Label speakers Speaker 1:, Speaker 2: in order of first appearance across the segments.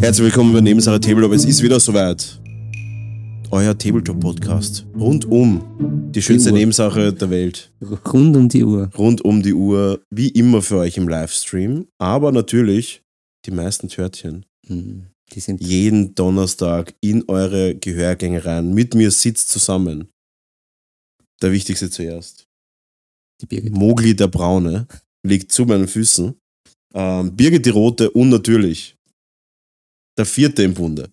Speaker 1: Herzlich willkommen bei Nebensache Tabletop. Es ist wieder soweit. Euer Tabletop-Podcast. Rund um die schönste
Speaker 2: Uhr.
Speaker 1: Nebensache der Welt.
Speaker 2: Rund um die Uhr.
Speaker 1: Rund um die Uhr. Wie immer für euch im Livestream. Aber natürlich die meisten Törtchen.
Speaker 2: Hm, Die sind
Speaker 1: Jeden Donnerstag in eure Gehörgänge rein. Mit mir sitzt zusammen. Der wichtigste zuerst.
Speaker 2: die Birgit.
Speaker 1: Mogli der Braune liegt zu meinen Füßen. Ähm, Birgit die Rote und natürlich der vierte im Bunde.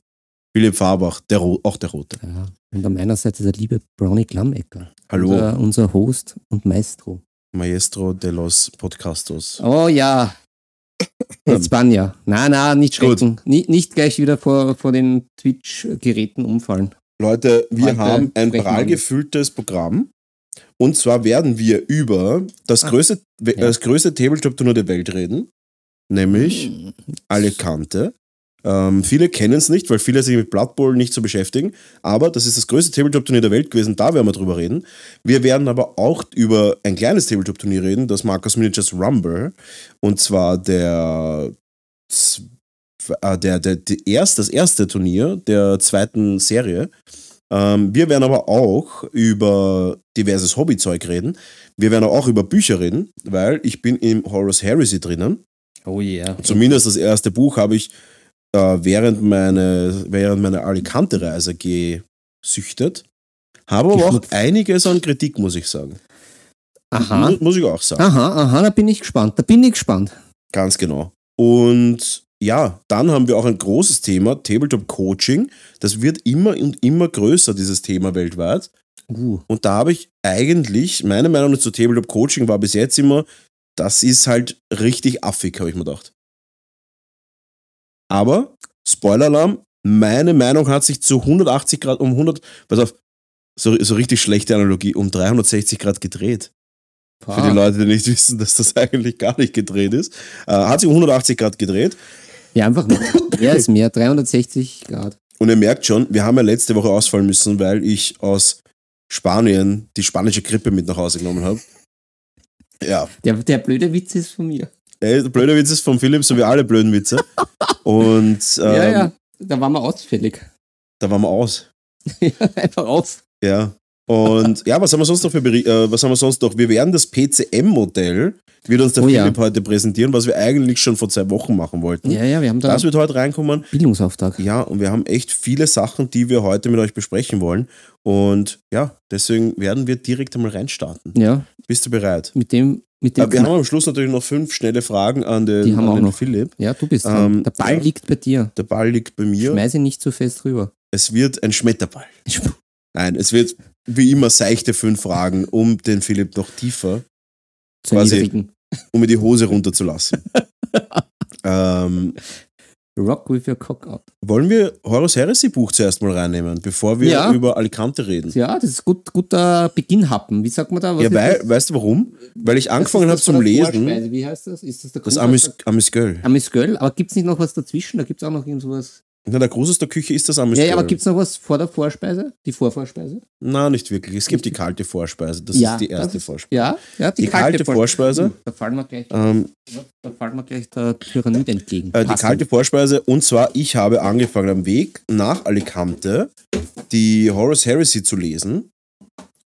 Speaker 1: Philipp Farbach, der Ro auch der Rote.
Speaker 2: Ja. Und an meiner Seite der liebe Brownie Glammecker.
Speaker 1: Hallo,
Speaker 2: Unser, unser Host und Maestro.
Speaker 1: Maestro de los Podcastos.
Speaker 2: Oh ja. In Spanien. Na, na, nicht
Speaker 1: Gut.
Speaker 2: schrecken. Ni- nicht gleich wieder vor, vor den Twitch-Geräten umfallen.
Speaker 1: Leute, wir
Speaker 2: Heute
Speaker 1: haben ein
Speaker 2: sprechen wir
Speaker 1: prall
Speaker 2: mit-
Speaker 1: gefülltes Programm. Und zwar werden wir über das
Speaker 2: Ah.
Speaker 1: größte, we-
Speaker 2: Ja.
Speaker 1: das größte Tabletop-Turnier der Welt reden,
Speaker 2: Mhm.
Speaker 1: nämlich Alicante. Ähm, viele kennen es nicht, weil viele sich mit Blood Bowl nicht so beschäftigen. Aber das ist das größte Tabletop-Turnier der Welt gewesen, da werden wir drüber reden. Wir werden aber auch über ein kleines Tabletop-Turnier reden, das Marcus Miniatures Rumble. Und zwar der, z- äh, der, der, der erst, das erste Turnier der zweiten Serie. Ähm, wir werden aber auch über diverses Hobbyzeug reden. Wir werden auch über Bücher reden, weil ich bin im Horace Heresy drinnen.
Speaker 2: Oh ja.
Speaker 1: Zumindest das erste Buch habe ich äh, während, meine, während meiner Alicante-Reise gesüchtet. Habe aber auch
Speaker 2: Geschlüpft.
Speaker 1: einiges an Kritik, muss ich sagen.
Speaker 2: Aha.
Speaker 1: Mu- Muss ich auch sagen.
Speaker 2: Mhm. Aha, aha, da bin ich gespannt. Da bin ich gespannt.
Speaker 1: Ganz genau. Und ja, dann haben wir auch ein großes Thema, Tabletop Coaching. Das wird immer und immer größer, dieses Thema weltweit.
Speaker 2: Uh,
Speaker 1: Und da habe ich eigentlich, meine Meinung zu Tabletop Coaching war bis jetzt immer, das ist halt richtig affig, habe ich mir gedacht. Aber, Spoiler-Alarm, meine Meinung hat sich zu 180 Grad um 100, pass auf, so, so richtig schlechte Analogie, um 360 Grad gedreht. Für die
Speaker 2: ah.
Speaker 1: Leute, die nicht wissen, dass das eigentlich gar nicht gedreht ist. Äh, hat sich um 180 Grad gedreht.
Speaker 2: Ja, einfach mehr. mehr ist mehr. 360 Grad.
Speaker 1: Und ihr merkt schon, wir haben ja letzte Woche ausfallen müssen, weil ich aus Spanien die spanische Grippe mit nach Hause genommen habe. Ja,
Speaker 2: Der, der blöde Witz ist von mir.
Speaker 1: ey, der blöde Witz ist von Philipp, so wie alle blöden Witze. Und ähm,
Speaker 2: ja, ja. Da waren wir ausfällig.
Speaker 1: da waren wir aus.
Speaker 2: einfach aus.
Speaker 1: Ja. Und ja, was haben wir sonst noch für Beri äh, was haben wir sonst noch? Wir werden das PCM-Modell, wird uns der
Speaker 2: Oh ja.
Speaker 1: Philipp heute präsentieren, was wir eigentlich schon vor zwei Wochen machen wollten.
Speaker 2: Ja, ja, wir haben da
Speaker 1: Das wird heute reinkommen.
Speaker 2: Bildungsauftrag.
Speaker 1: Ja, und wir haben echt viele Sachen, die wir heute mit euch besprechen wollen. Und ja, deswegen werden wir direkt einmal reinstarten.
Speaker 2: Ja,
Speaker 1: Bist du bereit?
Speaker 2: mit dem, mit
Speaker 1: Ja,
Speaker 2: dem
Speaker 1: wir haben am Schluss natürlich noch fünf schnelle Fragen an den,
Speaker 2: Die haben
Speaker 1: an
Speaker 2: wir auch
Speaker 1: den
Speaker 2: noch.
Speaker 1: Philipp.
Speaker 2: Ja, du bist
Speaker 1: Ähm,
Speaker 2: dran. Der Ball
Speaker 1: ja.
Speaker 2: liegt bei dir.
Speaker 1: Der Ball liegt bei mir.
Speaker 2: Schmeiß ihn nicht zu fest rüber.
Speaker 1: Es wird ein Schmetterball. Nein, es wird wie immer seichte fünf Fragen, um den Philipp noch tiefer,
Speaker 2: Zu
Speaker 1: Quasi.
Speaker 2: niedrigen.
Speaker 1: um mir die Hose runterzulassen. ähm,
Speaker 2: Rock with your cock out.
Speaker 1: wollen wir Horus Heresy Buch zuerst mal reinnehmen, bevor wir
Speaker 2: Ja.
Speaker 1: über Alicante reden?
Speaker 2: Ja, das ist gut, guter Beginnhappen. Wie sagt man da? Was
Speaker 1: Ja,
Speaker 2: ist
Speaker 1: weil,
Speaker 2: das?
Speaker 1: weißt du warum? Weil ich
Speaker 2: Das
Speaker 1: angefangen
Speaker 2: ist
Speaker 1: habe
Speaker 2: das von
Speaker 1: zum
Speaker 2: der
Speaker 1: Lesen.
Speaker 2: Vorspeise. Wie heißt das? Ist das der
Speaker 1: Das
Speaker 2: Gruß-
Speaker 1: Amüs Amüs Göll.
Speaker 2: Amüsgöl? Aber gibt es nicht noch was dazwischen? Da gibt es auch noch irgend sowas.
Speaker 1: Na, der Gruß aus der Küche ist das Amüs
Speaker 2: Ja,
Speaker 1: Göll.
Speaker 2: ja, aber gibt es noch was vor der Vorspeise? Die Vorvorspeise?
Speaker 1: Na, nicht wirklich. Es gibt die kalte Vorspeise. Das
Speaker 2: Ja,
Speaker 1: ist die erste
Speaker 2: das ist-
Speaker 1: Vorspeise.
Speaker 2: Ja, ja,
Speaker 1: Die, kalte, Vorspeise.
Speaker 2: Da fallen wir gleich,
Speaker 1: Ähm,
Speaker 2: da fallen wir gleich der Pyramide entgegen.
Speaker 1: äh, die
Speaker 2: Passend.
Speaker 1: kalte Vorspeise. Und zwar, ich habe angefangen am Weg nach Alicante die Horace Heresy zu lesen.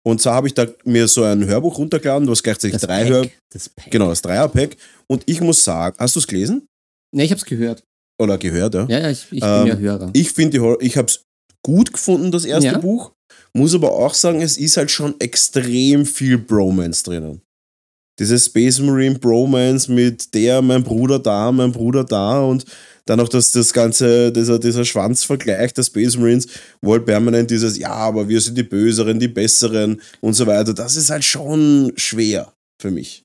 Speaker 1: Und zwar habe ich da mir so ein Hörbuch runtergeladen, was gleichzeitig
Speaker 2: das
Speaker 1: drei
Speaker 2: Pack,
Speaker 1: Hör
Speaker 2: Das Pack.
Speaker 1: genau das Dreierpack. Und ich muss sagen, hast du es gelesen
Speaker 2: Ne, ich hab's gehört.
Speaker 1: oder gehört? Ja.
Speaker 2: Ja, ja, ich, ich
Speaker 1: Ähm,
Speaker 2: bin ja Hörer.
Speaker 1: Ich finde, die Hor- ich habe es gut gefunden, das erste
Speaker 2: Ja.
Speaker 1: Buch. Muss aber auch sagen, es ist halt schon extrem viel Bromance drinnen. Dieses Space Marine Bromance mit der, mein Bruder da, mein Bruder da und dann auch das, das ganze, dieser, dieser Schwanzvergleich der Space Marines, wo halt permanent dieses, ja, aber wir sind die Böseren, die Besseren und so weiter. Das ist halt schon schwer für mich.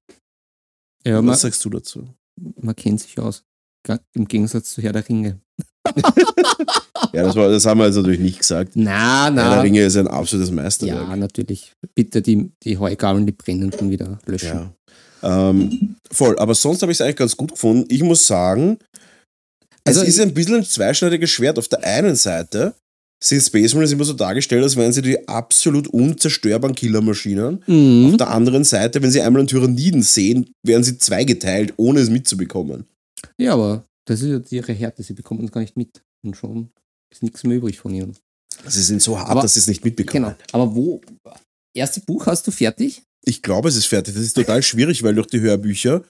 Speaker 2: ja,
Speaker 1: Was
Speaker 2: man,
Speaker 1: sagst du dazu?
Speaker 2: man kennt sich aus. Ga- Im Gegensatz zu Herr der Ringe.
Speaker 1: Ja, das, war, das haben wir jetzt natürlich nicht gesagt.
Speaker 2: Na,
Speaker 1: Herr der
Speaker 2: na.
Speaker 1: Ringe ist ein absolutes Meisterwerk.
Speaker 2: Ja, natürlich. Bitte die, die Heugabeln, die brennenden wieder löschen.
Speaker 1: Ja. Ähm, voll, aber sonst habe ich es eigentlich ganz gut gefunden. Ich muss sagen,
Speaker 2: Also
Speaker 1: es ist
Speaker 2: ich-
Speaker 1: ein bisschen ein zweischneidiges Schwert. Auf der einen Seite sind Space Marines immer so dargestellt, als wären sie die absolut unzerstörbaren Killermaschinen. Auf
Speaker 2: Mhm.
Speaker 1: der anderen Seite, wenn sie einmal einen Tyranniden sehen, werden sie zweigeteilt, ohne es mitzubekommen.
Speaker 2: Ja, aber Das ist jetzt ihre Härte, sie bekommen es gar nicht mit. Und schon ist nichts mehr übrig von ihnen.
Speaker 1: Sie sind so hart,
Speaker 2: Aber-
Speaker 1: dass sie es nicht mitbekommen.
Speaker 2: Genau. Aber wo. Erste Buch hast du fertig?
Speaker 1: Ich glaube, es ist fertig. Das ist total schwierig, weil durch die Hörbücher,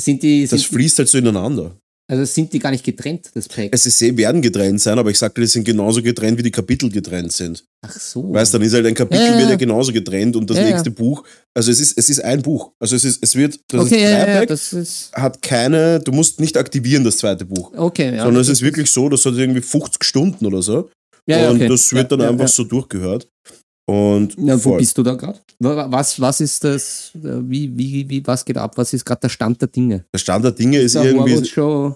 Speaker 2: Sind die. Sind
Speaker 1: das fließt halt so ineinander.
Speaker 2: die also sind die gar nicht getrennt, das Pack?
Speaker 1: Es ist, sie werden getrennt sein, aber ich sagte, die sind genauso getrennt, wie die Kapitel getrennt sind.
Speaker 2: Ach so.
Speaker 1: Weißt du, dann ist halt ein Kapitel,
Speaker 2: Ja, ja,
Speaker 1: wird ja
Speaker 2: ja.
Speaker 1: genauso getrennt und das
Speaker 2: Ja, ja.
Speaker 1: nächste Buch, also es ist, es ist ein Buch. Also es ist, es wird, das
Speaker 2: okay,
Speaker 1: ist
Speaker 2: ja, ja, ja,
Speaker 1: Pack,
Speaker 2: das ist.
Speaker 1: hat keine, du musst nicht aktivieren das zweite Buch.
Speaker 2: Okay, ja.
Speaker 1: sondern es ist wirklich so, das hat irgendwie 50 Stunden oder so.
Speaker 2: ja, ja,
Speaker 1: und
Speaker 2: okay.
Speaker 1: das wird
Speaker 2: ja,
Speaker 1: dann
Speaker 2: ja,
Speaker 1: einfach
Speaker 2: ja.
Speaker 1: so durchgehört. Und
Speaker 2: Na, wo
Speaker 1: voll.
Speaker 2: bist du da gerade? Wa- Was, was ist das? äh, Wie, wie, wie, was geht ab? Was ist gerade der Stand der Dinge?
Speaker 1: der Stand der Dinge ist
Speaker 2: Ist der Horvath
Speaker 1: irgendwie.
Speaker 2: schon,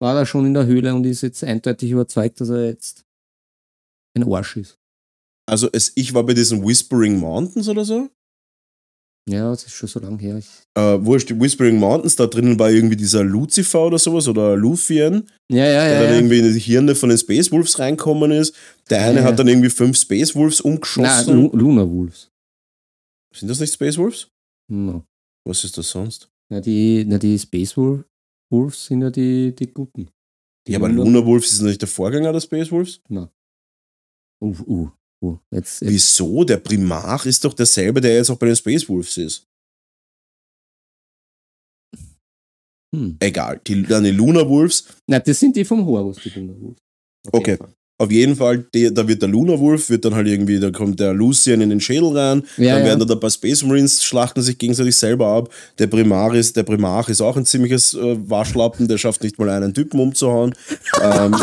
Speaker 2: war da schon in der Höhle und ist jetzt eindeutig überzeugt, dass er jetzt ein Arsch ist.
Speaker 1: Also es, ich war bei diesen Whispering Mountains oder so.
Speaker 2: Ja, das ist schon so lange her. Ich,
Speaker 1: Äh, wurscht, die Whispering Mountains, da drinnen war irgendwie dieser Lucifer oder sowas oder Luthien,
Speaker 2: ja, ja,
Speaker 1: der
Speaker 2: ja.
Speaker 1: dann
Speaker 2: ja.
Speaker 1: irgendwie in die Hirne von den Space Wolves reinkommen ist. Der eine
Speaker 2: Ja, ja.
Speaker 1: hat dann irgendwie fünf Space Wolves
Speaker 2: Nein,
Speaker 1: umgeschossen.
Speaker 2: Lu Luna Wolves.
Speaker 1: Sind das nicht Space Wolves?
Speaker 2: No.
Speaker 1: Was ist das sonst?
Speaker 2: Na, die, na, die Space Wolf- Wolves sind ja die, die Guten. Die
Speaker 1: Ja, aber
Speaker 2: Luna-
Speaker 1: Luna Wolves ist nicht der Vorgänger der Space Wolves.
Speaker 2: Uh, uh, uh. Jetzt, jetzt,
Speaker 1: Wieso? Der Primarch ist doch derselbe, der jetzt auch bei den Space Wolves ist.
Speaker 2: hm.
Speaker 1: Egal. Die, dann die Luna Wolves
Speaker 2: Na, das sind die vom Horus, die Luna Wolves. Auf
Speaker 1: Okay.
Speaker 2: jeden Fall.
Speaker 1: Auf jeden Fall, die, da wird der Luna Wolf, wird dann halt irgendwie, da kommt der Lucian in den Schädel rein,
Speaker 2: Ja,
Speaker 1: dann
Speaker 2: ja.
Speaker 1: werden da ein paar Space Marines, schlachten sich gegenseitig selber ab. Der Primaris, der Primarch ist auch ein ziemliches äh, Waschlappen, der schafft nicht mal einen Typen umzuhauen. ähm,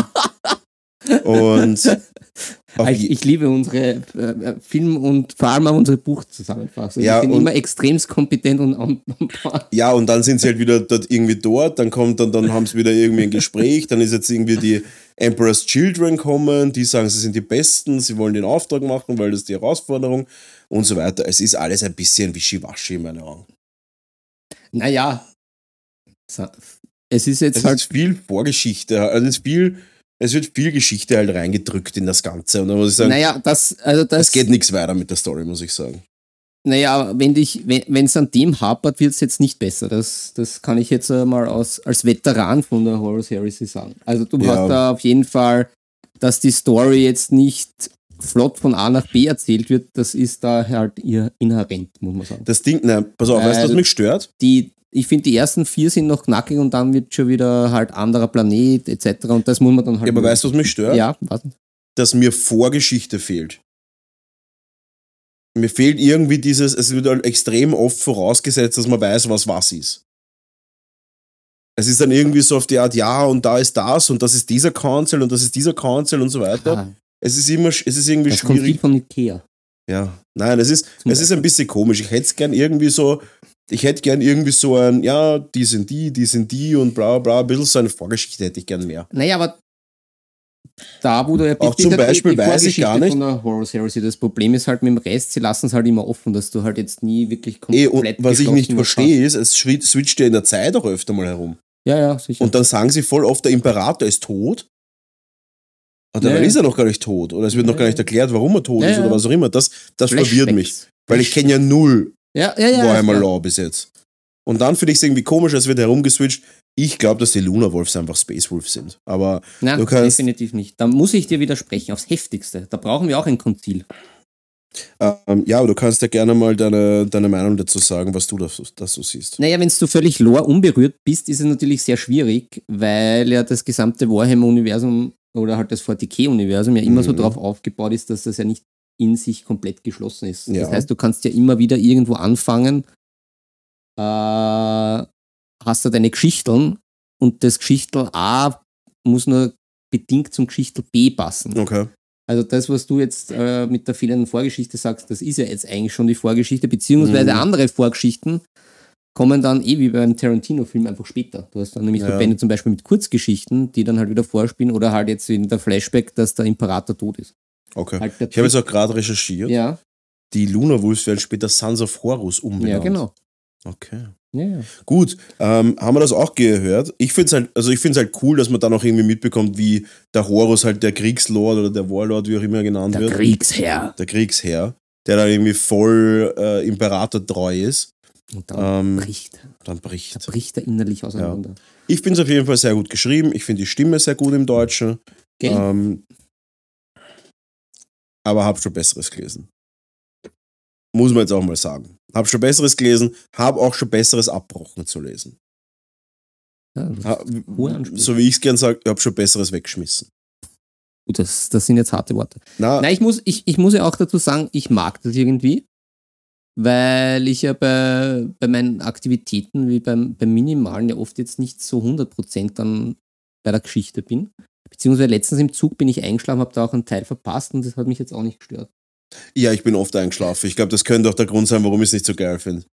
Speaker 1: und auf
Speaker 2: ich,
Speaker 1: je-
Speaker 2: Also ich liebe unsere äh, äh, Film- und vor allem auch unsere Buchzusammenfassung.
Speaker 1: Ja,
Speaker 2: ich
Speaker 1: und-
Speaker 2: bin immer extremst kompetent und on, on point.
Speaker 1: ja, und dann sind sie halt wieder dort irgendwie dort, dann kommt dann, dann haben sie wieder irgendwie ein Gespräch, dann ist jetzt irgendwie die Emperor's Children kommen, die sagen, sie sind die Besten, sie wollen den Auftrag machen, weil das ist die Herausforderung und so weiter. Es ist alles ein bisschen wischiwaschi in meinen Augen.
Speaker 2: Naja, So, es ist jetzt
Speaker 1: Es
Speaker 2: halt.
Speaker 1: ist viel Vorgeschichte, also es, ist viel, es wird viel Geschichte halt reingedrückt in das Ganze. Und da muss ich sagen,
Speaker 2: naja, das, also das,
Speaker 1: es geht nichts weiter mit der Story, muss ich sagen.
Speaker 2: Naja, wenn dich, wenn es an dem hapert, wird es jetzt nicht besser. Das, das kann ich jetzt äh, mal aus, als Veteran von der Horus Heresy sagen. Also du
Speaker 1: Ja.
Speaker 2: hast da auf jeden Fall, dass die Story jetzt nicht flott von A nach B erzählt wird, das ist da halt ihr inhärent, muss man sagen.
Speaker 1: Das Ding, nein, pass auf, weißt du, was
Speaker 2: Äh,
Speaker 1: mich stört?
Speaker 2: die, ich finde, die ersten vier sind noch knackig und dann wird schon wieder halt anderer Planet etc. Und das muss man dann halt.
Speaker 1: Ja, aber weißt du, was mich stört?
Speaker 2: Ja, warte.
Speaker 1: Dass mir Vorgeschichte fehlt. Mir fehlt irgendwie dieses, es wird halt extrem oft vorausgesetzt, dass man weiß, was was ist. Es ist dann irgendwie so auf die Art, ja, und da ist das, und das ist dieser Council, und das ist dieser Council und so weiter.
Speaker 2: Ah,
Speaker 1: Es ist immer, sch- es ist irgendwie
Speaker 2: das kommt
Speaker 1: schwierig.
Speaker 2: viel von Ikea.
Speaker 1: Ja, nein, es ist,
Speaker 2: Zum
Speaker 1: es ist ein bisschen komisch. Ich hätte es gern irgendwie so, ich hätte gern irgendwie so ein, ja, die sind die, die sind die und bla bla, ein bisschen so eine Vorgeschichte hätte ich gern mehr.
Speaker 2: Naja, aber da, wo du ja
Speaker 1: Auch zum
Speaker 2: die- die-
Speaker 1: Beispiel
Speaker 2: die
Speaker 1: weiß ich
Speaker 2: Vorgeschichte
Speaker 1: gar nicht.
Speaker 2: Von der Horus Heresy. Das Problem ist halt mit dem Rest, sie lassen es halt immer offen, dass du halt jetzt nie wirklich
Speaker 1: Eh, und was ich
Speaker 2: geschlossen
Speaker 1: nicht
Speaker 2: was
Speaker 1: verstehe, ist, es schri- switcht ja in der Zeit auch öfter mal herum.
Speaker 2: hast. Ja, ja, sicher.
Speaker 1: Und dann sagen sie voll oft, der Imperator ist tot. Und dann
Speaker 2: Ja, ja.
Speaker 1: ist er noch gar nicht tot. Oder es wird noch
Speaker 2: Ja,
Speaker 1: gar
Speaker 2: ja.
Speaker 1: nicht erklärt, warum er tot
Speaker 2: Ja,
Speaker 1: ist oder
Speaker 2: ja.
Speaker 1: was auch immer. Das, das verwirrt mich.
Speaker 2: Flashbacks.
Speaker 1: Weil ich kenne ja null
Speaker 2: Ja, ja, ja.
Speaker 1: Warhammer
Speaker 2: ja.
Speaker 1: Law bis jetzt. Und dann finde ich es irgendwie komisch, es wird herumgeswitcht. Ich glaube, dass die Luna Wolves einfach Space Wolves sind. Aber
Speaker 2: Nein,
Speaker 1: Du kannst-
Speaker 2: definitiv nicht. Da muss ich dir widersprechen, aufs Heftigste. Da brauchen wir auch ein Konzil.
Speaker 1: Ähm, ja, aber du kannst ja gerne mal deine, deine Meinung dazu sagen, was du das, das so siehst.
Speaker 2: Naja, wenn du völlig lore unberührt bist, ist es natürlich sehr schwierig, weil ja das gesamte Warhammer-Universum oder halt das 40k-Universum ja immer so
Speaker 1: Mhm.
Speaker 2: drauf aufgebaut ist, dass das ja nicht in sich komplett geschlossen ist.
Speaker 1: Ja.
Speaker 2: Das heißt, du kannst ja immer wieder irgendwo anfangen, äh, hast da deine Geschichteln und das Geschichtel A muss nur bedingt zum Geschichtel B passen.
Speaker 1: Okay.
Speaker 2: Also das, was du jetzt äh, mit der fehlenden Vorgeschichte sagst, das ist ja jetzt eigentlich schon die Vorgeschichte, beziehungsweise
Speaker 1: Mhm.
Speaker 2: andere Vorgeschichten kommen dann eh wie beim Tarantino-Film einfach später. Du hast dann nämlich
Speaker 1: Ja.
Speaker 2: Verbände zum Beispiel mit Kurzgeschichten, die dann halt wieder vorspielen oder halt jetzt in der Flashback, dass der Imperator tot ist.
Speaker 1: okay.
Speaker 2: Halt der
Speaker 1: Ich habe jetzt
Speaker 2: Typ-
Speaker 1: auch gerade recherchiert.
Speaker 2: ja,
Speaker 1: Die Luna Wolves werden später Sons of Horus
Speaker 2: ja,
Speaker 1: umbenannt.
Speaker 2: genau.
Speaker 1: Okay.
Speaker 2: Ja, ja.
Speaker 1: Gut, ähm, haben wir das auch gehört. Ich finde es halt, also ich find's halt cool, dass man dann auch irgendwie mitbekommt, wie der Horus halt der Kriegslord oder der Warlord, wie auch immer er genannt
Speaker 2: Der
Speaker 1: wird,
Speaker 2: Kriegsherr.
Speaker 1: der Kriegsherr, der dann irgendwie voll äh, Imperator treu ist.
Speaker 2: Und dann
Speaker 1: Ähm,
Speaker 2: bricht.
Speaker 1: Dann
Speaker 2: Da
Speaker 1: bricht.
Speaker 2: bricht er innerlich auseinander.
Speaker 1: Ich finde es auf jeden Fall sehr gut geschrieben. Ich finde die Stimme sehr gut im Deutschen.
Speaker 2: Gell?
Speaker 1: Ähm, aber habe schon Besseres gelesen. Muss man jetzt auch mal sagen. Habe schon Besseres gelesen, habe auch schon Besseres abbrochen zu lesen.
Speaker 2: Ja, das-
Speaker 1: Ha-
Speaker 2: Hohe Ansprüche.
Speaker 1: ah, so wie ich es gern sage, ich habe schon Besseres weggeschmissen.
Speaker 2: gut, das, das sind jetzt harte Worte.
Speaker 1: Na,
Speaker 2: Nein, ich muss, ich, ich muss ja auch dazu sagen, ich mag das irgendwie, weil ich ja bei, bei meinen Aktivitäten wie beim, beim Minimalen ja oft jetzt nicht so 100% dann bei der Geschichte bin. Beziehungsweise letztens im Zug bin ich eingeschlafen, habe da auch einen Teil verpasst und das hat mich jetzt auch nicht gestört.
Speaker 1: Ja, ich bin oft eingeschlafen. Ich glaube, das könnte auch der Grund sein, warum ich es nicht so geil finde.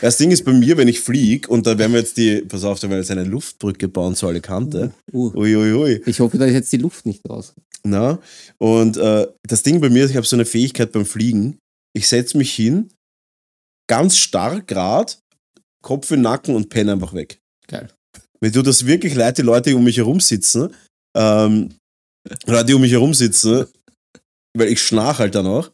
Speaker 1: Das Ding ist bei mir, wenn ich fliege und da werden wir jetzt die, pass auf, da werden wir jetzt eine Luftbrücke bauen zu Alicante.
Speaker 2: Uh,
Speaker 1: Uiuiui. Ui, ui.
Speaker 2: ich hoffe, da ist jetzt die Luft nicht raus.
Speaker 1: Na? Und äh, das Ding bei mir ist, ich habe so eine Fähigkeit beim Fliegen. Ich setze mich hin, ganz starr grad, Kopf in den Nacken und penne einfach weg.
Speaker 2: Geil.
Speaker 1: Mir tut das wirklich leid, die Leute, die um mich herum sitzen. Ähm, Leute, die um mich herum sitzen, weil ich schnarch halt dann auch.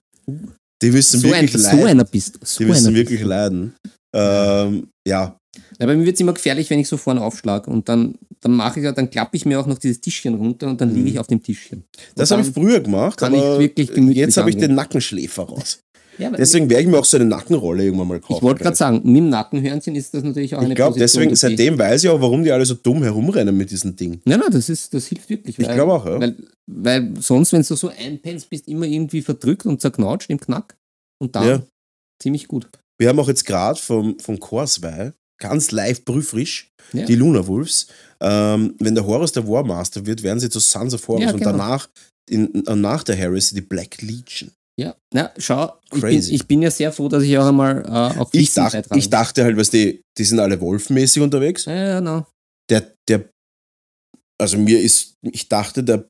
Speaker 1: Die müssen
Speaker 2: So, ein,
Speaker 1: wirklich
Speaker 2: so
Speaker 1: leiden.
Speaker 2: einer bist. So
Speaker 1: die müssen
Speaker 2: einer
Speaker 1: wirklich
Speaker 2: bist.
Speaker 1: leiden. Ähm, ja,
Speaker 2: Na, bei mir wird es immer gefährlich, wenn ich so vorne aufschlag und dann, dann mache ich ja, dann klappe ich mir auch noch dieses Tischchen runter und dann liege
Speaker 1: Mhm.
Speaker 2: ich auf dem Tischchen. Und
Speaker 1: das habe ich
Speaker 2: dann-
Speaker 1: früher gemacht,
Speaker 2: kann ich
Speaker 1: aber
Speaker 2: wirklich gemütlich
Speaker 1: jetzt habe ich
Speaker 2: angehen.
Speaker 1: den Nackenschläfer raus.
Speaker 2: ja, weil-
Speaker 1: Deswegen werde ich mir auch so eine Nackenrolle irgendwann mal kaufen.
Speaker 2: Ich wollte gerade sagen, mit dem Nackenhörnchen ist das natürlich auch eine
Speaker 1: Ich glaube,
Speaker 2: Position,
Speaker 1: deswegen,
Speaker 2: die-
Speaker 1: seitdem weiß ich auch, warum die alle so dumm herumrennen mit diesem Ding.
Speaker 2: Nein, nein, das, ist, das hilft wirklich.
Speaker 1: Ich
Speaker 2: weil-
Speaker 1: glaube auch, ja.
Speaker 2: Weil, weil sonst, wenn du so einpennst, bist immer irgendwie verdrückt und zerknautscht im Knack. Und dann
Speaker 1: Ja.
Speaker 2: ziemlich gut.
Speaker 1: Wir haben auch jetzt gerade vom, vom Chor 2, ganz live prüfrisch,
Speaker 2: Ja.
Speaker 1: die Luna Wolves. Ähm, wenn der Horus der Warmaster wird, werden sie zu Sons of Horus
Speaker 2: Ja,
Speaker 1: und
Speaker 2: genau.
Speaker 1: danach, in, und nach der Harris, die Black Legion.
Speaker 2: Ja, na, schau, ich bin,
Speaker 1: Crazy.
Speaker 2: ich bin ja sehr froh, dass ich auch einmal äh, auch
Speaker 1: Ich,
Speaker 2: Wissen
Speaker 1: dacht,
Speaker 2: beitrage.
Speaker 1: ich dachte halt, weißt du, die sind alle wolfmäßig unterwegs.
Speaker 2: Ja, ja, na.
Speaker 1: Der, der, also mir ist, ich dachte, der,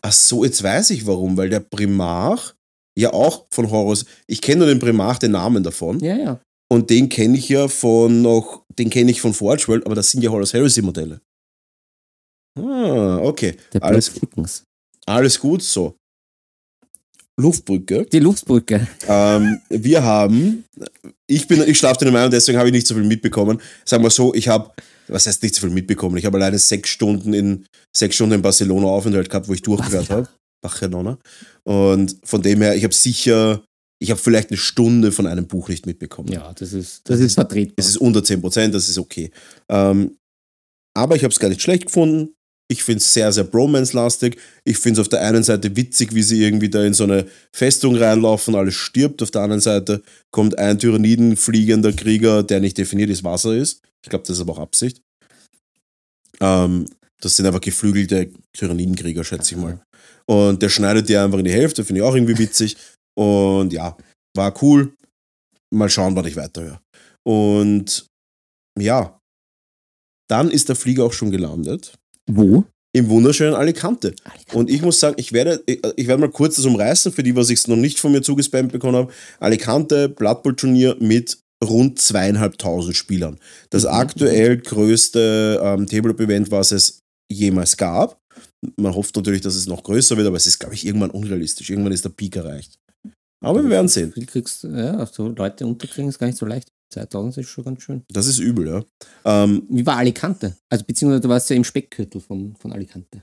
Speaker 1: ach so, jetzt weiß ich warum, weil der Primarch, ja auch von Horus, ich kenne nur den Primarch, den Namen davon.
Speaker 2: ja, ja.
Speaker 1: Und den kenne ich ja von noch, den kenne ich von Forge World, aber das sind ja Horus Heresy Modelle. Ah, okay.
Speaker 2: Der Platz
Speaker 1: Alles-
Speaker 2: Kickens.
Speaker 1: Alles gut so. Luftbrücke.
Speaker 2: Die Luftbrücke.
Speaker 1: Ähm, wir haben, ich bin, ich schlafe in der Meinung, deswegen habe ich nicht so viel mitbekommen. Sagen wir so, ich habe, was heißt nicht so viel mitbekommen? Ich habe alleine sechs Stunden in, sechs Stunden in Barcelona Aufenthalt gehabt, wo ich durchgehört habe. Barcelona. Und von dem her, ich habe sicher, ich habe vielleicht eine Stunde von einem Buch nicht mitbekommen.
Speaker 2: Ja, das ist, das ist vertretbar.
Speaker 1: Es ist unter 10 Prozent, das ist okay. Ähm, aber ich habe es gar nicht schlecht gefunden. Ich finde es sehr, sehr Bromance-lastig. Ich finde es auf der einen Seite witzig, wie sie irgendwie da in so eine Festung reinlaufen, alles stirbt. Auf der anderen Seite kommt ein Tyrannidenfliegender Krieger, der nicht definiert ist, was er ist. Ich glaube, das ist aber auch Absicht. Ähm, das sind einfach geflügelte Tyrannidenkrieger, schätze ich mal. Und der schneidet dir einfach in die Hälfte, finde ich auch irgendwie witzig. Und ja, war cool. Mal schauen, wann ich weiterhöre. Und ja, dann ist der Flieger auch schon gelandet.
Speaker 2: Wo?
Speaker 1: Im wunderschönen Alicante. Und ich muss sagen, ich werde, ich ich werde mal kurz das umreißen, für die, was ich noch nicht von mir zugespammt bekommen habe. Alicante, Blood Bowl Turnier mit rund zweieinhalbtausend Spielern. Das
Speaker 2: Mhm.
Speaker 1: aktuell größte ähm, Tabletop-Event, was es jemals gab. Man hofft natürlich, dass es noch größer wird, aber es ist, glaube ich, irgendwann unrealistisch. Irgendwann ist der Peak erreicht. Aber wir werden sehen.
Speaker 2: Viel kriegst, ja, so Leute unterkriegen ist gar nicht so leicht. 2000 ist schon ganz schön.
Speaker 1: Das ist übel, ja. Ähm,
Speaker 2: Wie war Alicante? Also beziehungsweise du warst ja im Speckgürtel von, von Alicante.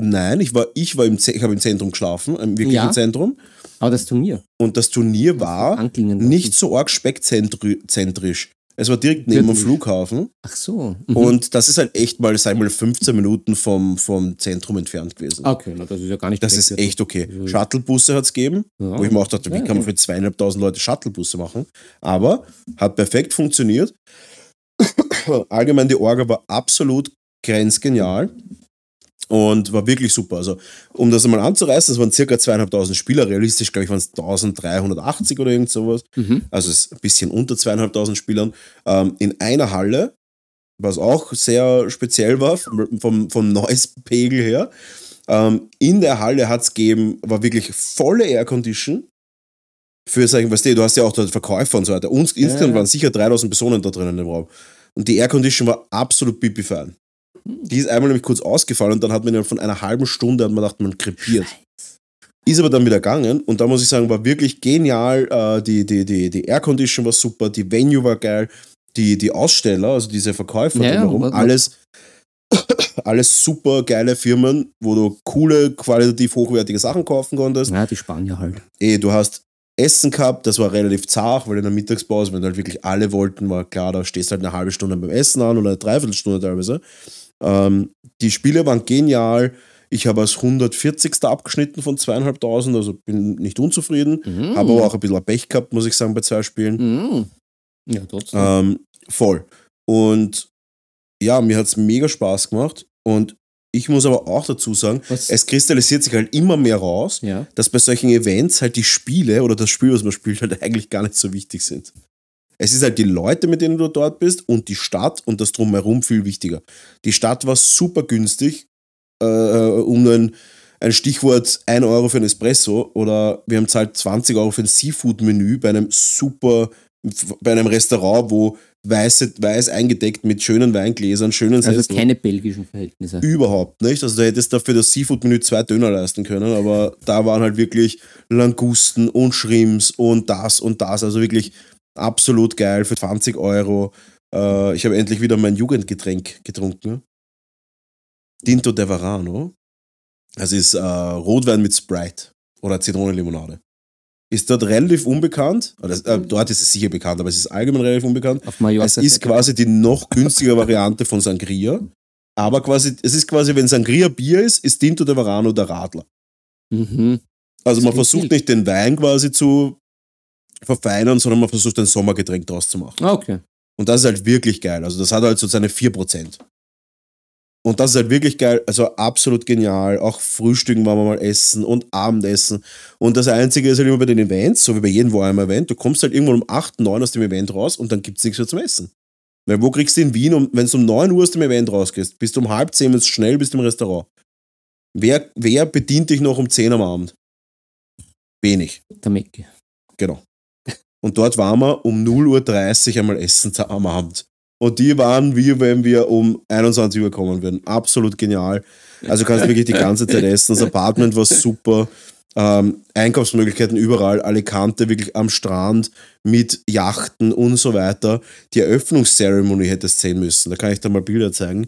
Speaker 1: nein, ich war, ich war im, Ze- ich habe im Zentrum geschlafen, im wirklichen
Speaker 2: Ja.
Speaker 1: Zentrum.
Speaker 2: Aber das Turnier
Speaker 1: Und das Turnier war
Speaker 2: anklingen lassen.
Speaker 1: nicht so arg speckzentrisch. Es war direkt neben dem
Speaker 2: Wirklich?
Speaker 1: Flughafen
Speaker 2: Ach so. Mhm.
Speaker 1: und das ist halt echt mal, sag ich mal, 15 Minuten vom, vom Zentrum entfernt gewesen.
Speaker 2: okay, na, Ah, das ist ja gar nicht
Speaker 1: Das ist
Speaker 2: Speckgürtel.
Speaker 1: echt okay.
Speaker 2: Also-
Speaker 1: Shuttlebusse hat es gegeben,
Speaker 2: Ja.
Speaker 1: wo ich mir auch dachte, wie
Speaker 2: ne? Ja,
Speaker 1: kann man
Speaker 2: ja.
Speaker 1: für zweieinhalbtausend Leute Shuttlebusse machen? Aber hat perfekt funktioniert. Allgemein die Orga war absolut grenzgenial und war wirklich super. Also, um das einmal anzureißen, es waren circa zweieinhalbtausend Spieler, realistisch, glaube ich, waren es 1380 oder irgend sowas
Speaker 2: Mhm.
Speaker 1: also es ist ein bisschen unter zweieinhalbtausend Spielern, ähm, in einer Halle, was auch sehr speziell war, vom, vom, vom Noise-Pegel her. Ähm, in der Halle hat es gegeben, war wirklich volle Air-Condition. Für, sagen, weißt du, du hast ja auch dort Verkäufer und so weiter. Uns, Insgesamt
Speaker 2: ja.
Speaker 1: waren sicher 3000 Personen da drinnen im Raum. Und die Air-Condition war absolut pipi-fein. Die ist einmal nämlich kurz ausgefallen und dann hat man innerhalb von einer halben Stunde hat man gedacht, man krepiert. Ist aber dann wieder gegangen und da muss ich sagen, war wirklich genial. Äh, die, die, die, die Air Condition war super, die Venue war geil, die, die Aussteller, also diese Verkäufer
Speaker 2: Ja, ja,
Speaker 1: drumherum,
Speaker 2: wa- wa-
Speaker 1: alles, alles super geile Firmen, wo du coole, qualitativ hochwertige Sachen kaufen konntest.
Speaker 2: Ja, die Spanier halt.
Speaker 1: Eh, du hast Essen gehabt, das war relativ zart, weil in der Mittagspause, wenn halt wirklich alle wollten, war klar, da stehst halt eine halbe Stunde beim Essen an oder eine Dreiviertelstunde teilweise. Ähm, die Spiele waren genial. Ich habe als 140. abgeschnitten von zweieinhalbtausend, also bin nicht unzufrieden.
Speaker 2: Mhm.
Speaker 1: Habe aber auch ein bisschen Pech gehabt, muss ich sagen, bei zwei Spielen.
Speaker 2: Mhm. Ja, trotzdem.
Speaker 1: Ähm, voll. Und ja, mir hat es mega Spaß gemacht. Und ich muss aber auch dazu sagen,
Speaker 2: Was?
Speaker 1: es kristallisiert sich halt immer mehr raus,
Speaker 2: ja.
Speaker 1: dass bei solchen Events halt die Spiele oder das Spiel, was man spielt, halt eigentlich gar nicht so wichtig sind. Es ist halt die Leute, mit denen du dort bist und die Stadt und das drumherum viel wichtiger. Die Stadt war super günstig, äh, um ein, ein Stichwort 1 Euro für ein Espresso oder wir haben zahlt 20 Euro für ein Seafood-Menü bei einem super, bei einem Restaurant, wo weiße, weiß eingedeckt mit schönen Weingläsern, schönen
Speaker 2: Also
Speaker 1: Sesseln.
Speaker 2: keine belgischen Verhältnisse.
Speaker 1: Überhaupt nicht. Also du hättest dafür das Seafood-Menü zwei Döner leisten können, aber da waren halt wirklich Langusten und Shrimps und das und das. Also wirklich absolut geil für 20 Euro. Äh, ich habe endlich wieder mein Jugendgetränk getrunken. Tinto de Varano. Das ist äh, Rotwein mit Sprite oder Zitronenlimonade. Ist dort relativ unbekannt. Oder, äh, dort ist es sicher bekannt, aber es ist allgemein relativ unbekannt.
Speaker 2: Auf Mallorca.
Speaker 1: Es ist quasi die noch günstigere Variante von Sangria. Aber quasi, es ist quasi, wenn Sangria Bier ist, ist Tinto de Varano der Radler.
Speaker 2: Mhm.
Speaker 1: Also
Speaker 2: Das
Speaker 1: man
Speaker 2: klingt
Speaker 1: versucht
Speaker 2: wild.
Speaker 1: nicht den Wein quasi zu verfeinern, sondern man versucht ein Sommergetränk draus zu machen.
Speaker 2: Ah, okay.
Speaker 1: Und das ist halt wirklich geil. Also das hat halt so seine 4%. Und das ist halt wirklich geil, also absolut genial. Auch Frühstücken waren wir mal essen und Abendessen. Und das Einzige ist halt immer bei den Events, so wie bei jedem Warhammer-Event, du kommst halt irgendwann um 8, 9 aus dem Event raus und dann gibt es nichts mehr zum Essen. Weil wo kriegst du in Wien, um, wenn du um 9 Uhr aus dem Event rausgehst, bist du um halb 10, wenn du schnell bist im Restaurant. Wer, wer bedient dich noch um 10 am Abend? Wenig.
Speaker 2: Der Mecke.
Speaker 1: Genau. Und dort waren wir um 0.30 Uhr einmal essen ta- am Abend. Und die waren wie wenn wir um 21 Uhr kommen würden. Absolut genial. Also kannst wirklich die ganze Zeit essen. Das Apartment war super. Ähm, Einkaufsmöglichkeiten überall. Alicante wirklich am Strand mit Yachten und so weiter. Die Eröffnungszeremonie hätte es sehen müssen. Da kann ich dir mal Bilder zeigen.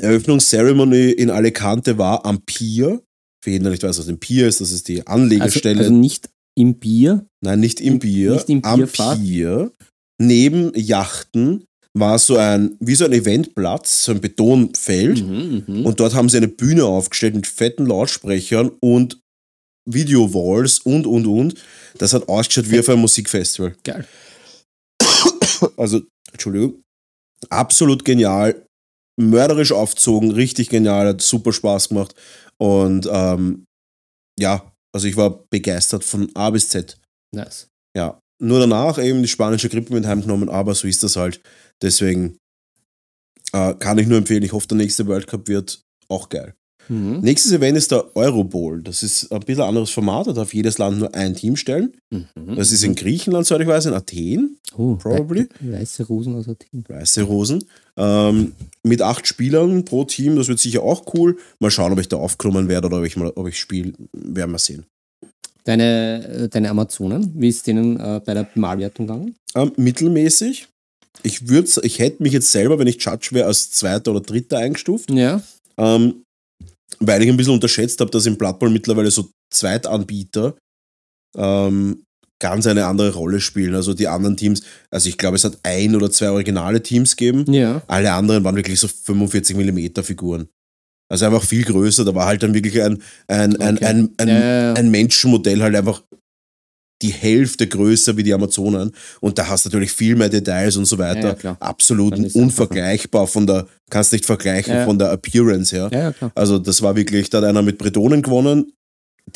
Speaker 1: Eröffnungszeremonie in Alicante war am Pier. Für jeden, der nicht weiß, was ein Pier ist, das ist die
Speaker 2: Also,
Speaker 1: Anlegestelle.
Speaker 2: also nicht im Bier.
Speaker 1: Nein, nicht im Bier.
Speaker 2: Nicht im
Speaker 1: am
Speaker 2: Bierfass.
Speaker 1: Pier. Neben Yachten war so ein, wie so ein Eventplatz, so ein Betonfeld.
Speaker 2: Mhm, mhm.
Speaker 1: Und dort haben sie eine Bühne aufgestellt mit fetten Lautsprechern und Video-Walls und, und, und. Das hat ausgeschaut wie auf einem Musikfestival.
Speaker 2: Geil.
Speaker 1: Also, Entschuldigung. Absolut genial. Mörderisch aufzogen, richtig genial, hat super Spaß gemacht. Und ähm, ja, also ich war begeistert von A bis Z.
Speaker 2: Nice.
Speaker 1: Ja, nur danach eben die spanische Grippe mit heimgenommen, aber so ist das halt. Deswegen äh, kann ich nur empfehlen, ich hoffe, der nächste World Cup wird auch geil.
Speaker 2: Mhm.
Speaker 1: Nächstes Event ist der Euro Bowl. Das ist ein bisschen anderes Format, da darf jedes Land nur ein Team stellen.
Speaker 2: Mhm.
Speaker 1: Das ist in Griechenland, soweit ich weiß, in Athen,
Speaker 2: oh,
Speaker 1: probably.
Speaker 2: wei- Weiße Rosen aus Athen.
Speaker 1: weiße Rosen. Ähm, mit acht Spielern pro Team, das wird sicher auch cool. Mal schauen, ob ich da aufgenommen werde oder ob ich, mal, ob ich spiele, werden wir sehen.
Speaker 2: Deine, äh, deine Amazonen, wie ist denen äh, bei der Malwertung gegangen?
Speaker 1: Ähm, mittelmäßig. Ich, würd's, ich hätte mich jetzt selber, wenn ich Judge wäre, als Zweiter oder Dritter eingestuft,
Speaker 2: Ja.
Speaker 1: ähm, weil ich ein bisschen unterschätzt habe, dass im Blood Bowl mittlerweile so Zweitanbieter ähm, ganz eine andere Rolle spielen. Also die anderen Teams, also ich glaube, es hat ein oder zwei originale Teams gegeben.
Speaker 2: Ja.
Speaker 1: Alle anderen waren wirklich so 45 mm Figuren. Also einfach viel größer. Da war halt dann wirklich ein, ein, ein,
Speaker 2: Okay.
Speaker 1: ein, ein,
Speaker 2: ja, ja.
Speaker 1: ein Menschenmodell halt einfach die Hälfte größer wie die Amazonen und da hast du natürlich viel mehr Details und so weiter.
Speaker 2: Ja, ja, klar.
Speaker 1: Absolut
Speaker 2: Dann ist es
Speaker 1: unvergleichbar von der, kannst nicht vergleichen
Speaker 2: Ja.
Speaker 1: von der Appearance her.
Speaker 2: ja, ja, klar.
Speaker 1: Also das war wirklich, da hat einer mit Bretonen gewonnen,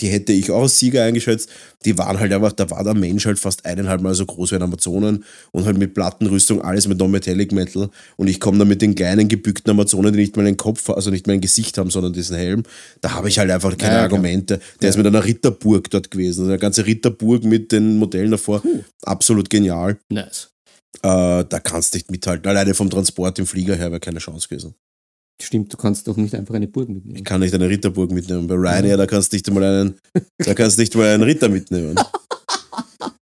Speaker 1: die hätte ich auch als Sieger eingeschätzt. Die waren halt einfach, da war der Mensch halt fast eineinhalb Mal so groß wie ein Amazonen und halt mit Plattenrüstung, alles mit Non-Metallic Metal. Und ich komme da mit den kleinen gebückten Amazonen, die nicht mal einen Kopf, also nicht mal ein Gesicht haben, sondern diesen Helm. Da habe ich halt einfach keine
Speaker 2: Ja, ja,
Speaker 1: Argumente. Der ist mit einer Ritterburg dort gewesen. Also eine ganze Ritterburg mit den Modellen davor. Absolut genial.
Speaker 2: Nice.
Speaker 1: Äh, da kannst du nicht mithalten. Alleine vom Transport im Flieger her wäre keine Chance gewesen.
Speaker 2: Stimmt, du kannst doch nicht einfach eine Burg mitnehmen.
Speaker 1: Ich kann nicht eine Ritterburg mitnehmen. Bei
Speaker 2: Mhm.
Speaker 1: Ryanair, da kannst du nicht mal einen, da kannst du nicht mal einen Ritter mitnehmen.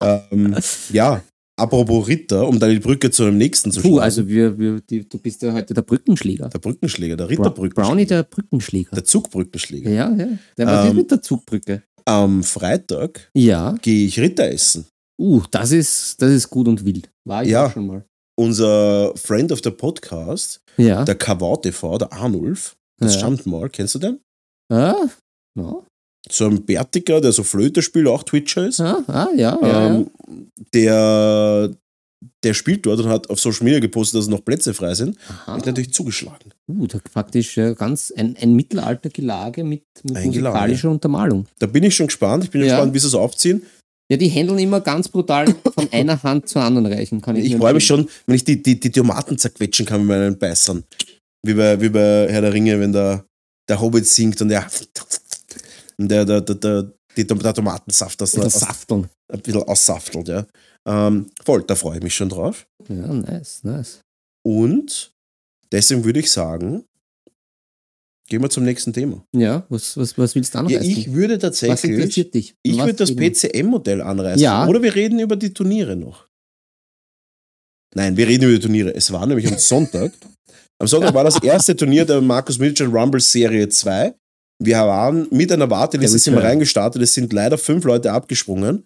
Speaker 1: ähm, ja, apropos Ritter, um dann die Brücke zu dem nächsten zu
Speaker 2: Also Puh,
Speaker 1: schlagen.
Speaker 2: also wir, wir, die, du bist ja heute der Brückenschläger.
Speaker 1: der Brückenschläger, der
Speaker 2: Bra-
Speaker 1: Ritterbrückenschläger.
Speaker 2: Brownie der Brückenschläger.
Speaker 1: Der Zugbrückenschläger.
Speaker 2: ja, ja. Der war
Speaker 1: Ähm,
Speaker 2: mit der Zugbrücke.
Speaker 1: Am Freitag
Speaker 2: Ja.
Speaker 1: gehe ich Ritter essen.
Speaker 2: Uh, das ist, das ist gut und wild. War ich
Speaker 1: Ja.
Speaker 2: auch schon mal.
Speaker 1: Unser Friend of the Podcast,
Speaker 2: Ja.
Speaker 1: der Kavau TV, der Arnulf, das
Speaker 2: ja.
Speaker 1: stammt mal, kennst du den?
Speaker 2: Ah, ja.
Speaker 1: So ein Bärtiger, der so Flöte spielt, auch Twitcher ist.
Speaker 2: Ah, ah, ja, ja, ja.
Speaker 1: ähm, Der, der spielt dort und hat auf Social Media gepostet, dass noch Plätze frei sind.
Speaker 2: Aha.
Speaker 1: Hab ich natürlich zugeschlagen.
Speaker 2: Uh, da praktisch äh, ganz ein, ein Mittelaltergelage mit, mit
Speaker 1: Ein Gelage.
Speaker 2: musikalischer Untermalung.
Speaker 1: Da bin ich schon gespannt. Ich bin
Speaker 2: Ja.
Speaker 1: gespannt, wie sie es aufziehen.
Speaker 2: Ja, die händeln immer ganz brutal von einer Hand zur anderen reichen, kann ich
Speaker 1: Ich
Speaker 2: nur
Speaker 1: freue mich
Speaker 2: empfehlen.
Speaker 1: schon, wenn ich die, die, die Tomaten zerquetschen kann mit meinen Beißern. Wie bei, wie bei Herr der Ringe, wenn der, der Hobbit singt und der, und der, der, der, der, die, der Tomatensaft das
Speaker 2: Oder
Speaker 1: aus,
Speaker 2: Safteln.
Speaker 1: ein bisschen aussaftelt. Ja. Ähm, voll, da freue ich mich schon drauf.
Speaker 2: Ja, nice, nice.
Speaker 1: Und deswegen würde ich sagen, gehen wir zum nächsten Thema.
Speaker 2: Ja, was, was, was willst du
Speaker 1: Ja,
Speaker 2: anreißen?
Speaker 1: ich würde
Speaker 2: was
Speaker 1: tatsächlich.
Speaker 2: interessiert dich?
Speaker 1: Ich
Speaker 2: Was
Speaker 1: würde das
Speaker 2: gegen-
Speaker 1: PCM-Modell anreißen.
Speaker 2: Ja.
Speaker 1: Oder wir reden über die Turniere noch. Nein, wir reden über die Turniere. Es war nämlich am Sonntag. Am Sonntag war das erste Turnier der Markus Mitchell Rumble Serie 2. Wir waren mit einer Warteliste
Speaker 2: Der
Speaker 1: sind wir
Speaker 2: Return.
Speaker 1: reingestartet. Es sind leider fünf Leute abgesprungen,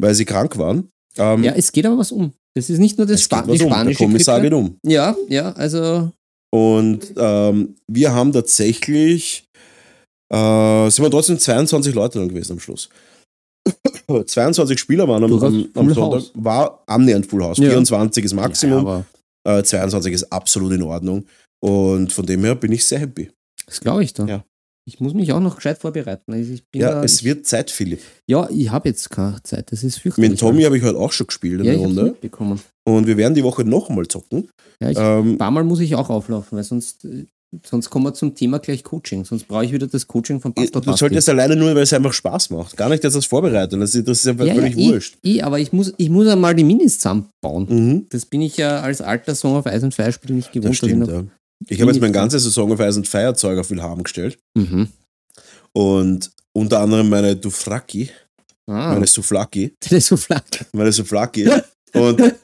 Speaker 1: weil sie krank waren. Ähm,
Speaker 2: Ja, es geht aber was um. Das ist nicht nur das
Speaker 1: es
Speaker 2: Spa
Speaker 1: geht was
Speaker 2: die
Speaker 1: um. Der
Speaker 2: spanische
Speaker 1: Kommissar
Speaker 2: Grippe.
Speaker 1: geht um.
Speaker 2: Ja, ja, also
Speaker 1: Und ähm, wir haben tatsächlich, äh, sind wir trotzdem 22 Leute dann gewesen am Schluss. 22 Spieler waren am,
Speaker 2: Durchaus
Speaker 1: am, am
Speaker 2: Full
Speaker 1: Sonntag,
Speaker 2: House.
Speaker 1: war annähernd Full House.
Speaker 2: Ja.
Speaker 1: 24 ist
Speaker 2: Ja,
Speaker 1: Maximum,
Speaker 2: aber
Speaker 1: äh, 22 ist absolut in Ordnung. Und von dem her bin ich sehr happy.
Speaker 2: das glaube ich doch.
Speaker 1: Ja.
Speaker 2: Ich muss mich auch noch gescheit vorbereiten. Also ich bin
Speaker 1: Ja,
Speaker 2: da,
Speaker 1: es wird Zeit, Philipp.
Speaker 2: ja, ich habe jetzt keine Zeit. Das ist fürchterlich.
Speaker 1: Mit Tommy habe ich heute auch schon gespielt in
Speaker 2: ja,
Speaker 1: der
Speaker 2: ich hab's
Speaker 1: Runde.
Speaker 2: mitbekommen.
Speaker 1: Und wir werden die Woche nochmal zocken.
Speaker 2: Ja, ich
Speaker 1: Ähm,
Speaker 2: Ein paar Mal muss ich auch auflaufen, weil sonst, äh, sonst kommen wir zum Thema gleich Coaching. Sonst brauche ich wieder das Coaching von Pastor
Speaker 1: du solltest alleine nur, weil es einfach Spaß macht. Gar nicht, dass das vorbereitet. Das ist, das ist einfach
Speaker 2: ja,
Speaker 1: völlig
Speaker 2: ja, eh,
Speaker 1: wurscht.
Speaker 2: eh, aber ich muss, ich muss einmal die Minis zusammenbauen.
Speaker 1: Mhm.
Speaker 2: Das bin ich ja als alter Song auf Eis und Feuerspiel nicht gewohnt.
Speaker 1: Das
Speaker 2: dass ich
Speaker 1: stimmt,
Speaker 2: noch-
Speaker 1: ja. Ich habe jetzt mein
Speaker 2: Minifrau.
Speaker 1: ganzes Saison auf Eis und Feuerzeug auf Wilhelm gestellt
Speaker 2: mhm.
Speaker 1: und unter anderem meine Dufraki,
Speaker 2: Ah,
Speaker 1: meine Souflaki,
Speaker 2: das ist so flach.
Speaker 1: meine Souflaki. und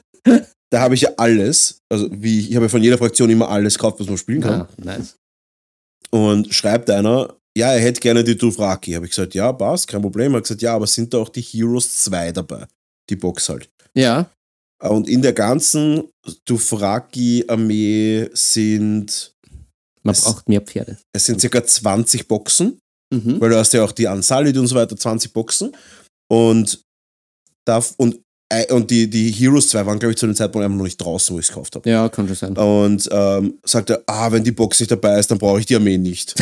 Speaker 1: da habe ich ja alles, also wie ich habe ja von jeder Fraktion immer alles gekauft, was man spielen kann.
Speaker 2: Ah, nice.
Speaker 1: Und schreibt einer, ja, er hätte gerne die Dufraki. Habe ich gesagt, ja, passt, kein Problem. Er hat gesagt, ja, aber sind da auch die Heroes 2 dabei? Die Box halt.
Speaker 2: Ja,
Speaker 1: Und in der ganzen Dufraki-Armee sind,
Speaker 2: man
Speaker 1: Es-
Speaker 2: braucht mehr Pferde.
Speaker 1: es sind circa 20 Boxen.
Speaker 2: Mhm.
Speaker 1: weil du hast ja auch die Unsullied und so weiter, 20 Boxen und darf und, äh, und die, die Heroes 2 waren, glaube ich, zu dem Zeitpunkt einfach noch nicht draußen, wo ich es gekauft habe.
Speaker 2: Ja, kann schon sein.
Speaker 1: Und ähm, sagt er, ah, wenn die Box nicht dabei ist, dann brauche ich die Armee nicht.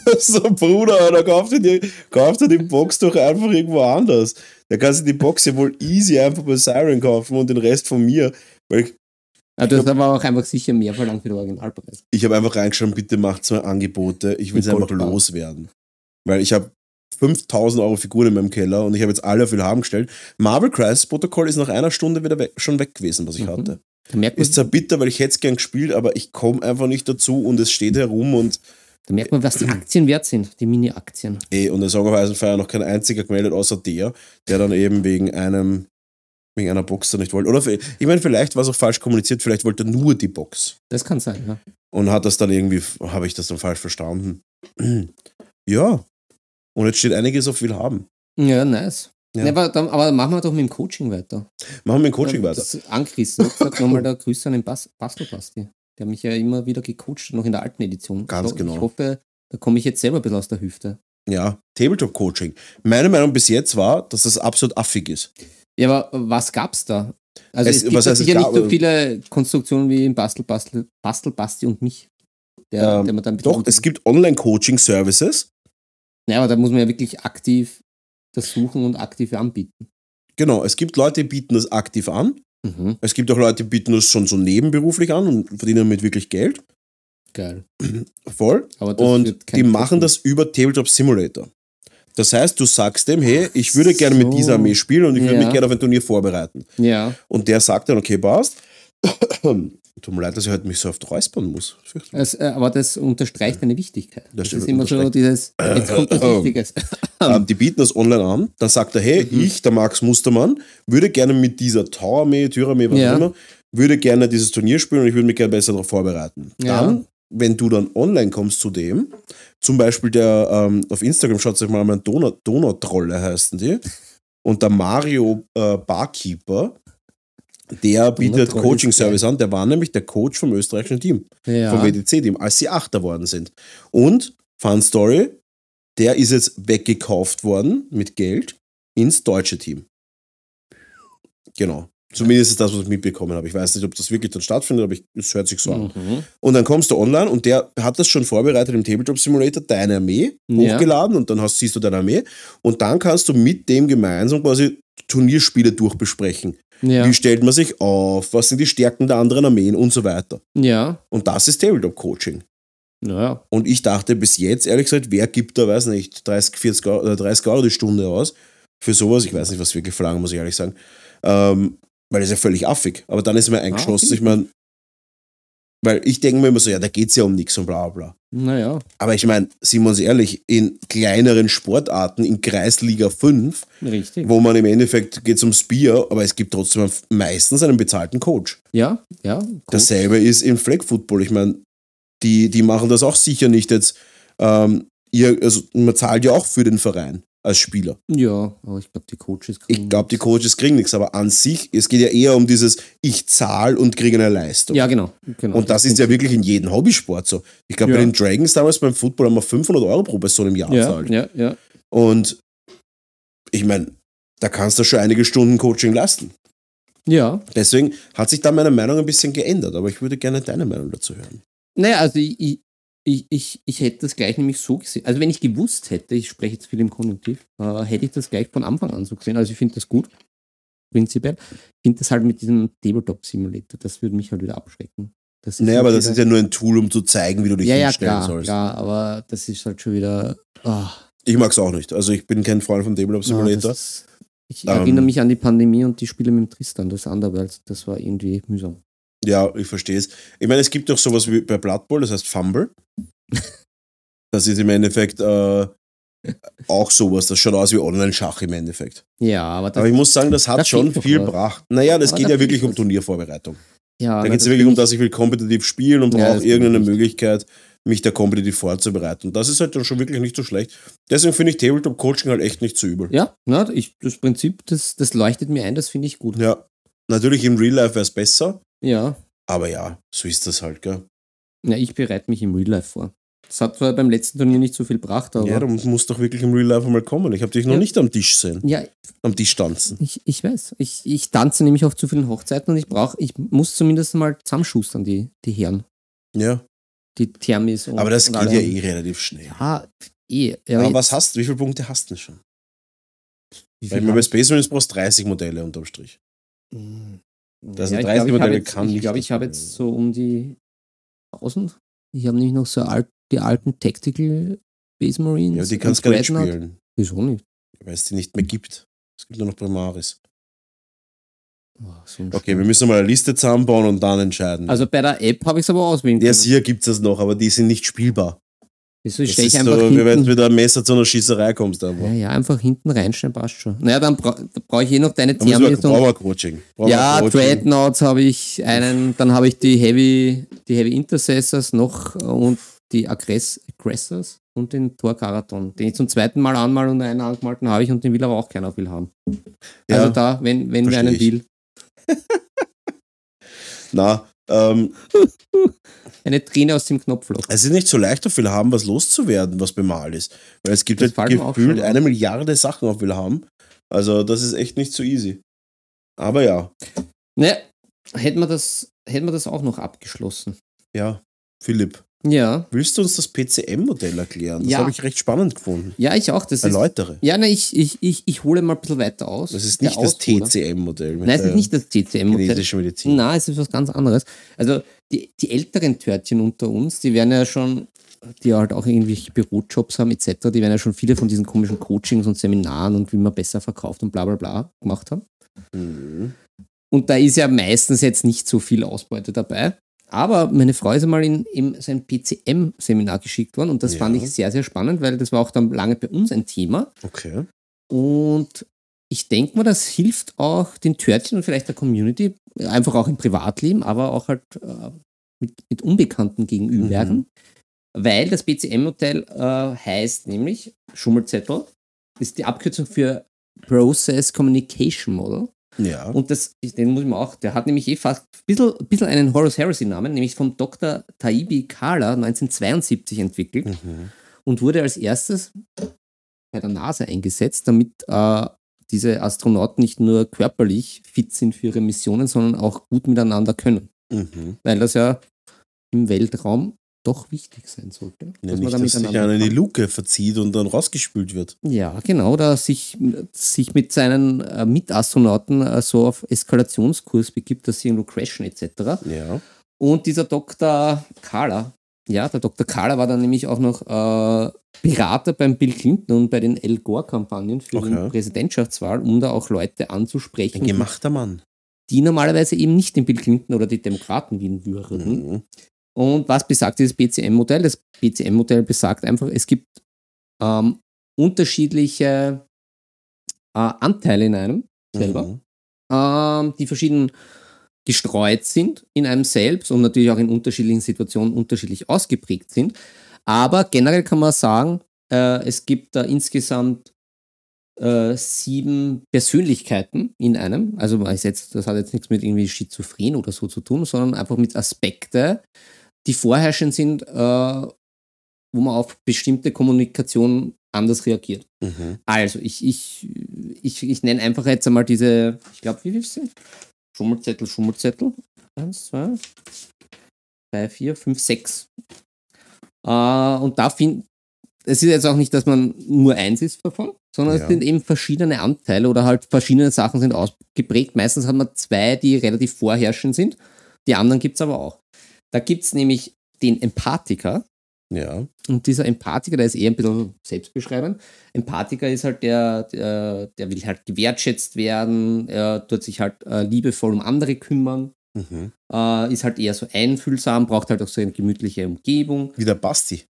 Speaker 1: so, Bruder, da kauft er, die, kauft er die Box doch einfach irgendwo anders. Da kannst du die Box ja wohl easy einfach bei Siren kaufen und den Rest von mir. Weil ich,
Speaker 2: Ah, du hast aber auch einfach sicher mehr verlangt für den Originalpreis.
Speaker 1: ich habe einfach reingeschrieben, bitte macht's mir Angebote. Ich will es einfach
Speaker 2: Goldbar.
Speaker 1: loswerden. Weil ich habe 5000 Euro Figuren in meinem Keller und ich habe jetzt alle auf Wilhelm gestellt. Marvel Crisis Protocol ist nach einer Stunde wieder weg, schon weg gewesen, was ich
Speaker 2: Mhm.
Speaker 1: hatte.
Speaker 2: Da merkt, man,
Speaker 1: Ist zwar bitter, weil ich hätte es gern gespielt, aber ich komme einfach nicht dazu und es steht herum und
Speaker 2: da merkt man, was die Aktien wert sind, die Mini-Aktien.
Speaker 1: ey, eh, und der Song of Eisenfire noch kein einziger gemeldet, außer der, der dann eben wegen einem wegen einer Box da nicht wollte. Oder vi- ich meine, vielleicht war es auch falsch kommuniziert, vielleicht wollte er nur die Box.
Speaker 2: Das kann sein, ja.
Speaker 1: Und hat das dann irgendwie, habe ich das dann falsch verstanden? Ja. Und jetzt steht einiges auf will haben.
Speaker 2: Ja, nice.
Speaker 1: Ja.
Speaker 2: Ne, aber, dann, aber machen wir doch mit dem Coaching weiter.
Speaker 1: Machen wir ein Coaching
Speaker 2: Ja,
Speaker 1: weiter.
Speaker 2: Ähm, Das angerissen. Ich sag nochmal der Grüße an den Bas Bastelbasti. Der hat mich ja immer wieder gecoacht, noch in der alten Edition.
Speaker 1: Ganz
Speaker 2: ich, ho-
Speaker 1: genau.
Speaker 2: Ich hoffe, da komme ich jetzt selber ein bisschen aus der Hüfte.
Speaker 1: Ja, Tabletop-Coaching. Meine Meinung bis jetzt war, dass das absolut affig ist.
Speaker 2: Ja, aber was gab's da? Also
Speaker 1: Es-
Speaker 2: es, gibt
Speaker 1: was
Speaker 2: ja
Speaker 1: heißt, es
Speaker 2: sicher
Speaker 1: gab- äh,
Speaker 2: nicht so viele Konstruktionen wie im Bastel, Bastel, Bastel Basti und mich. Der,
Speaker 1: Ähm,
Speaker 2: der man dann
Speaker 1: Doch, es gibt Online-Coaching-Services.
Speaker 2: Naja, aber da muss man ja wirklich aktiv das suchen und aktiv anbieten.
Speaker 1: Genau, es gibt Leute, die bieten das aktiv an. Es gibt auch Leute, die bieten das schon so nebenberuflich an und verdienen damit wirklich Geld.
Speaker 2: Geil.
Speaker 1: Voll.
Speaker 2: Aber das
Speaker 1: Und
Speaker 2: wird kein
Speaker 1: die machen
Speaker 2: Coaching.
Speaker 1: das über Tabletop Simulator. Das heißt, du sagst dem, hey, ich würde gerne mit
Speaker 2: So.
Speaker 1: dieser Armee spielen und ich würde
Speaker 2: Ja.
Speaker 1: mich gerne auf ein Turnier vorbereiten.
Speaker 2: Ja,
Speaker 1: Und der sagt dann, okay, passt. Tut mir leid, dass ich heute mich so oft räuspern muss.
Speaker 2: Das, äh, aber das unterstreicht eine Wichtigkeit.
Speaker 1: Äh, Das
Speaker 2: Das,
Speaker 1: stimmt,
Speaker 2: ist immer so
Speaker 1: unterstreicht.
Speaker 2: dieses, jetzt kommt das Wichtiges.
Speaker 1: Ähm, die bieten das online an. Dann sagt er, hey,
Speaker 2: Mhm.
Speaker 1: ich, der Max Mustermann, würde gerne mit dieser Tauermee, Tyrermee, was
Speaker 2: Ja.
Speaker 1: auch immer, würde gerne dieses Turnier spielen und ich würde mich gerne besser darauf vorbereiten.
Speaker 2: Ja.
Speaker 1: Dann, wenn du dann online kommst zu dem, zum Beispiel der, ähm, auf Instagram schaut sich mal an, Donau- Donautrolle heißen die, und der Mario äh, Barkeeper, der bietet
Speaker 2: Donautrolle ist
Speaker 1: Coaching-Service an, der war nämlich der Coach vom österreichischen Team vom
Speaker 2: Ja.
Speaker 1: WDC-Team, als sie Achter worden sind. Und, Fun Story, der ist jetzt weggekauft worden mit Geld ins deutsche Team. Genau. Zumindest ist das, was ich mitbekommen habe. Ich weiß nicht, ob das wirklich dann stattfindet, aber ich- es hört sich so an.
Speaker 2: Mhm.
Speaker 1: Und dann kommst du online und der hat das schon vorbereitet im Tabletop Simulator, deine Armee
Speaker 2: Ja.
Speaker 1: hochgeladen und dann hast, siehst du deine Armee und dann kannst du mit dem gemeinsam quasi Turnierspiele durchbesprechen.
Speaker 2: Ja.
Speaker 1: Wie stellt man sich auf? Was sind die Stärken der anderen Armeen und so weiter?
Speaker 2: ja.
Speaker 1: Und das ist Tabletop Coaching.
Speaker 2: Naja.
Speaker 1: Und ich dachte bis jetzt, ehrlich gesagt, wer gibt da, weiß nicht, 30, 40 Euro, oder 30 Euro die Stunde aus für sowas? Ich weiß nicht, was wir geflagen, muss ich ehrlich sagen. Ähm, weil das ist ja völlig affig. Aber dann ist mir eingeschossen,
Speaker 2: finde
Speaker 1: ich meine, weil ich denke mir immer so, ja, da geht es ja um nichts und bla bla bla.
Speaker 2: Naja.
Speaker 1: Aber ich meine, sind wir uns ehrlich, in kleineren Sportarten, in Kreisliga 5,
Speaker 2: Richtig.
Speaker 1: wo man im Endeffekt geht es ums Bier, aber es gibt trotzdem meistens einen bezahlten Coach.
Speaker 2: Ja, ja. Coach.
Speaker 1: Dasselbe ist im Flag Football. Ich meine, die, die machen das auch sicher nicht jetzt. Ähm, ihr, also man zahlt ja auch für den Verein als Spieler.
Speaker 2: Ja, aber ich glaube, die Coaches
Speaker 1: Ich
Speaker 2: kriegen-
Speaker 1: glaube, die Coaches kriegen nichts, aber an sich, es geht ja eher um dieses, ich zahle und kriege eine Leistung.
Speaker 2: Ja, genau. genau.
Speaker 1: und das ist ja wirklich in jedem Hobbysport so. Ich glaube,
Speaker 2: Ja.
Speaker 1: bei den Dragons damals beim Football haben wir 500 Euro pro Person im Jahr
Speaker 2: ja,
Speaker 1: gezahlt.
Speaker 2: ja, ja.
Speaker 1: Und ich meine, da kannst du schon einige Stunden Coaching leisten.
Speaker 2: Ja.
Speaker 1: Deswegen hat sich da meine Meinung ein bisschen geändert, aber ich würde gerne deine Meinung dazu hören.
Speaker 2: Naja, also ich, ich, ich, ich, ich hätte das gleich nämlich so gesehen. Also wenn ich gewusst hätte, ich spreche jetzt viel im Konjunktiv, äh, hätte ich das gleich von Anfang an so gesehen. Also ich finde das gut, prinzipiell. Ich finde das halt mit diesem Tabletop-Simulator, das würde mich halt wieder abschrecken. Das
Speaker 1: Naja, aber
Speaker 2: halt
Speaker 1: das
Speaker 2: wieder-
Speaker 1: ist ja nur ein Tool, um zu zeigen, wie du dich
Speaker 2: ja, ja,
Speaker 1: hinstellen
Speaker 2: klar,
Speaker 1: sollst.
Speaker 2: klar, aber das ist halt schon wieder... ah,
Speaker 1: Ich mag es auch nicht. Also ich bin kein Freund von Tabletop
Speaker 2: na,
Speaker 1: Simulator.
Speaker 2: das- ich
Speaker 1: Ähm.
Speaker 2: erinnere mich an die Pandemie und die Spiele mit dem Tristan, das Underworld, das war irgendwie mühsam.
Speaker 1: ja, ich verstehe es. Ich meine, es gibt doch sowas wie bei Blood Bowl, das heißt Fumble. das ist im Endeffekt äh, auch sowas. Das schaut aus wie Online-Schach im Endeffekt.
Speaker 2: Ja, aber das...
Speaker 1: Aber ich muss sagen, das hat
Speaker 2: da
Speaker 1: schon
Speaker 2: fehlt doch Ah,
Speaker 1: viel
Speaker 2: was.
Speaker 1: gebracht. Naja, das
Speaker 2: Aber
Speaker 1: geht
Speaker 2: da
Speaker 1: ja wirklich
Speaker 2: fehlt
Speaker 1: um
Speaker 2: was.
Speaker 1: Turniervorbereitung.
Speaker 2: ja,
Speaker 1: Da
Speaker 2: Ah, na,
Speaker 1: geht es
Speaker 2: das
Speaker 1: wirklich
Speaker 2: bin
Speaker 1: um
Speaker 2: ich-
Speaker 1: das, ich will kompetitiv spielen und
Speaker 2: Ja, das
Speaker 1: brauche
Speaker 2: bin ich
Speaker 1: irgendeine
Speaker 2: nicht.
Speaker 1: Möglichkeit, mich da kompetitiv vorzubereiten. Und das ist halt dann schon wirklich nicht so schlecht. Deswegen finde ich Tabletop-Coaching halt echt nicht so übel.
Speaker 2: Ja, na, ich, das Prinzip, das, das leuchtet mir ein, das finde ich gut.
Speaker 1: Ja, natürlich im Real Life wäre es besser,
Speaker 2: Ja.
Speaker 1: aber ja, so ist das halt, gell?
Speaker 2: Ja, ich bereite mich im Real Life vor. Das hat zwar beim letzten Turnier nicht so viel gebracht, aber.
Speaker 1: Ja, du musst doch wirklich im Real Life einmal kommen. Ich habe dich noch
Speaker 2: Ja.
Speaker 1: nicht am Tisch sehen,
Speaker 2: Ja,
Speaker 1: am Tisch tanzen.
Speaker 2: ich, ich weiß. Ich, ich tanze nämlich auf zu vielen Hochzeiten und ich brauche, ich muss zumindest mal zusammenschustern, die, die Herren.
Speaker 1: Ja,
Speaker 2: Die Thermis und.
Speaker 1: aber das
Speaker 2: und
Speaker 1: geht ja
Speaker 2: alle.
Speaker 1: eh relativ schnell.
Speaker 2: Ja, eh. Ja,
Speaker 1: aber
Speaker 2: jetzt-
Speaker 1: was hast du? Wie viele Punkte hast du denn schon?
Speaker 2: wie
Speaker 1: Weil mir
Speaker 2: viel
Speaker 1: bei
Speaker 2: haben-
Speaker 1: Space Marines brauchst du 30 Modelle unterm Strich.
Speaker 2: Hm.
Speaker 1: Das
Speaker 2: Ja,
Speaker 1: sind
Speaker 2: ich
Speaker 1: 30
Speaker 2: glaube, ich
Speaker 1: Modelle,
Speaker 2: habe jetzt-
Speaker 1: kann
Speaker 2: Ich
Speaker 1: nicht
Speaker 2: glaube,
Speaker 1: das
Speaker 2: ich habe
Speaker 1: Problem
Speaker 2: jetzt so um die 1000. Ich habe nämlich noch so alt, die alten Tactical Base Marines.
Speaker 1: Ja, die
Speaker 2: und
Speaker 1: kannst du gar nicht
Speaker 2: Dreadnought.
Speaker 1: spielen,
Speaker 2: Wieso nicht?
Speaker 1: weil es die nicht mehr gibt. Es gibt nur noch Primaris.
Speaker 2: Oh, so ein
Speaker 1: Okay, wir müssen mal eine Liste zusammenbauen und dann entscheiden.
Speaker 2: Also bei der App habe ich es aber auswählen
Speaker 1: ja, hier gibt es das noch, aber die sind nicht spielbar.
Speaker 2: Wieso
Speaker 1: Das
Speaker 2: stehe
Speaker 1: ist
Speaker 2: ich einfach
Speaker 1: so, wie wenn du
Speaker 2: hinten?
Speaker 1: mit einem Messer zu einer Schießerei kommst.
Speaker 2: Ja,
Speaker 1: Aber.
Speaker 2: ja, einfach hinten reinstellen, passt schon. Naja, dann bra da brauche ich eh noch deine
Speaker 1: Da müssen wir
Speaker 2: Thermis und...
Speaker 1: Brauer-Coaching. Brauer
Speaker 2: Ja, Dreadnoughts habe ich einen, dann habe ich die Heavy, die Heavy Intercessors noch und die Aggress Aggressors und den Tor Karaton, den ich zum zweiten Mal anmal und einen angemalten habe ich und den will aber auch keiner will haben.
Speaker 1: Ja.
Speaker 2: Also da, wenn, wenn wer
Speaker 1: Verstehe
Speaker 2: einen
Speaker 1: ich.
Speaker 2: will.
Speaker 1: Na, ähm,
Speaker 2: Eine Träne aus dem Knopfloch.
Speaker 1: es ist nicht so leicht, auf Willhaben was loszuwerden, was bemalt ist. Weil es gibt
Speaker 2: Das
Speaker 1: halt
Speaker 2: fällt mir auch
Speaker 1: gefühlt
Speaker 2: schon auf.
Speaker 1: eine Milliarde Sachen auf Willhaben. Also, das ist echt nicht so easy. Aber ja,
Speaker 2: Ne, hätten wir das, hätten wir das auch noch abgeschlossen.
Speaker 1: ja. Philipp,
Speaker 2: Ja.
Speaker 1: willst du uns das PCM-Modell erklären? Das
Speaker 2: Ja.
Speaker 1: habe ich recht spannend gefunden.
Speaker 2: Ja, ich auch. Das ist
Speaker 1: Erläutere.
Speaker 2: Ja, nein, ich, ich, ich, ich hole mal ein bisschen weiter aus.
Speaker 1: Das ist
Speaker 2: Der
Speaker 1: nicht das
Speaker 2: Ausholer.
Speaker 1: TCM-Modell.
Speaker 2: Nein, es ist nicht das TCM-Modell.
Speaker 1: chinesische Medizin.
Speaker 2: Nein, es ist was ganz anderes. Also die, die älteren Törtchen unter uns, die werden ja schon, die halt auch irgendwelche Bürojobs haben etc., die werden ja schon viele von diesen komischen Coachings und Seminaren und wie man besser verkauft und bla bla bla gemacht haben.
Speaker 1: Mhm.
Speaker 2: Und da ist ja meistens jetzt nicht so viel Ausbeute dabei. Aber meine Frau ist einmal in, in so ein PCM-Seminar geschickt worden und das
Speaker 1: Ja.
Speaker 2: fand ich sehr, sehr spannend, weil das war auch dann lange bei uns ein Thema.
Speaker 1: Okay.
Speaker 2: Und ich denke mal, das hilft auch den Törtchen und vielleicht der Community, einfach auch im Privatleben, aber auch halt äh, mit, mit Unbekannten gegenüberwerden. Weil das BCM-Modell äh, heißt nämlich Schummelzettel, ist die Abkürzung für Process Communication Model.
Speaker 1: Ja.
Speaker 2: Und das, den muss ich mir auch, der hat nämlich eh fast ein bisschen, bisschen einen Horus Heresy-Namen, nämlich vom Dr. Taibi Kala 1972 entwickelt
Speaker 1: Mhm.
Speaker 2: und wurde als erstes bei der NASA eingesetzt, damit äh, diese Astronauten nicht nur körperlich fit sind für ihre Missionen, sondern auch gut miteinander können.
Speaker 1: Mhm.
Speaker 2: Weil das ja im Weltraum doch wichtig sein sollte.
Speaker 1: Dass Nämlich, dass sich einer
Speaker 2: miteinander
Speaker 1: in die
Speaker 2: kann.
Speaker 1: Luke verzieht und dann rausgespült wird.
Speaker 2: Ja, genau, oder sich, sich mit seinen äh, Mitastronauten äh, so auf Eskalationskurs begibt, dass sie irgendwo crashen etc.
Speaker 1: Ja.
Speaker 2: Und dieser Dr. Kahler, ja, der Dr. Kahler war dann nämlich auch noch äh, Berater beim Bill Clinton und bei den Al Gore-Kampagnen für
Speaker 1: Okay.
Speaker 2: die Präsidentschaftswahl, um da auch Leute
Speaker 1: Ein
Speaker 2: anzusprechen,
Speaker 1: gemachter Mann.
Speaker 2: die normalerweise eben nicht den Bill Clinton oder die Demokraten wählen würden.
Speaker 1: Mhm.
Speaker 2: Und was besagt dieses BCM-Modell? Das BCM-Modell besagt einfach, es gibt ähm, unterschiedliche äh, Anteile in einem selber
Speaker 1: Mhm.
Speaker 2: ähm, die verschieden gestreut sind in einem selbst und natürlich auch in unterschiedlichen Situationen unterschiedlich ausgeprägt sind. Aber generell kann man sagen, äh, es gibt da insgesamt äh, sieben Persönlichkeiten in einem. Also man ist jetzt, das hat jetzt nichts mit irgendwie Schizophren oder so zu tun, sondern einfach mit Aspekte, die vorherrschend sind, äh, wo man auf bestimmte Kommunikation anders reagiert.
Speaker 1: Mhm.
Speaker 2: Also, ich, ich, ich, ich nenne einfach jetzt einmal diese, ich glaube, wie viel sind? Schummelzettel, Schummelzettel. Eins, zwei, drei, vier, fünf, sechs. Äh, und da find, es ist jetzt auch nicht, dass man nur eins ist davon, sondern
Speaker 1: Ja.
Speaker 2: es sind eben verschiedene Anteile oder halt verschiedene Sachen sind ausgeprägt. Meistens hat man zwei, die relativ vorherrschend sind. Die anderen gibt es aber auch. Da gibt es nämlich den Empathiker,
Speaker 1: Ja.
Speaker 2: und dieser Empathiker, der ist eher ein bisschen selbstbeschreibend. Empathiker ist halt der, der, der will halt gewertschätzt werden, er tut sich halt äh, liebevoll um andere kümmern,
Speaker 1: Mhm.
Speaker 2: äh, ist halt eher so einfühlsam, braucht halt auch so eine gemütliche Umgebung.
Speaker 1: Wie der Basti.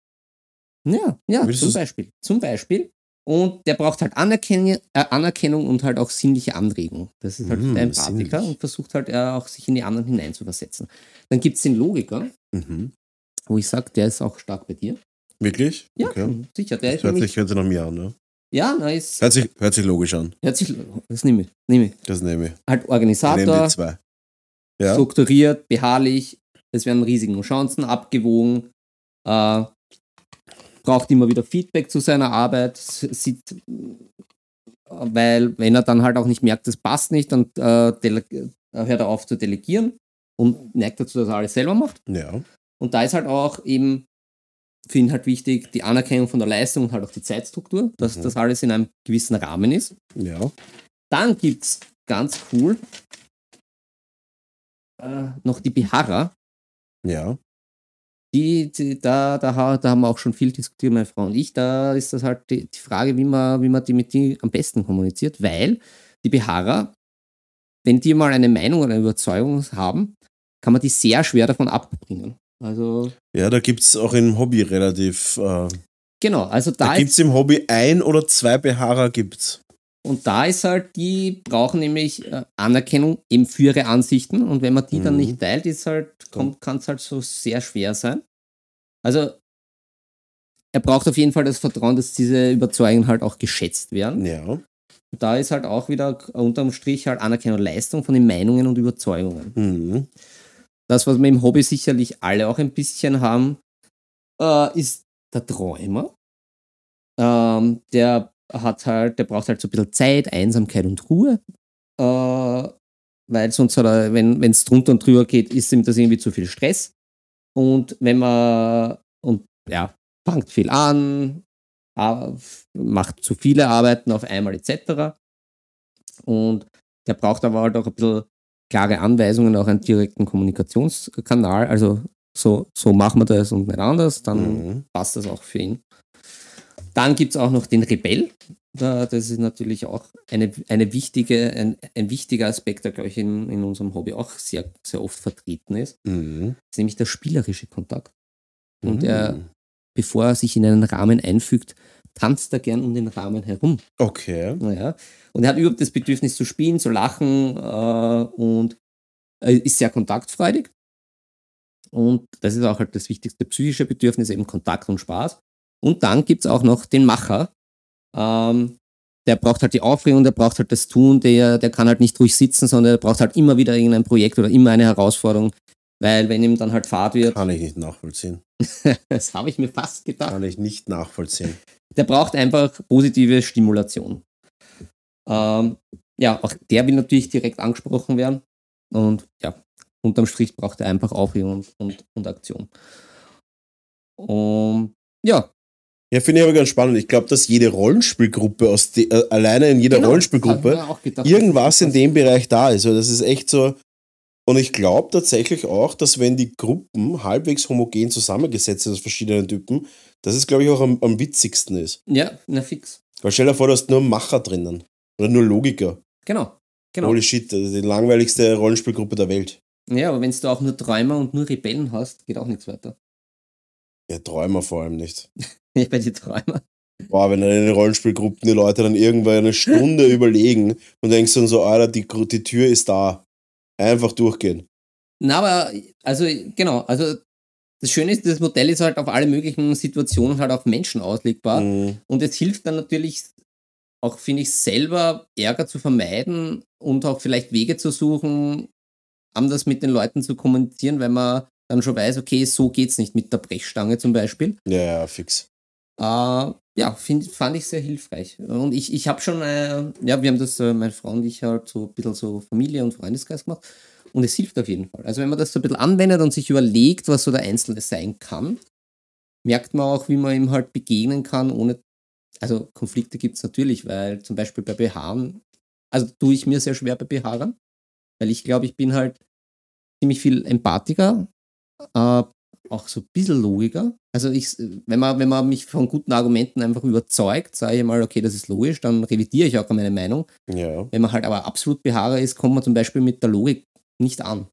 Speaker 2: Ja, ja,
Speaker 1: Willst
Speaker 2: zum
Speaker 1: du's-
Speaker 2: Beispiel. Zum Beispiel. Und der braucht halt Anerken äh, Anerkennung und halt auch sinnliche Anregung. Das ist halt
Speaker 1: Mm,
Speaker 2: der Empathiker
Speaker 1: sinnlich.
Speaker 2: und versucht halt äh, auch sich in die anderen hineinzuversetzen. Dann gibt es den Logiker,
Speaker 1: Mhm.
Speaker 2: wo ich sage, der ist auch stark bei dir.
Speaker 1: Wirklich?
Speaker 2: Ja,
Speaker 1: Okay.
Speaker 2: schon, sicher. Der
Speaker 1: Das
Speaker 2: ist
Speaker 1: hört
Speaker 2: nämlich,
Speaker 1: sich, hört sich nach mir an, ne?
Speaker 2: ja, na, ist,
Speaker 1: Hört sich, hört sich logisch an.
Speaker 2: Hört sich, das nehme ich, nehme ich.
Speaker 1: Das nehme ich. Ich
Speaker 2: Halt
Speaker 1: nehme
Speaker 2: Organisator,
Speaker 1: die zwei. Ja.
Speaker 2: strukturiert, beharrlich, es werden Risiken und Chancen abgewogen, äh, braucht immer wieder Feedback zu seiner Arbeit, s- sieht, weil wenn er dann halt auch nicht merkt, das passt nicht, dann äh, dele- äh, hört er auf zu delegieren und neigt dazu, dass er alles selber macht.
Speaker 1: Ja.
Speaker 2: Und da ist halt auch eben für ihn halt wichtig, die Anerkennung von der Leistung und halt auch die Zeitstruktur, dass
Speaker 1: Mhm.
Speaker 2: das alles in einem gewissen Rahmen ist.
Speaker 1: Ja.
Speaker 2: Dann gibt es ganz cool äh, noch die Beharrer.
Speaker 1: Ja.
Speaker 2: Die, die, da, da, ha- da haben wir auch schon viel diskutiert, meine Frau und ich. Da ist das halt die, die Frage, wie man, wie man die mit denen am besten kommuniziert, weil die Beharrer, wenn die mal eine Meinung oder eine Überzeugung haben, kann man die sehr schwer davon abbringen. Also,
Speaker 1: Ja, da gibt es auch im Hobby relativ. Äh,
Speaker 2: genau, also da,
Speaker 1: da
Speaker 2: ist
Speaker 1: gibt es im Hobby ein oder zwei Behaarer gibt's.
Speaker 2: Und da ist halt, die brauchen nämlich äh, Anerkennung eben für ihre Ansichten. Und wenn man die dann
Speaker 1: Mhm.
Speaker 2: nicht teilt, ist halt, kommt, kann es halt so sehr schwer sein. Also er braucht auf jeden Fall das Vertrauen, dass diese Überzeugungen halt auch geschätzt werden.
Speaker 1: Ja.
Speaker 2: Und da ist halt auch wieder unterm Strich halt Anerkennung und Leistung von den Meinungen und Überzeugungen.
Speaker 1: Mhm.
Speaker 2: Das, was wir im Hobby sicherlich alle auch ein bisschen haben, äh, ist der Träumer. Ähm, der hat halt, der braucht halt so ein bisschen Zeit, Einsamkeit und Ruhe. Äh, weil sonst hat er, wenn es drunter und drüber geht, ist ihm das irgendwie zu viel Stress. Und wenn man und ja, fangt viel an, a- macht zu viele Arbeiten auf einmal etc. Und der braucht aber halt auch ein bisschen klare Anweisungen, auch einen direkten Kommunikationskanal. Also so, so machen wir das und nicht anders, dann
Speaker 1: Mhm.
Speaker 2: passt das auch für ihn. Dann gibt es auch noch den Rebell. Da- Das ist natürlich auch eine, eine wichtige, ein, ein wichtiger Aspekt, der, glaube ich, in, in unserem Hobby auch sehr, sehr oft vertreten ist.
Speaker 1: Mhm.
Speaker 2: Das ist nämlich der spielerische Kontakt. Und
Speaker 1: Mhm.
Speaker 2: er- Bevor er sich in einen Rahmen einfügt, tanzt er gern um den Rahmen herum.
Speaker 1: Okay.
Speaker 2: Naja. Und er hat überhaupt das Bedürfnis zu spielen, zu lachen äh, und äh, ist sehr kontaktfreudig. Und das ist auch halt das wichtigste psychische Bedürfnis, eben Kontakt und Spaß. Und dann gibt es auch noch den Macher. Ähm, der braucht halt die Aufregung, der braucht halt das Tun, der, der kann halt nicht ruhig sitzen, sondern der braucht halt immer wieder irgendein Projekt oder immer eine Herausforderung. Weil wenn ihm dann halt Fahrt wird, Ah.
Speaker 1: Kann ich nicht nachvollziehen.
Speaker 2: das habe ich mir fast gedacht.
Speaker 1: Kann ich nicht nachvollziehen.
Speaker 2: der braucht einfach positive Stimulation. Ähm, ja, auch der will natürlich direkt angesprochen werden. Und ja, unterm Strich braucht er einfach Aufregung und, und, und Aktion. Und ja,
Speaker 1: Ja, finde ich aber ganz spannend. Ich glaube, dass jede Rollenspielgruppe, aus de, äh, alleine in jeder
Speaker 2: genau, hab ich
Speaker 1: Rollenspielgruppe,
Speaker 2: mir auch gedacht,
Speaker 1: irgendwas in
Speaker 2: dass-
Speaker 1: dem Bereich da ist. Also das ist echt so. Und ich glaube tatsächlich auch, dass wenn die Gruppen halbwegs homogen zusammengesetzt sind aus verschiedenen Typen, dass es, glaube ich, auch am, am witzigsten ist.
Speaker 2: Ja, na fix.
Speaker 1: Weil stell dir vor, du hast nur Macher drinnen. Oder nur Logiker.
Speaker 2: Genau. Genau.
Speaker 1: Holy shit, das ist die langweiligste Rollenspielgruppe der Welt.
Speaker 2: Ja, aber wenn du auch nur Träumer und nur Rebellen hast, geht auch nichts weiter.
Speaker 1: Ja, Träumer vor allem nicht.
Speaker 2: Ja, bei den Träumer.
Speaker 1: Boah, wenn dann in den Rollenspielgruppen die Leute dann irgendwann eine Stunde überlegen und denkst dann so, Alter, die, Gru- die Tür ist da. Einfach durchgehen.
Speaker 2: Na, aber, also, genau, also, das Schöne ist, das Modell ist halt auf alle möglichen Situationen halt auf Menschen auslegbar.
Speaker 1: Mhm.
Speaker 2: Und es hilft dann natürlich auch, finde ich, selber Ärger zu vermeiden und auch vielleicht Wege zu suchen, anders mit den Leuten zu kommunizieren, wenn man dann schon weiß, okay, so geht's nicht mit der Brechstange zum Beispiel.
Speaker 1: Ja, ja, fix.
Speaker 2: Äh, ja, find, fand ich sehr hilfreich. Und ich, ich habe schon, äh, ja, wir haben das, äh, meine Frau und ich halt so ein bisschen so Familie und Freundeskreis gemacht. Und es hilft auf jeden Fall. Also wenn man das so ein bisschen anwendet und sich überlegt, was so der Einzelne sein kann, merkt man auch, wie man ihm halt begegnen kann, ohne, also Konflikte gibt es natürlich, weil zum Beispiel bei BHen, also tue ich mir sehr schwer bei BHern, weil ich glaube, ich bin halt ziemlich viel empathiker, äh, auch so ein bisschen logischer. Also ich, wenn man, wenn man mich von guten Argumenten einfach überzeugt, sage ich mal, okay, das ist logisch, dann revidiere ich auch meine Meinung.
Speaker 1: Ja.
Speaker 2: Wenn man halt aber absolut behaart ist, kommt man zum Beispiel mit der Logik nicht an.
Speaker 1: Nein,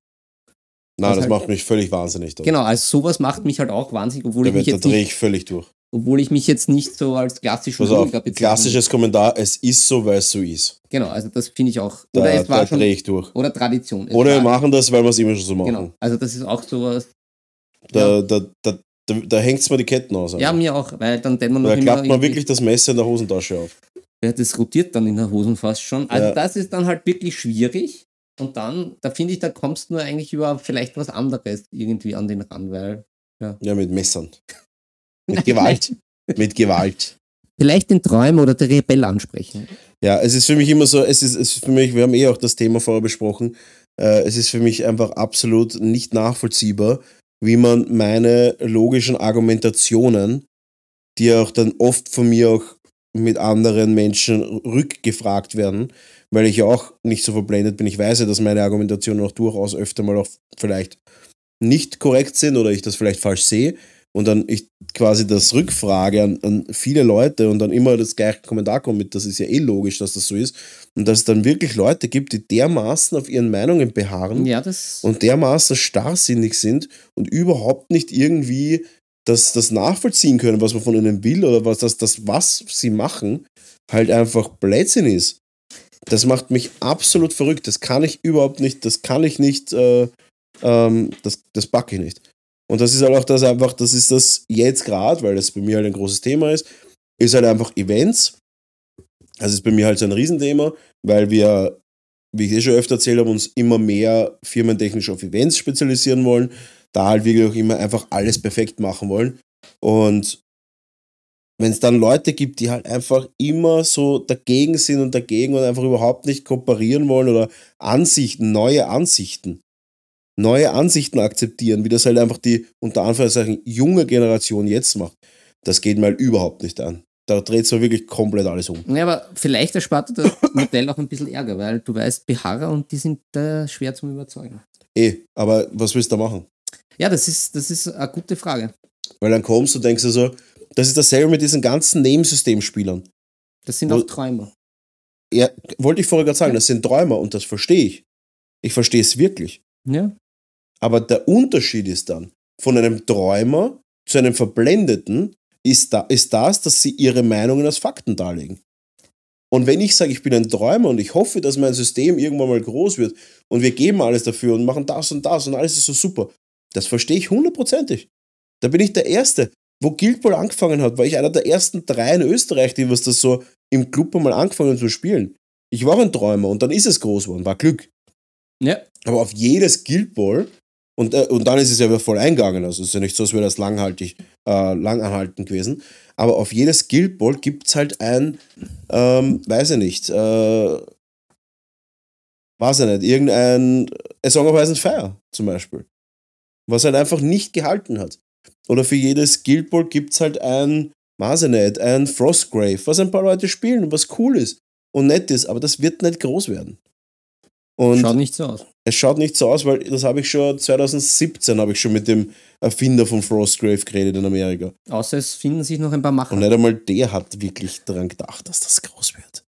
Speaker 2: Das
Speaker 1: das
Speaker 2: halt-
Speaker 1: macht mich völlig wahnsinnig. Da,
Speaker 2: Genau, also sowas macht mich halt auch wahnsinnig, obwohl
Speaker 1: da,
Speaker 2: ich mich
Speaker 1: wird- da
Speaker 2: jetzt
Speaker 1: drehe
Speaker 2: nicht,
Speaker 1: ich völlig durch.
Speaker 2: obwohl ich mich jetzt nicht so als klassischen
Speaker 1: Pass auf,
Speaker 2: Logiker bezeichne.
Speaker 1: klassisches Kommentar, es ist so, weil es so ist.
Speaker 2: Genau, also das finde ich auch. Oder
Speaker 1: Da,
Speaker 2: es war
Speaker 1: da
Speaker 2: schon
Speaker 1: drehe ich durch.
Speaker 2: oder Tradition. Es
Speaker 1: Oder wir
Speaker 2: war,
Speaker 1: machen das, weil wir es immer schon so machen.
Speaker 2: genau. Also das ist auch sowas.
Speaker 1: Da, da, da, da, da hängt mir die Ketten aus.
Speaker 2: Ja,
Speaker 1: Alter.
Speaker 2: mir auch, weil dann denkt man noch
Speaker 1: da
Speaker 2: immer
Speaker 1: klappt man
Speaker 2: irgendwie-
Speaker 1: wirklich das Messer in der Hosentasche auf.
Speaker 2: Ja, das rotiert dann in der Hosen fast schon. Also
Speaker 1: Ja.
Speaker 2: das ist dann halt wirklich schwierig. Und dann, da finde ich, da kommst du nur eigentlich über vielleicht was anderes irgendwie an den Rand, weil
Speaker 1: Ja, mit Messern. Mit Gewalt. mit Gewalt.
Speaker 2: vielleicht den Träumer oder der Rebell ansprechen.
Speaker 1: Ja, es ist für mich immer so, es ist, es ist für mich, wir haben eh auch das Thema vorher besprochen, äh, es ist für mich einfach absolut nicht nachvollziehbar, wie man meine logischen Argumentationen, die ja auch dann oft von mir auch mit anderen Menschen rückgefragt werden, weil ich ja auch nicht so verblendet bin. Ich weiß ja, dass meine Argumentationen auch durchaus öfter mal auch vielleicht nicht korrekt sind oder ich das vielleicht falsch sehe und dann ich quasi das rückfrage an, an viele Leute und dann immer das gleiche Kommentar kommt mit, das ist ja eh logisch, dass das so ist und dass es dann wirklich Leute gibt, die dermaßen auf ihren Meinungen beharren
Speaker 2: Ja, das.
Speaker 1: und dermaßen starrsinnig sind und überhaupt nicht irgendwie das, das nachvollziehen können, was man von ihnen will oder was das, das, was sie machen, halt einfach Blödsinn ist. Das macht mich absolut verrückt. Das kann ich überhaupt nicht, das kann ich nicht, äh, ähm, das, das packe ich nicht. Und das ist halt auch das einfach, das ist das jetzt gerade, weil das bei mir halt ein großes Thema ist, ist halt einfach Events. Das ist bei mir halt so ein Riesenthema, weil wir wie ich eh schon öfter erzählt habe, uns immer mehr firmentechnisch auf Events spezialisieren wollen, da halt wirklich auch immer einfach alles perfekt machen wollen. Und wenn es dann Leute gibt, die halt einfach immer so dagegen sind und dagegen und einfach überhaupt nicht kooperieren wollen oder Ansichten, neue Ansichten, neue Ansichten akzeptieren, wie das halt einfach die unter Anführungszeichen junge Generation jetzt macht, das geht mir halt überhaupt nicht an. Da dreht es mir wirklich komplett alles um.
Speaker 2: Ja, aber vielleicht erspart dir das Modell auch ein bisschen Ärger, weil du weißt, Beharer und die sind da schwer zum Überzeugen.
Speaker 1: Eh, aber was willst du da machen?
Speaker 2: Ja, das ist, das ist eine gute Frage.
Speaker 1: Weil dann kommst du und denkst dir so, das ist dasselbe mit diesen ganzen Nebensystemspielern.
Speaker 2: Das sind
Speaker 1: Wo-
Speaker 2: auch Träume.
Speaker 1: Ja, wollte ich vorher gerade sagen, das sind Träumer und das verstehe ich. Ich verstehe es wirklich.
Speaker 2: Ja.
Speaker 1: Aber der Unterschied ist dann, von einem Träumer zu einem Verblendeten ist, da, ist das, dass sie ihre Meinungen als Fakten darlegen. Und wenn ich sage, ich bin ein Träumer und ich hoffe, dass mein System irgendwann mal groß wird und wir geben alles dafür und machen das und das und alles ist so super, das verstehe ich hundertprozentig. Da bin ich der Erste. Wo Guildball angefangen hat, war ich einer der ersten drei in Österreich, die was das so im Club einmal angefangen haben zu spielen. Ich war auch ein Träumer und dann ist es groß geworden, war Glück.
Speaker 2: Ja.
Speaker 1: Aber auf jedes Guild Ball, und, äh, und dann ist es ja wieder voll eingegangen, also es ist ja nicht so, als wäre das langhaltig, äh, langanhaltend gewesen, aber auf jedes Guild Ball gibt es halt ein, ähm, weiß ich nicht, äh, weiß ich nicht, irgendein A Song of Ice and Fire zum Beispiel, was halt einfach nicht gehalten hat. Oder für jedes Guild Ball gibt es halt ein, weiß ich nicht, ein Frostgrave, was ein paar Leute spielen und was cool ist und nett ist, aber das wird nicht groß werden. Und
Speaker 2: Schaut nicht so aus.
Speaker 1: es schaut nicht so aus, weil das habe ich schon 2017 habe ich schon mit dem Erfinder von Frostgrave geredet in Amerika.
Speaker 2: Außer es finden sich noch ein paar
Speaker 1: Und
Speaker 2: Macher.
Speaker 1: nicht einmal der hat wirklich daran gedacht, dass das groß wird.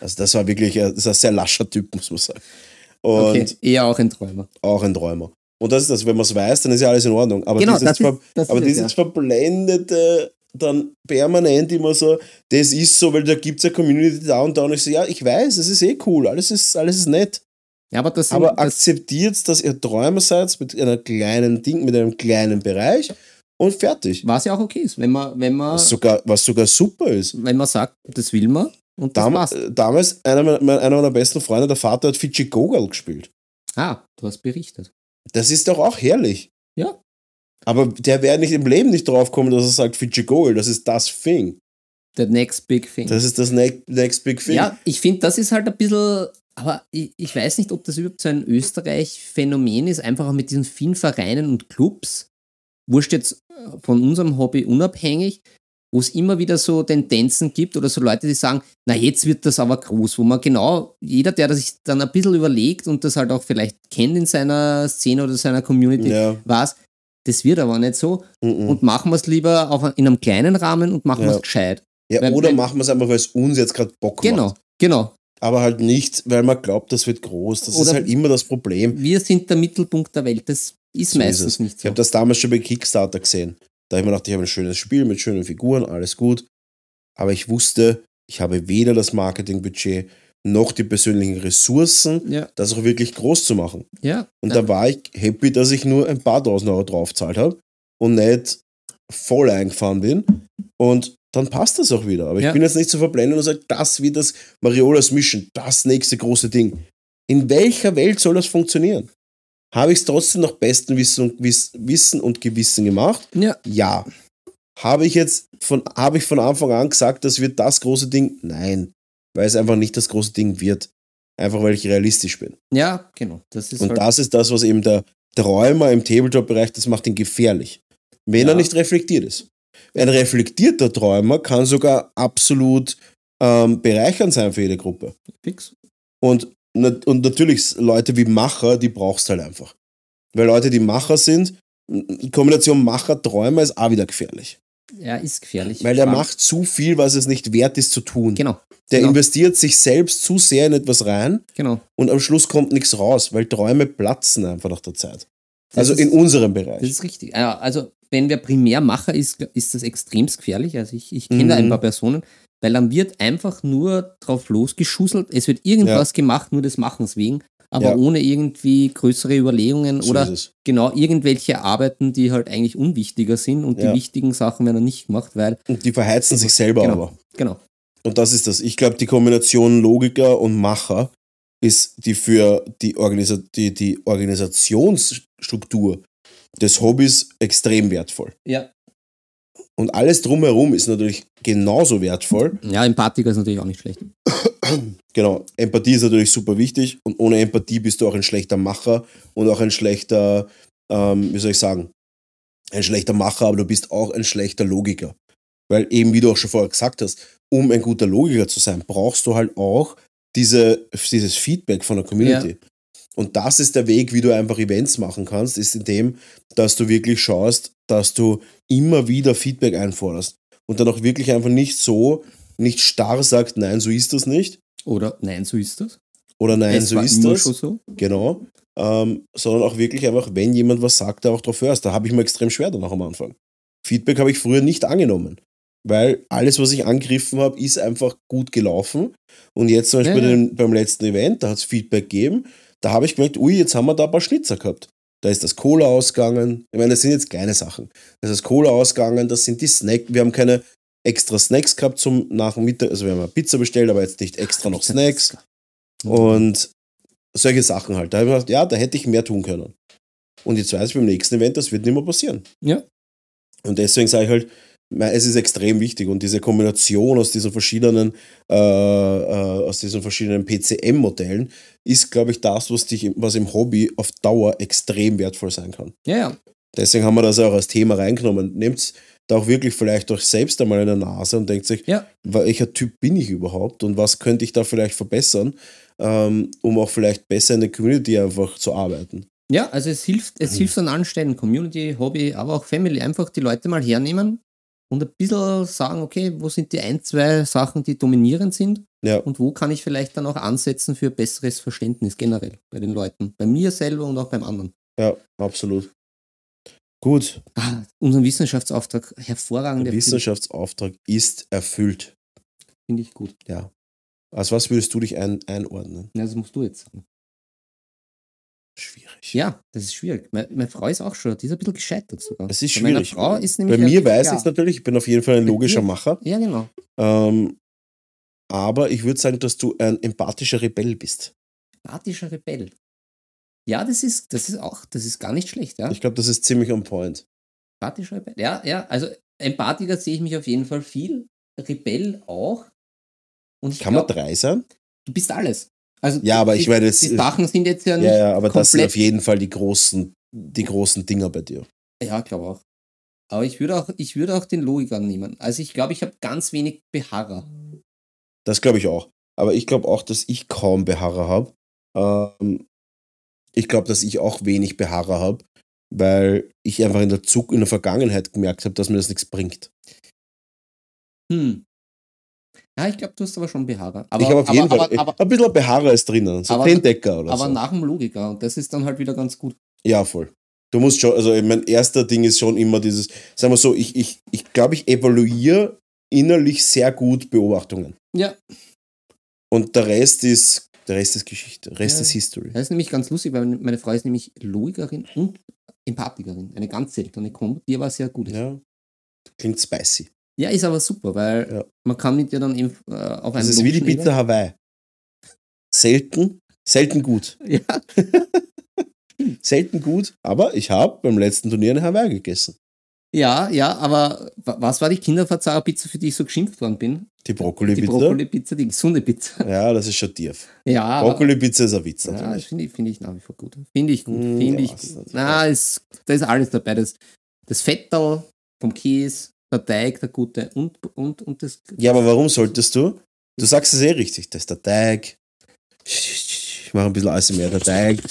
Speaker 1: Also das war wirklich ein, das ist ein sehr lascher Typ, muss man sagen. Und
Speaker 2: Okay, eher auch ein Träumer.
Speaker 1: auch ein Träumer. Und das ist das, wenn man es weiß, dann ist ja alles in Ordnung. Aber
Speaker 2: Genau,
Speaker 1: dieses,
Speaker 2: das ist-
Speaker 1: Ver
Speaker 2: das
Speaker 1: aber
Speaker 2: ist es,
Speaker 1: dieses Verblendete dann permanent immer so, das ist so, weil da gibt es ja Community da und da und ich so, ja, ich weiß, es ist eh cool, alles ist, alles ist nett.
Speaker 2: Ja, aber das, sind-
Speaker 1: Aber
Speaker 2: das,
Speaker 1: akzeptiert, dass ihr Träumer seid mit einer kleinen Ding, mit einem kleinen Bereich und fertig.
Speaker 2: was ja auch okay ist, wenn man, wenn man,
Speaker 1: Was sogar, was sogar super ist.
Speaker 2: wenn man sagt, das will man und das
Speaker 1: Dam
Speaker 2: passt.
Speaker 1: äh, damals, einer meiner, mein- einer meiner besten Freunde, der Vater hat Fidschi Gogol gespielt.
Speaker 2: Ah, du hast berichtet.
Speaker 1: Das ist doch auch herrlich.
Speaker 2: Ja.
Speaker 1: Aber der wäre nicht im Leben nicht draufkommen, dass er sagt, Fidschi Gogol, das ist das Thing.
Speaker 2: The next big thing.
Speaker 1: Das ist das ne Next Big Thing.
Speaker 2: Ja, ich finde, das ist halt ein bisschen, aber ich, ich weiß nicht, ob das überhaupt so ein Österreich-Phänomen ist, einfach auch mit diesen vielen Vereinen und Clubs, wurscht jetzt äh, von unserem Hobby unabhängig, wo es immer wieder so Tendenzen gibt oder so Leute, die sagen, na jetzt wird das aber groß, wo man genau, jeder, der das sich dann ein bisschen überlegt und das halt auch vielleicht kennt in seiner Szene oder seiner Community,
Speaker 1: Ja.
Speaker 2: was, das wird aber nicht so
Speaker 1: mhm.
Speaker 2: und machen wir es lieber auf, in einem kleinen Rahmen und machen
Speaker 1: Ja.
Speaker 2: wir es gescheit.
Speaker 1: ja
Speaker 2: weil-
Speaker 1: oder
Speaker 2: weil-
Speaker 1: machen wir es einfach, weil es uns jetzt gerade Bock
Speaker 2: Genau,
Speaker 1: macht.
Speaker 2: genau.
Speaker 1: Aber halt nicht, weil man glaubt, das wird groß. Das ist
Speaker 2: Oder-
Speaker 1: halt immer das Problem.
Speaker 2: wir sind der Mittelpunkt der Welt. Das ist
Speaker 1: So
Speaker 2: meistens
Speaker 1: ist es.
Speaker 2: nicht
Speaker 1: Ich
Speaker 2: so.
Speaker 1: habe das damals schon bei Kickstarter gesehen. Da habe ich mir gedacht, ich habe ein schönes Spiel mit schönen Figuren, alles gut. Aber ich wusste, ich habe weder das Marketingbudget noch die persönlichen Ressourcen,
Speaker 2: ja,
Speaker 1: das auch wirklich groß zu machen.
Speaker 2: ja.
Speaker 1: Und
Speaker 2: ja.
Speaker 1: da war ich happy, dass ich nur ein paar tausend Euro draufgezahlt habe und nicht voll eingefahren bin. Und dann passt das auch wieder. Aber ich
Speaker 2: Ja.
Speaker 1: bin jetzt nicht so verblendet und sage, das wird das Mariolas Mission, das nächste große Ding. In welcher Welt soll das funktionieren? Habe ich es trotzdem nach bestem Wissen und, Wiss, Wissen und Gewissen gemacht?
Speaker 2: ja,
Speaker 1: Ja. Habe ich jetzt von, habe ich von Anfang an gesagt, das wird das große Ding? Nein. Weil es einfach nicht das große Ding wird. Einfach weil ich realistisch bin.
Speaker 2: ja, genau. Das ist
Speaker 1: Und
Speaker 2: halt,
Speaker 1: das ist das, was eben der Träumer im Tabletop-Bereich, das macht ihn gefährlich, wenn
Speaker 2: Ja.
Speaker 1: er nicht reflektiert ist. Ein reflektierter Träumer kann sogar absolut ähm, bereichernd sein für jede Gruppe.
Speaker 2: fix.
Speaker 1: Und, nat- und natürlich Leute wie Macher, die brauchst du halt einfach. Weil Leute, die Macher sind, die Kombination Macher-Träumer ist auch wieder gefährlich.
Speaker 2: Ja, ist gefährlich.
Speaker 1: Weil der
Speaker 2: Vor allem-
Speaker 1: macht zu viel, was es nicht wert ist zu tun.
Speaker 2: Genau,
Speaker 1: Der
Speaker 2: genau.
Speaker 1: investiert sich selbst zu sehr in etwas rein
Speaker 2: genau.
Speaker 1: und am Schluss kommt nichts raus, weil Träume platzen einfach nach der Zeit.
Speaker 2: Das
Speaker 1: also
Speaker 2: ist-
Speaker 1: in unserem
Speaker 2: Das
Speaker 1: Bereich.
Speaker 2: ist richtig. Ja, Also, wenn wer Primärmacher ist, ist das extremst gefährlich. Also, ich, ich kenne da
Speaker 1: Mhm.
Speaker 2: ein paar Personen, weil dann wird einfach nur drauf losgeschusselt. Es wird irgendwas gemacht, nur des Machens wegen, aber
Speaker 1: Ja.
Speaker 2: ohne irgendwie größere Überlegungen
Speaker 1: So
Speaker 2: oder
Speaker 1: ist es.
Speaker 2: genau irgendwelche Arbeiten, die halt eigentlich unwichtiger sind und
Speaker 1: Ja.
Speaker 2: die wichtigen Sachen werden dann nicht gemacht, weil,
Speaker 1: Und die verheizen sich selber
Speaker 2: Genau.
Speaker 1: aber.
Speaker 2: genau,
Speaker 1: Und das ist das. Ich glaube, die Kombination Logiker und Macher ist die für die, Organisa die, die Organisationsstruktur des Hobbys extrem wertvoll.
Speaker 2: ja,
Speaker 1: Und alles drumherum ist natürlich genauso wertvoll.
Speaker 2: Ja, Empathiker ist natürlich auch nicht schlecht.
Speaker 1: Genau, Empathie ist natürlich super wichtig und ohne Empathie bist du auch ein schlechter Macher und auch ein schlechter, ähm, wie soll ich sagen, ein schlechter Macher, aber du bist auch ein schlechter Logiker. Weil eben, wie du auch schon vorher gesagt hast, um ein guter Logiker zu sein, brauchst du halt auch diese, dieses Feedback von der Community. Und das ist der Weg, wie du einfach Events machen kannst, ist in dem, dass du wirklich schaust, dass du immer wieder Feedback einforderst. und dann auch wirklich einfach nicht so, nicht starr sagt, nein, so ist das nicht.
Speaker 2: Oder nein, so ist das.
Speaker 1: Oder nein,
Speaker 2: es
Speaker 1: so
Speaker 2: war
Speaker 1: ist
Speaker 2: immer
Speaker 1: das.
Speaker 2: schon so.
Speaker 1: Genau. Ähm, sondern auch wirklich einfach, wenn jemand was sagt, da auch drauf hörst. Da habe ich mir extrem schwer danach am Anfang. Feedback habe ich früher nicht angenommen. Weil alles, was ich angegriffen habe, ist einfach gut gelaufen. Und jetzt zum Beispiel
Speaker 2: Ja, ja.
Speaker 1: Den, beim letzten Event, da hat es Feedback gegeben. Da habe ich gemerkt, ui, jetzt haben wir da ein paar Schnitzer gehabt. Da ist das Cola ausgegangen. Ich meine, das sind jetzt kleine Sachen. Das ist das Cola ausgegangen, das sind die Snacks. Wir haben keine extra Snacks gehabt zum Nachmittag. Also wir haben eine Pizza bestellt, aber jetzt nicht extra noch Snacks. Und solche Sachen halt. Da habe ich mir gedacht, ja, da hätte ich mehr tun können. Und jetzt weiß ich beim nächsten Event, das wird nicht mehr passieren.
Speaker 2: Ja.
Speaker 1: Und deswegen sage ich halt, me- es ist extrem wichtig und diese Kombination aus diesen verschiedenen, äh, äh, aus diesen verschiedenen PCM-Modellen ist, glaube ich, das, was dich, im- was im Hobby auf Dauer extrem wertvoll sein kann.
Speaker 2: Ja, ja.
Speaker 1: Deswegen haben wir das auch als Thema reingenommen. Nehmt da auch wirklich vielleicht euch selbst einmal in der Nase und denkt sich,
Speaker 2: Ja.
Speaker 1: welcher Typ bin ich überhaupt und was könnte ich da vielleicht verbessern, ähm, um auch vielleicht besser in der Community einfach zu arbeiten.
Speaker 2: Ja, also es hilft,
Speaker 1: Mhm.
Speaker 2: es hilft an allen Stellen, Community, Hobby, aber auch Family, einfach die Leute mal hernehmen und ein bisschen sagen, okay, wo sind die ein, zwei Sachen, die dominierend sind
Speaker 1: Ja,
Speaker 2: und wo kann ich vielleicht dann auch ansetzen für besseres Verständnis generell bei den Leuten, bei mir selber und auch beim anderen.
Speaker 1: ja, absolut. Gut,
Speaker 2: Ah, unseren Wissenschaftsauftrag hervorragend
Speaker 1: der
Speaker 2: erfüllt,
Speaker 1: Wissenschaftsauftrag ist erfüllt.
Speaker 2: finde ich gut.
Speaker 1: Als was würdest du dich ein, einordnen?
Speaker 2: Ja, das musst du jetzt sagen.
Speaker 1: Schwierig.
Speaker 2: Ja, das ist schwierig. Meine, meine Frau ist auch schon, die ist ein bisschen gescheitert sogar.
Speaker 1: Es ist
Speaker 2: Bei meiner
Speaker 1: schwierig.
Speaker 2: Frau ist nämlich
Speaker 1: Bei mir
Speaker 2: relativ
Speaker 1: weiß
Speaker 2: klar.
Speaker 1: ich es natürlich, ich bin auf jeden Fall ein
Speaker 2: Bei
Speaker 1: logischer
Speaker 2: dir?
Speaker 1: Macher.
Speaker 2: Ja, genau.
Speaker 1: Ähm, aber ich würde sagen, dass du ein empathischer Rebell bist.
Speaker 2: Empathischer Rebell. Ja, das ist, das ist auch, das ist gar nicht schlecht, ja.
Speaker 1: Ich glaube, das ist ziemlich on point.
Speaker 2: Empathischer Rebell. Ja, ja, also Empathiker sehe ich mich auf jeden Fall viel. Rebell auch. Und ich
Speaker 1: Kann man
Speaker 2: glaube,
Speaker 1: drei sein?
Speaker 2: du bist alles. Also
Speaker 1: Ja, aber
Speaker 2: die,
Speaker 1: ich meine, das-
Speaker 2: die Sachen sind jetzt ja nicht.
Speaker 1: Ja, ja, aber das sind
Speaker 2: komplett-
Speaker 1: auf jeden Fall die großen, die großen Dinger bei dir.
Speaker 2: Ja, glaube auch. Aber ich würde auch, ich würde auch den Logiker nehmen. Also ich glaube, ich habe ganz wenig Beharrer.
Speaker 1: Das glaube ich auch. Aber ich glaube auch, dass ich kaum Beharrer habe. Ähm, ich glaube, dass ich auch wenig Beharrer habe, weil ich einfach in der Zug in der Vergangenheit gemerkt habe, dass mir das nichts bringt.
Speaker 2: Hm. Ja, ich glaube, du hast aber schon Beharrer. Aber,
Speaker 1: ich habe auf
Speaker 2: aber,
Speaker 1: jeden
Speaker 2: aber,
Speaker 1: Fall
Speaker 2: Aber,
Speaker 1: ein bisschen Beharrer ist drinnen, so
Speaker 2: aber-
Speaker 1: Tendecker oder
Speaker 2: aber
Speaker 1: so.
Speaker 2: nach dem Logiker. Und das ist dann halt wieder ganz gut.
Speaker 1: Ja, voll. Du musst schon, also mein erster Ding ist schon immer dieses, sagen wir so, ich glaube, ich, ich, glaub, ich evaluiere innerlich sehr gut Beobachtungen.
Speaker 2: Ja,
Speaker 1: Und der Rest ist, der Rest ist Geschichte, der Rest
Speaker 2: Ja.
Speaker 1: ist History.
Speaker 2: Das ist nämlich ganz lustig, weil meine Frau ist nämlich Logikerin und Empathikerin. Eine ganz seltene Kombo, die aber sehr gut ist. Ja,
Speaker 1: Ja. Klingt spicy.
Speaker 2: ist aber super, weil
Speaker 1: Ja.
Speaker 2: man kann mit ihr dann eben äh, auf
Speaker 1: Das
Speaker 2: einen
Speaker 1: ist wie die
Speaker 2: logischen
Speaker 1: Pizza Hawaii. Selten, selten gut.
Speaker 2: Ebene- Ja,
Speaker 1: Selten gut, aber ich habe beim letzten Turnier eine Hawaii gegessen.
Speaker 2: ja, ja, aber wa- was war die Kinderverzauberpizza, für die ich so geschimpft worden bin?
Speaker 1: Die
Speaker 2: Die
Speaker 1: Brokkoli-Pizza.
Speaker 2: Brokkoli-Pizza, die gesunde Pizza.
Speaker 1: ja, das ist schon tief.
Speaker 2: Ja, aber-
Speaker 1: Brokkoli-Pizza ist ein Witz
Speaker 2: Ah. ja das
Speaker 1: natürlich.
Speaker 2: finde ich, finde ich nach wie vor gut. Finde ich gut,
Speaker 1: Mm, also ja,
Speaker 2: finde ich
Speaker 1: was
Speaker 2: gut.
Speaker 1: ist das?
Speaker 2: Na, es, da ist alles dabei. Das, das Fettel vom Käse, der Teig, der gute und, und, und das
Speaker 1: Ja, aber warum solltest du? Du sagst es eh richtig. Das ist der Teig. Ich mache ein bisschen ASMR. Der Teig,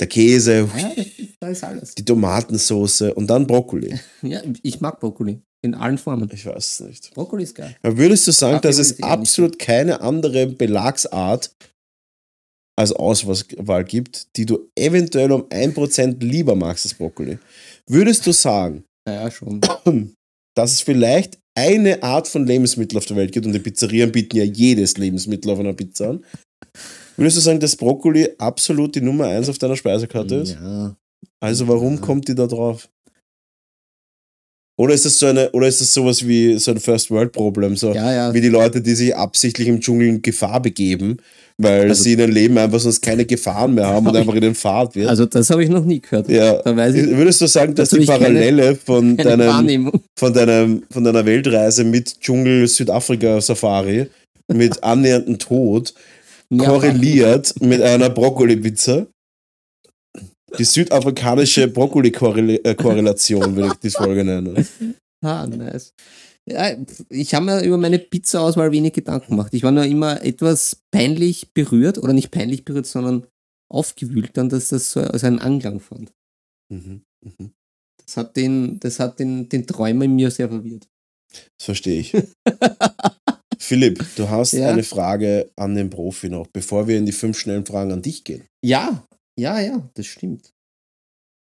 Speaker 1: der Käse,
Speaker 2: Ja, das, ist- da ist alles.
Speaker 1: die Tomatensoße und dann Brokkoli.
Speaker 2: Ja, ich mag Brokkoli. In allen Formen.
Speaker 1: Ich weiß es nicht.
Speaker 2: Brokkoli ist geil.
Speaker 1: Aber Würdest du sagen,
Speaker 2: Kaffee
Speaker 1: dass
Speaker 2: weiß
Speaker 1: es
Speaker 2: ich auch nicht.
Speaker 1: absolut keine andere Belagsart als Auswahl gibt, die du eventuell um 1% lieber magst als Brokkoli? Würdest du sagen,
Speaker 2: Naja, schon.
Speaker 1: dass es vielleicht eine Art von Lebensmittel auf der Welt gibt und die Pizzerien bieten ja jedes Lebensmittel auf einer Pizza an? Würdest du sagen, dass Brokkoli absolut die Nummer 1 auf deiner Speisekarte ist?
Speaker 2: Ja.
Speaker 1: Also warum
Speaker 2: Ja.
Speaker 1: kommt die da drauf? Oder ist das so eine, oder ist das sowas wie so ein First World Problem? So,
Speaker 2: ja, ja.
Speaker 1: wie die Leute, die sich absichtlich im Dschungel in Gefahr begeben, weil
Speaker 2: Also-
Speaker 1: sie in ihrem Leben einfach sonst keine Gefahren mehr haben und einfach in den Fahrt wird.
Speaker 2: Also, das habe ich noch nie gehört.
Speaker 1: ja.
Speaker 2: Da weiß ich
Speaker 1: Würdest du sagen, dass
Speaker 2: dazu
Speaker 1: die
Speaker 2: ich keine-
Speaker 1: Parallele von,
Speaker 2: keine
Speaker 1: deinem,
Speaker 2: Wahrnehmung.
Speaker 1: von, deinem, von deiner Weltreise mit Dschungel Südafrika-Safari mit annäherndem Tod
Speaker 2: Mehrfach.
Speaker 1: korreliert mit einer Brokkoli-Pizza? Die südafrikanische Brokkoli-Korrelation würde ich die Folge nennen.
Speaker 2: Ah, nice. Ja, ich habe mir über meine Pizza-Auswahl wenig Gedanken gemacht. Ich war nur immer etwas peinlich berührt, oder nicht peinlich berührt, sondern aufgewühlt dann, dass das so also einen Anklang fand.
Speaker 1: Mhm. Mhm.
Speaker 2: Das hat den, das hat den, den Träumer in mir sehr verwirrt.
Speaker 1: Das verstehe ich. Philipp, du hast
Speaker 2: Ja?
Speaker 1: eine Frage an den Profi noch, bevor wir in die fünf schnellen Fragen an dich gehen.
Speaker 2: Ja, ja, ja, das stimmt.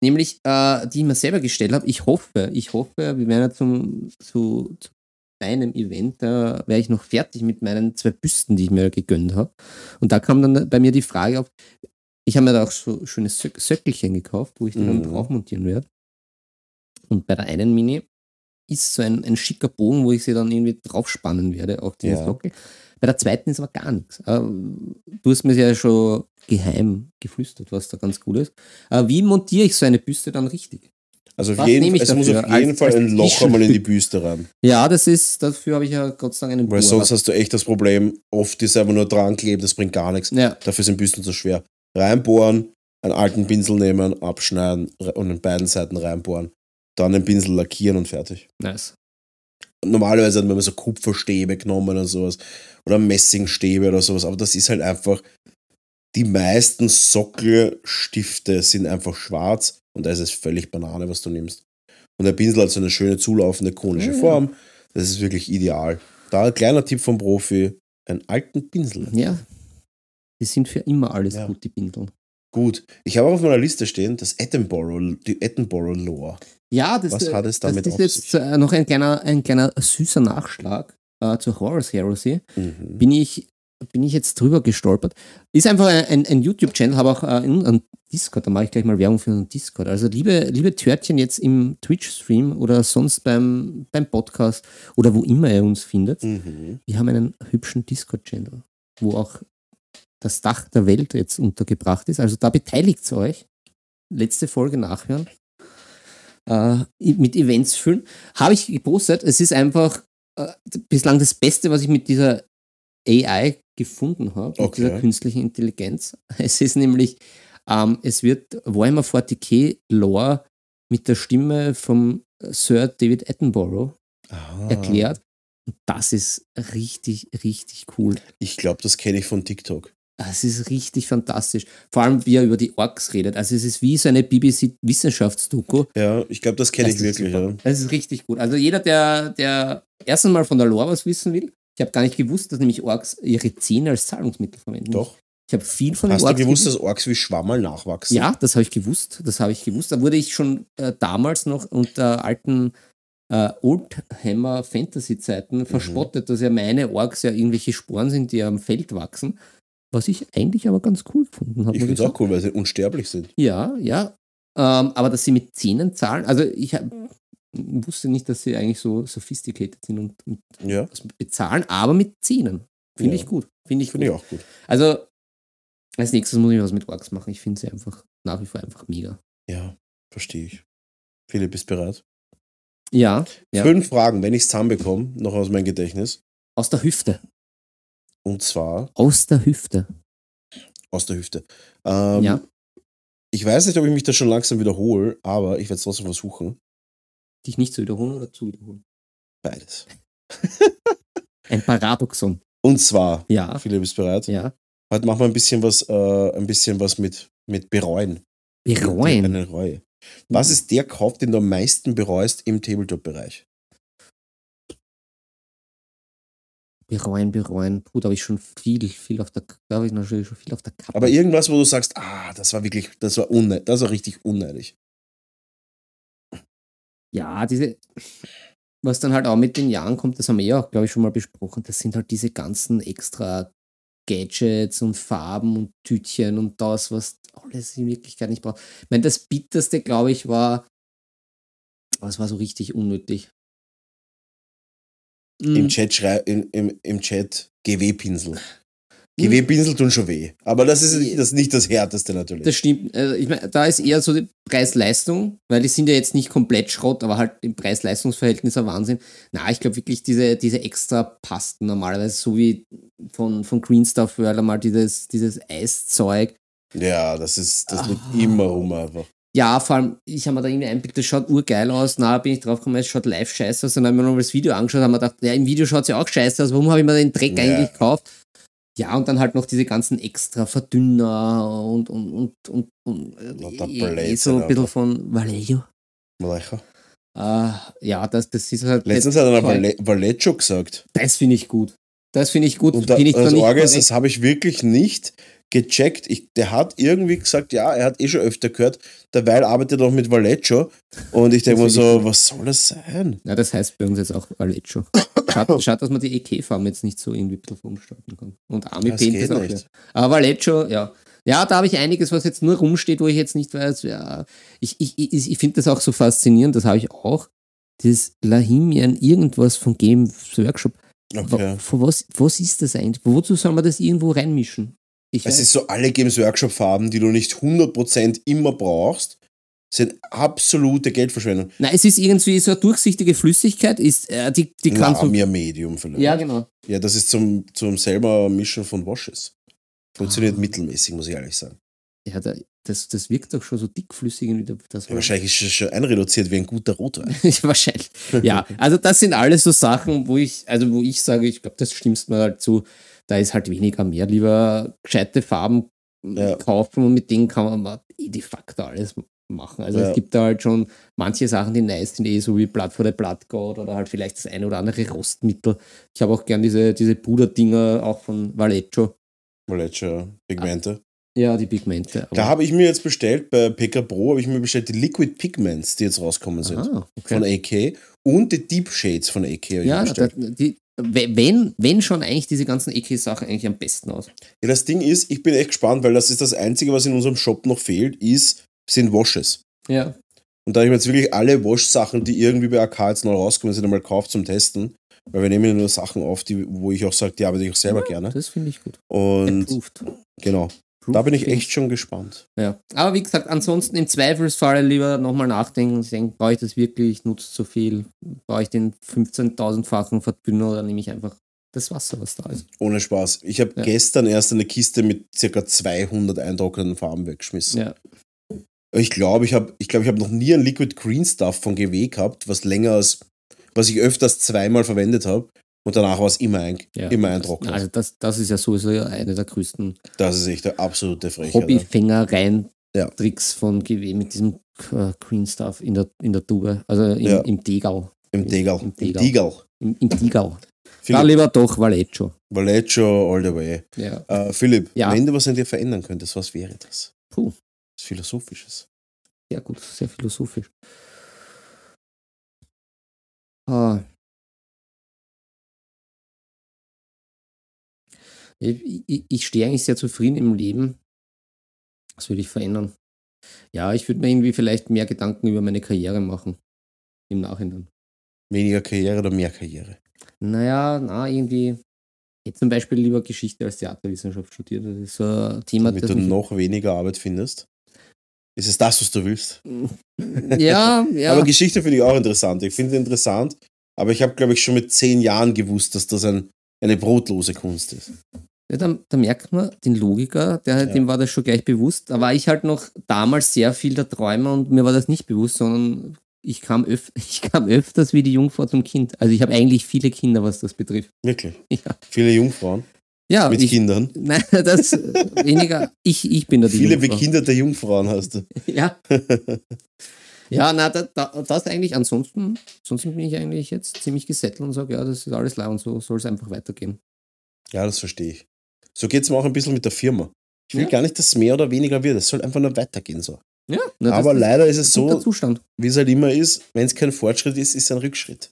Speaker 2: Nämlich, äh, die ich mir selber gestellt habe, ich hoffe, ich hoffe, wir werden ja zum, zu, zu meinem Event, da wäre ich noch fertig mit meinen zwei Büsten, die ich mir gegönnt habe. Und da kam dann bei mir die Frage auf, ich habe mir da auch so schöne Sö- Söckelchen gekauft, wo ich die dann
Speaker 1: Mhm.
Speaker 2: drauf montieren werde. Und bei der einen Mini ist so ein, ein schicker Bogen, wo ich sie dann irgendwie draufspannen werde auf diesen
Speaker 1: Ja.
Speaker 2: Sockel. Bei der zweiten ist aber gar nichts. Ähm, Du hast mir ja schon geheim geflüstert, was da ganz cool ist. Aber wie montiere ich so eine Büste dann richtig?
Speaker 1: Also auf
Speaker 2: Was
Speaker 1: jeden,
Speaker 2: nehme ich
Speaker 1: es muss
Speaker 2: dafür?
Speaker 1: auf jeden
Speaker 2: Als-
Speaker 1: Fall
Speaker 2: als
Speaker 1: ein Loch
Speaker 2: Tischel?
Speaker 1: einmal in die Büste rein.
Speaker 2: Ja, das ist, dafür habe ich ja Gott sei Dank einen
Speaker 1: Weil
Speaker 2: Bohrer.
Speaker 1: sonst hast du echt das Problem, oft ist einfach nur dran kleben, das bringt gar nichts.
Speaker 2: ja,
Speaker 1: Dafür sind Büsten zu schwer. Reinbohren, einen alten Pinsel nehmen, abschneiden re- und an beiden Seiten reinbohren. Dann den Pinsel lackieren und fertig.
Speaker 2: nice.
Speaker 1: Und normalerweise hat man immer so Kupferstäbe genommen oder sowas. Oder Messingstäbe oder sowas. Aber das ist halt einfach. Die meisten Sockelstifte sind einfach schwarz und da ist es völlig Banane, was du nimmst. Und der Pinsel hat so eine schöne zulaufende konische
Speaker 2: Ah, Ja, ja.
Speaker 1: Form. Das ist wirklich ideal. Da ein kleiner Tipp vom Profi: einen alten Pinsel.
Speaker 2: Ja. Die sind für immer alles
Speaker 1: Ja.
Speaker 2: gut, die Pindeln.
Speaker 1: Gut, ich habe auf meiner Liste stehen das Edinburgh, die Edinburgh Lore.
Speaker 2: Ja, das,
Speaker 1: Was
Speaker 2: äh,
Speaker 1: hat es damit
Speaker 2: das
Speaker 1: auf
Speaker 2: ist jetzt
Speaker 1: sich?
Speaker 2: äh, noch ein kleiner, ein kleiner süßer Nachschlag äh, zur Horus Heresy.
Speaker 1: Mhm.
Speaker 2: bin ich, bin ich jetzt drüber gestolpert. Ist einfach ein, ein, ein YouTube-Channel, habe auch äh, einen einen Discord, da mache ich gleich mal Werbung für einen Discord. Also liebe, liebe Törtchen jetzt im Twitch-Stream oder sonst beim, beim Podcast oder wo immer ihr uns findet,
Speaker 1: Mhm.
Speaker 2: wir haben einen hübschen Discord-Channel, wo auch das Dach der Welt jetzt untergebracht ist. Also da beteiligt euch. Letzte Folge nachhören. Äh, mit Events füllen. Habe ich gepostet. Es ist einfach äh, bislang das Beste, was ich mit dieser AI gefunden habe, mit
Speaker 1: Okay.
Speaker 2: dieser künstlichen Intelligenz. Es ist nämlich, ähm, es wird Warhammer 40k Lore mit der Stimme vom Sir David Attenborough
Speaker 1: Ah,
Speaker 2: erklärt. Und das ist richtig, richtig cool.
Speaker 1: Ich glaube, das kenne ich von TikTok.
Speaker 2: Es ist richtig fantastisch. Vor allem, wie er über die Orks redet. Also es ist wie so eine BBC-Wissenschaftsdoku.
Speaker 1: Ja, ich glaube, das kenne
Speaker 2: Das
Speaker 1: ich
Speaker 2: ist
Speaker 1: wirklich. Ja.
Speaker 2: Das ist richtig gut. Also jeder, der, der erstens mal von der Lore was wissen will, ich habe gar nicht gewusst, dass nämlich Orks ihre Zähne als Zahlungsmittel verwenden.
Speaker 1: Doch.
Speaker 2: Ich habe viel von den
Speaker 1: Hast du
Speaker 2: Orks
Speaker 1: gewusst,
Speaker 2: gewusst.
Speaker 1: dass Orks wie Schwammerl nachwachsen?
Speaker 2: Ja, das habe ich gewusst. Das habe ich gewusst. Da wurde ich schon äh, damals noch unter alten äh, Oldhammer
Speaker 1: Mhm.
Speaker 2: Fantasy-Zeiten verspottet, dass ja meine Orks ja irgendwelche Sporen sind, die am Feld wachsen. Was ich eigentlich aber ganz cool gefunden habe.
Speaker 1: Ich
Speaker 2: muss
Speaker 1: finde es
Speaker 2: sagen.
Speaker 1: auch cool, weil sie unsterblich sind.
Speaker 2: Ja, ja. Ähm, aber dass sie mit Zähnen zahlen, also ich hab, wusste nicht, dass sie eigentlich so sophisticated sind und, und
Speaker 1: Ja,
Speaker 2: was bezahlen, aber mit Zähnen. Finde
Speaker 1: Ja.
Speaker 2: ich gut. Finde ich,
Speaker 1: finde ich
Speaker 2: gut.
Speaker 1: auch gut.
Speaker 2: Also, als nächstes muss ich was mit Orks machen. Ich finde sie einfach nach wie vor einfach mega.
Speaker 1: Ja, verstehe ich. Philipp, bist bereit?
Speaker 2: Ja, Ja.
Speaker 1: Fünf Fragen, wenn ich es zusammenbekomme, noch aus meinem Gedächtnis.
Speaker 2: aus der Hüfte.
Speaker 1: Und zwar
Speaker 2: Aus der Hüfte.
Speaker 1: aus der Hüfte. Ähm,
Speaker 2: Ja.
Speaker 1: Ich weiß nicht, ob ich mich da schon langsam wiederhole, aber ich werde es trotzdem versuchen.
Speaker 2: Dich nicht zu wiederholen oder zu wiederholen.
Speaker 1: Beides.
Speaker 2: Ein Paradoxon.
Speaker 1: Und zwar,
Speaker 2: Ja,
Speaker 1: Philipp ist bereit.
Speaker 2: ja.
Speaker 1: Heute machen wir ein bisschen was, äh, ein bisschen was mit, mit bereuen.
Speaker 2: Bereuen.
Speaker 1: Eine Reue. Was ist der Kauf, den du am meisten bereust im Tabletop-Bereich?
Speaker 2: Bereuen, bereuen. Puh, da habe ich schon viel, viel auf der, da habe ich natürlich schon viel auf der Kappe.
Speaker 1: Aber irgendwas, wo du sagst, ah, das war wirklich, das war unneidig, das war richtig unneidig.
Speaker 2: Ja, diese, was dann halt auch mit den Jahren kommt, das haben wir ja auch, glaube ich, schon mal besprochen, das sind halt diese ganzen extra Gadgets und Farben und Tütchen und das, was alles in Wirklichkeit nicht braucht. Ich meine, das Bitterste, glaube ich, war, was war so richtig unnötig?
Speaker 1: Im
Speaker 2: Mm,
Speaker 1: Chat schrei im, im, im Chat GW-Pinsel. GW-Pinsel tun schon weh. Aber das ist nicht das, nicht das Härteste natürlich.
Speaker 2: Das stimmt. Also ich meine, da ist eher so die Preis-Leistung, weil die sind ja jetzt nicht komplett Schrott, aber halt im Preis-Leistungs-Verhältnis ein Wahnsinn. Na, ich glaube wirklich, diese, diese extra Pasten normalerweise, so wie von, von Green Star World einmal dieses, dieses Eiszeug.
Speaker 1: ja, das ist, das liegt
Speaker 2: Ah.
Speaker 1: immer rum einfach.
Speaker 2: Ja, vor allem, ich habe mir da irgendwie ein Bild, das schaut urgeil aus. Na, bin ich drauf gekommen, es schaut live scheiße aus. Dann habe ich mir noch das Video angeschaut, habe mir gedacht, ja, im Video schaut es ja auch scheiße aus. Warum habe ich mir den Dreck
Speaker 1: Ja.
Speaker 2: eigentlich gekauft? Ja, und dann halt noch diese ganzen extra Verdünner und, und, und, und, und
Speaker 1: Lauter
Speaker 2: eh, eh,
Speaker 1: Blödsinn
Speaker 2: so ein bisschen
Speaker 1: einfach.
Speaker 2: von Valerio.
Speaker 1: Mal reicher.
Speaker 2: Äh, ja, das, das ist halt.
Speaker 1: Letztens
Speaker 2: das,
Speaker 1: hat einer Valle- Vallejo gesagt.
Speaker 2: Das finde ich gut. Das finde ich gut.
Speaker 1: Und da,
Speaker 2: bin ich zwar
Speaker 1: das
Speaker 2: nicht
Speaker 1: Orga ist,
Speaker 2: korrekt-
Speaker 1: das habe ich wirklich nicht gecheckt. Ich, der hat irgendwie gesagt, ja, er hat eh schon öfter gehört, derweil arbeitet er noch mit Vallejo. Und ich denke mir
Speaker 2: Das will
Speaker 1: so, was soll das sein?
Speaker 2: Ja, das heißt bei uns jetzt auch Vallejo. Schade, schade, dass man die EK-Farm jetzt nicht so irgendwie ein bisschen umstarten kann. Und Army
Speaker 1: Das
Speaker 2: Paint
Speaker 1: geht
Speaker 2: ist auch
Speaker 1: nicht.
Speaker 2: Ja. Aber Vallejo, ja. Ja, da habe ich einiges, was jetzt nur rumsteht, wo ich jetzt nicht weiß. Ja. Ich, ich, ich, ich finde das auch so faszinierend, das habe ich auch. Das Lahimian irgendwas von Game Workshop.
Speaker 1: Okay.
Speaker 2: Wa- Von was, was ist das eigentlich? Wozu soll man das irgendwo reinmischen? Ich
Speaker 1: Es
Speaker 2: weiß-
Speaker 1: ist so, alle Games Workshop-Farben, die du nicht 100% immer brauchst, sind absolute Geldverschwendung.
Speaker 2: Nein, es ist irgendwie so eine durchsichtige Flüssigkeit, ist, äh, die, die kann
Speaker 1: Na,
Speaker 2: so.
Speaker 1: mir Medium vielleicht.
Speaker 2: Ja, genau.
Speaker 1: Ja, das ist zum, zum selber Mischen von Washes. Funktioniert
Speaker 2: Ah.
Speaker 1: mittelmäßig, muss ich ehrlich sagen.
Speaker 2: Ja, da, das, das wirkt doch schon so dickflüssig. irgendwie, Das
Speaker 1: Ja, wahrscheinlich ist es schon einreduziert wie ein guter Rotwein.
Speaker 2: wahrscheinlich. Ja, also das sind alles so Sachen, wo ich, also wo ich sage, ich glaube, das stimmst mir halt zu. Da ist halt weniger mehr, lieber gescheite Farben
Speaker 1: Ja.
Speaker 2: kaufen und mit denen kann man mal eh de facto alles machen. Also
Speaker 1: Ja.
Speaker 2: es gibt da halt schon manche Sachen, die nice sind, eh so wie Blood for the Blood God oder halt vielleicht das eine oder andere Rostmittel. Ich habe auch gern diese, diese Puderdinger auch von Vallejo.
Speaker 1: Vallejo, Pigmente.
Speaker 2: Ja, die Pigmente. aber-
Speaker 1: Da habe ich mir jetzt bestellt, bei PK Pro habe ich mir bestellt die Liquid Pigments, die jetzt rauskommen sind.
Speaker 2: Ah, okay.
Speaker 1: Von AK und die Deep Shades von AK habe ich mir
Speaker 2: Ja, da,
Speaker 1: bestellt.
Speaker 2: die, we- wenn, wenn schon eigentlich diese ganzen EK-Sachen eigentlich am besten aus.
Speaker 1: ja, das Ding ist, ich bin echt gespannt, weil das ist das Einzige, was in unserem Shop noch fehlt, ist, sind Washes.
Speaker 2: Ja.
Speaker 1: Und da habe ich mir jetzt wirklich alle Wash-Sachen, die irgendwie bei AK jetzt neu rauskommen sind, einmal gekauft zum Testen. Weil wir nehmen ja nur Sachen auf, die, wo ich auch sage, die arbeite ich auch selber gerne.
Speaker 2: Das finde ich gut.
Speaker 1: ne? Und
Speaker 2: Approved.
Speaker 1: genau, da
Speaker 2: Approved
Speaker 1: bin ich
Speaker 2: finde
Speaker 1: echt schon gespannt.
Speaker 2: Ja. Aber wie gesagt, ansonsten im Zweifelsfall lieber nochmal nachdenken und denken, brauche ich das wirklich, nutzt so viel, brauche ich den 15.000-fachen Verdünner oder nehme ich einfach das Wasser, was da ist.
Speaker 1: Ohne Spaß. Ich habe
Speaker 2: Ja.
Speaker 1: gestern erst eine Kiste mit circa 200 eintrocknenden Farben weggeschmissen.
Speaker 2: Ja.
Speaker 1: Ich glaube, ich habe ich glaub, ich hab noch nie ein Liquid Green Stuff von GW gehabt, was länger als, was ich öfters zweimal verwendet habe. Und danach war es immer, ein,
Speaker 2: ja.
Speaker 1: immer eintrocknet.
Speaker 2: Also das, das ist ja sowieso ja eine der größten
Speaker 1: das ist echt der absolute Frechheit. ja.
Speaker 2: Hobbyfängereien.
Speaker 1: Ja.
Speaker 2: Tricks von GW mit diesem äh, Green Stuff in der, in der Tube, also im,
Speaker 1: Ja.
Speaker 2: im Degau.
Speaker 1: Im Degal.
Speaker 2: Im
Speaker 1: Im
Speaker 2: Degal.
Speaker 1: Degal.
Speaker 2: Im, im Degau. Da
Speaker 1: Philipp,
Speaker 2: lieber doch Vallejo.
Speaker 1: Vallejo all the way.
Speaker 2: Ja.
Speaker 1: Äh, Philipp,
Speaker 2: Ja.
Speaker 1: wenn du was an dir verändern könntest, was wäre das?
Speaker 2: Puh.
Speaker 1: Was Philosophisches.
Speaker 2: Sehr gut, sehr philosophisch. Ah. Ich, ich, ich stehe eigentlich sehr zufrieden im Leben. Was würde ich verändern? Ja, ich würde mir irgendwie vielleicht mehr Gedanken über meine Karriere machen. Im Nachhinein.
Speaker 1: Weniger Karriere oder mehr Karriere?
Speaker 2: Naja, na, irgendwie. Ich hätte zum Beispiel lieber Geschichte als Theaterwissenschaft studiert. Das ist so ein Thema,
Speaker 1: Damit
Speaker 2: das
Speaker 1: du
Speaker 2: mich-
Speaker 1: noch weniger Arbeit findest? Ist es das, was du willst?
Speaker 2: Ja, ja.
Speaker 1: Aber Geschichte finde ich auch interessant. Ich finde sie interessant, aber ich habe, glaube ich, schon mit zehn Jahren gewusst, dass das ein, eine brotlose Kunst ist.
Speaker 2: Ja, da, da merkt man den Logiker, der, halt,
Speaker 1: Ja.
Speaker 2: dem war das schon gleich bewusst. Da war ich halt noch damals sehr viel der Träumer und mir war das nicht bewusst, sondern ich kam, öf ich kam öfters wie die Jungfrau zum Kind. Also ich habe eigentlich viele Kinder, was das betrifft.
Speaker 1: Wirklich.
Speaker 2: Ja,
Speaker 1: Viele Jungfrauen
Speaker 2: ja
Speaker 1: mit
Speaker 2: ich,
Speaker 1: Kindern.
Speaker 2: nein, das äh, weniger. Ich, ich bin da die
Speaker 1: Viele
Speaker 2: Jungfrau.
Speaker 1: bekinderte Jungfrauen hast du.
Speaker 2: Ja. Ja, na, da, da, das eigentlich. Ansonsten, ansonsten bin ich eigentlich jetzt ziemlich gesettelt und sage, ja, das ist alles klar und so soll es einfach weitergehen.
Speaker 1: Ja, das verstehe ich. So geht es mir auch ein bisschen mit der Firma. Ich will
Speaker 2: Ja.
Speaker 1: gar nicht, dass es mehr oder weniger wird. Es soll einfach nur weitergehen so.
Speaker 2: Ja, na, das
Speaker 1: aber
Speaker 2: ist
Speaker 1: leider ist es
Speaker 2: ein guter
Speaker 1: so,
Speaker 2: Zustand.
Speaker 1: wie es halt immer ist, wenn es kein Fortschritt ist, ist es ein Rückschritt.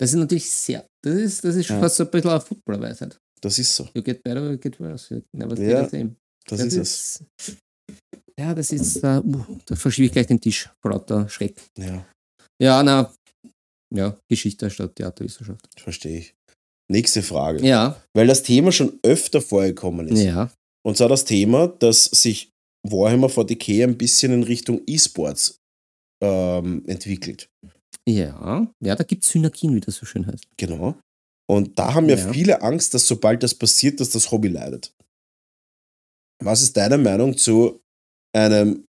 Speaker 2: Das ist natürlich sehr, das ist, das ist schon
Speaker 1: Ja.
Speaker 2: fast so ein bisschen eine Footballerweisheit.
Speaker 1: Das ist so.
Speaker 2: You get better, you get worse, you never stay
Speaker 1: Ja,
Speaker 2: the same.
Speaker 1: Das, ist es.
Speaker 2: ist- Ja, das ist, äh, uh, da verschiebe ich gleich den Tisch vor lauter Schreck.
Speaker 1: Ja,
Speaker 2: Ja, na, ja, Geschichte statt Theaterwissenschaft.
Speaker 1: verstehe ich. Nächste Frage.
Speaker 2: Ja,
Speaker 1: Weil das Thema schon öfter vorgekommen ist.
Speaker 2: ja,
Speaker 1: Und zwar das Thema, dass sich Warhammer 40k ein bisschen in Richtung E-Sports ähm, entwickelt.
Speaker 2: ja, ja, da gibt es Synergien, wie das so schön heißt.
Speaker 1: Genau. Und da haben ja,
Speaker 2: Ja.
Speaker 1: viele Angst, dass sobald das passiert, dass das Hobby leidet. Was ist deine Meinung zu einem,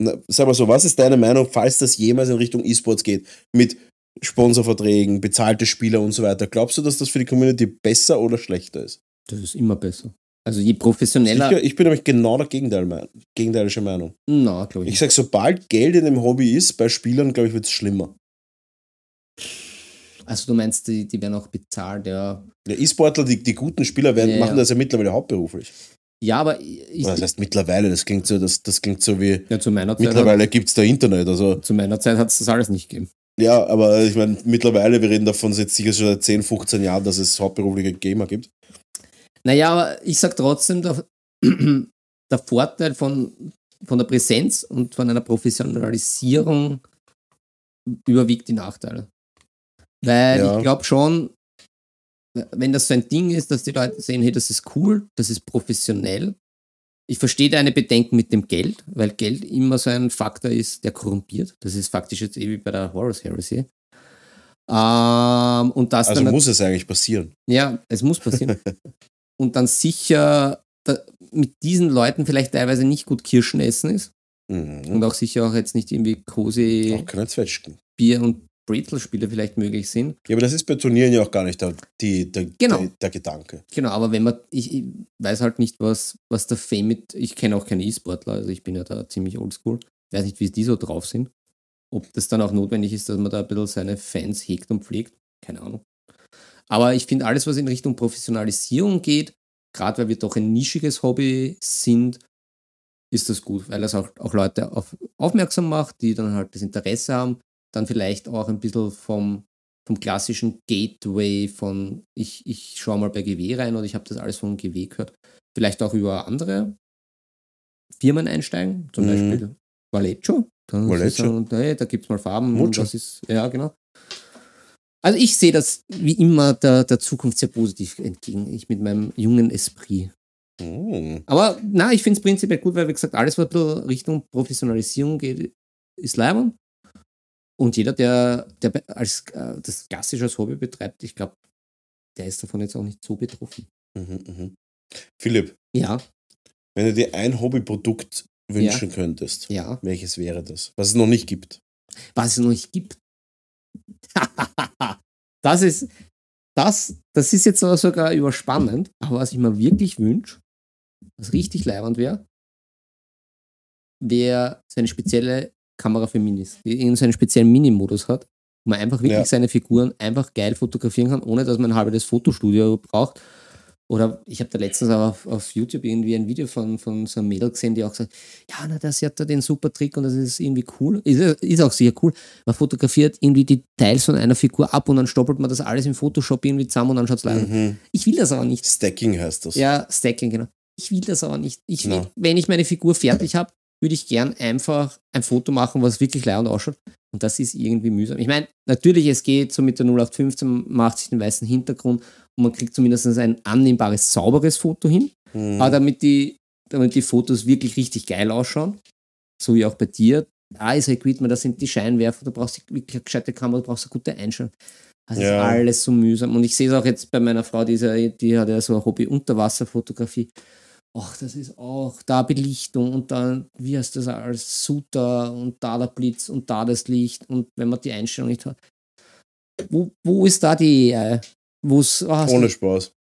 Speaker 1: na, sag mal so, was ist deine Meinung, falls das jemals in Richtung E-Sports geht, mit Sponsorverträgen, bezahlte Spieler und so weiter? Glaubst du, dass das für die Community besser oder schlechter ist?
Speaker 2: Das ist immer besser. Also je professioneller.
Speaker 1: Sicher, ich bin nämlich genau der Gegenteil, mein- gegenteilische Meinung.
Speaker 2: Na, glaube ich.
Speaker 1: Ich
Speaker 2: nicht.
Speaker 1: sag, sobald Geld in dem Hobby ist, bei Spielern, glaube ich, wird es schlimmer.
Speaker 2: Also du meinst, die, die werden auch bezahlt, ja.
Speaker 1: Der E-Sportler, die, die guten Spieler werden,
Speaker 2: Ja,
Speaker 1: machen
Speaker 2: ja.
Speaker 1: das ja mittlerweile hauptberuflich.
Speaker 2: Ja, aber ich,
Speaker 1: Oder das heißt mittlerweile, das klingt so, das, das klingt so wie
Speaker 2: ja, zu meiner Zeit. Hat,
Speaker 1: mittlerweile gibt es da Internet. Also
Speaker 2: zu meiner Zeit hat es das alles nicht gegeben.
Speaker 1: ja, aber ich meine, mittlerweile, wir reden davon jetzt sicher schon seit 10, 15 Jahren, dass es hauptberufliche Gamer gibt.
Speaker 2: Naja, aber ich sag trotzdem, der, der Vorteil von, von der Präsenz und von einer Professionalisierung überwiegt die Nachteile. Weil
Speaker 1: Ja.
Speaker 2: ich glaube schon, wenn das so ein Ding ist, dass die Leute sehen, hey, das ist cool, das ist professionell. Ich verstehe deine Bedenken mit dem Geld, weil Geld immer so ein Faktor ist, der korrumpiert. Das ist faktisch jetzt eh wie bei der Horus Heresy. Ähm, und das
Speaker 1: Also
Speaker 2: dann
Speaker 1: muss es eigentlich passieren.
Speaker 2: ja, es muss passieren. und dann sicher da, mit diesen Leuten vielleicht teilweise nicht gut Kirschen essen ist
Speaker 1: Mhm.
Speaker 2: und auch sicher auch jetzt nicht irgendwie Cosi,
Speaker 1: Auch keine Zwetschgen.
Speaker 2: Bier und Brezelspiele vielleicht möglich sind.
Speaker 1: Ja, aber das ist bei Turnieren ja auch gar nicht der, die, der,
Speaker 2: Genau.
Speaker 1: der, der Gedanke.
Speaker 2: Genau, aber wenn man, ich, ich weiß halt nicht, was, was der Fame mit, ich kenne auch keine E-Sportler, also ich bin ja da ziemlich oldschool, weiß nicht, wie die so drauf sind. Ob das dann auch notwendig ist, dass man da ein bisschen seine Fans hegt und pflegt, keine Ahnung. Aber ich finde, alles, was in Richtung Professionalisierung geht, gerade weil wir doch ein nischiges Hobby sind, ist das gut, weil das auch, auch Leute auf, aufmerksam macht, die dann halt das Interesse haben, dann vielleicht auch ein bisschen vom, vom klassischen Gateway von ich, ich schaue mal bei GW rein oder ich habe das alles von GW gehört, vielleicht auch über andere Firmen einsteigen, zum
Speaker 1: Mhm.
Speaker 2: Beispiel Valecho. Dann
Speaker 1: Valecho.
Speaker 2: sie sagen, hey, da gibt es mal Farben,
Speaker 1: Mucho.
Speaker 2: das ist, ja genau. Also ich sehe das wie immer der, der Zukunft sehr positiv entgegen, ich mit meinem jungen Esprit.
Speaker 1: Mhm.
Speaker 2: Aber na, ich finde es prinzipiell gut, weil wie gesagt, alles, was ein bisschen Richtung Professionalisierung geht, ist leibend. Und jeder, der, der be- als, äh, das klassisch als Hobby betreibt, ich glaube, der ist davon jetzt auch nicht so betroffen.
Speaker 1: Mhm, mhm. Philipp,
Speaker 2: Ja,
Speaker 1: wenn du dir ein Hobbyprodukt wünschen könntest,
Speaker 2: ja.
Speaker 1: welches wäre das? Was es noch nicht gibt.
Speaker 2: Was es noch nicht gibt. das ist, das, das ist jetzt aber sogar überspannend, aber was ich mir wirklich wünsche, was richtig leibend wäre, wäre so eine spezielle Kamera für Minis, die irgendeinen so einen speziellen Mini-Modus hat, wo man einfach wirklich
Speaker 1: Ja.
Speaker 2: seine Figuren einfach geil fotografieren kann, ohne dass man ein halbes Fotostudio braucht. Oder ich habe da letztens auch auf, auf YouTube irgendwie ein Video von, von so einem Mädel gesehen, die auch sagt, ja, na, das hat da den super Trick und das ist irgendwie cool. Ist, ist auch sicher cool. Man fotografiert irgendwie Details von einer Figur ab und dann stoppelt man das alles im Photoshop irgendwie zusammen und dann schaut's leider.
Speaker 1: Mhm.
Speaker 2: Ich will das aber nicht.
Speaker 1: Stacking heißt das.
Speaker 2: Ja, Stacking, genau. Ich will das aber nicht. Ich will,
Speaker 1: Na.
Speaker 2: Wenn ich meine Figur fertig habe, würde ich gern einfach ein Foto machen, was wirklich leer und ausschaut. Und das ist irgendwie mühsam. Ich meine, natürlich, es geht so mit der 0815, man macht sich den weißen Hintergrund und man kriegt zumindest ein annehmbares, sauberes Foto hin.
Speaker 1: Mhm.
Speaker 2: Aber damit die, damit die Fotos wirklich richtig geil ausschauen, so wie auch bei dir, da ist Equipment, da sind die Scheinwerfer, da brauchst du wirklich eine gescheite Kamera, da brauchst du eine gute Einstellung. Das ist
Speaker 1: Ja.
Speaker 2: alles so mühsam. Und ich sehe es auch jetzt bei meiner Frau, die, ist ja, die hat ja so ein Hobby Unterwasserfotografie. Ach, das ist auch da Belichtung und dann, wie heißt das alles, Suter und da der Blitz und da das Licht und wenn man die Einstellung nicht hat. Wo, wo ist da die AI? Wo's, oh, hast du-
Speaker 1: Ohne Spaß.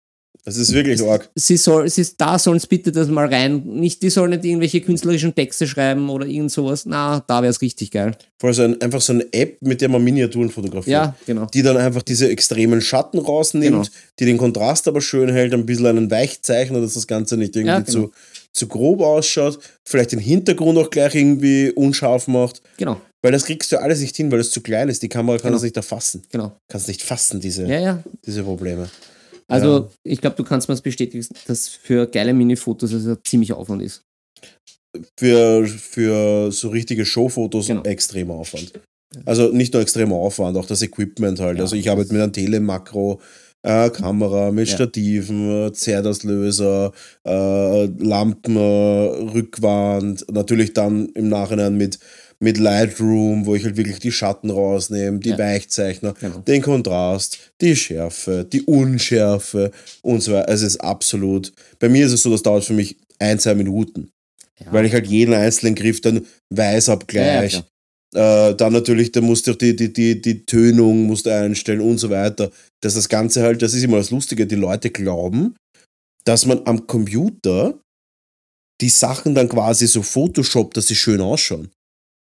Speaker 1: Das ist wirklich arg.
Speaker 2: sie soll, sie, da sollen sie bitte das mal rein. Nicht, die sollen nicht irgendwelche künstlerischen Texte schreiben oder irgend sowas. Na, da wäre es richtig geil.
Speaker 1: Vor allem so ein, einfach so eine App, mit der man Miniaturen fotografiert.
Speaker 2: Ja, genau.
Speaker 1: Die dann einfach diese extremen Schatten rausnimmt, die den Kontrast aber schön hält, ein bisschen einen Weichzeichner, dass das Ganze nicht irgendwie
Speaker 2: Ja, genau.
Speaker 1: zu, zu grob ausschaut, vielleicht den Hintergrund auch gleich irgendwie unscharf macht.
Speaker 2: Genau,
Speaker 1: Weil das kriegst du alles nicht hin, weil es zu klein ist. Die Kamera kann
Speaker 2: Genau.
Speaker 1: das nicht erfassen.
Speaker 2: genau.
Speaker 1: Kannst nicht fassen, diese,
Speaker 2: Ja, ja.
Speaker 1: diese Probleme.
Speaker 2: Also,
Speaker 1: Ja.
Speaker 2: ich glaube, du kannst mir das bestätigen, dass für geile Mini-Fotos das ein ziemlicher Aufwand ist.
Speaker 1: Für, für so richtige Showfotos
Speaker 2: Genau.
Speaker 1: extremer Aufwand. Also nicht nur extremer Aufwand, auch das Equipment halt.
Speaker 2: Ja,
Speaker 1: also ich
Speaker 2: das-
Speaker 1: arbeite mit einem Telemakro. äh, Kamera mit
Speaker 2: Ja.
Speaker 1: Stativen, äh, Zerdaslöser, äh, Lampen, äh, Rückwand, natürlich dann im Nachhinein mit, mit Lightroom, wo ich halt wirklich die Schatten rausnehme, die
Speaker 2: Ja.
Speaker 1: Weichzeichner,
Speaker 2: Genau.
Speaker 1: den Kontrast, die Schärfe, die Unschärfe und so weiter. Es ist absolut, bei mir ist es so, das dauert für mich ein, zwei Minuten,
Speaker 2: Ja.
Speaker 1: weil ich halt jeden einzelnen Griff dann weiß abgleich.
Speaker 2: Ja, ja,
Speaker 1: äh, dann natürlich, da musst du auch die, die, die, die Tönung musst du einstellen und so weiter. Dass das Ganze halt, das ist immer das Lustige, die Leute glauben, dass man am Computer die Sachen dann quasi so Photoshop, dass sie schön ausschauen.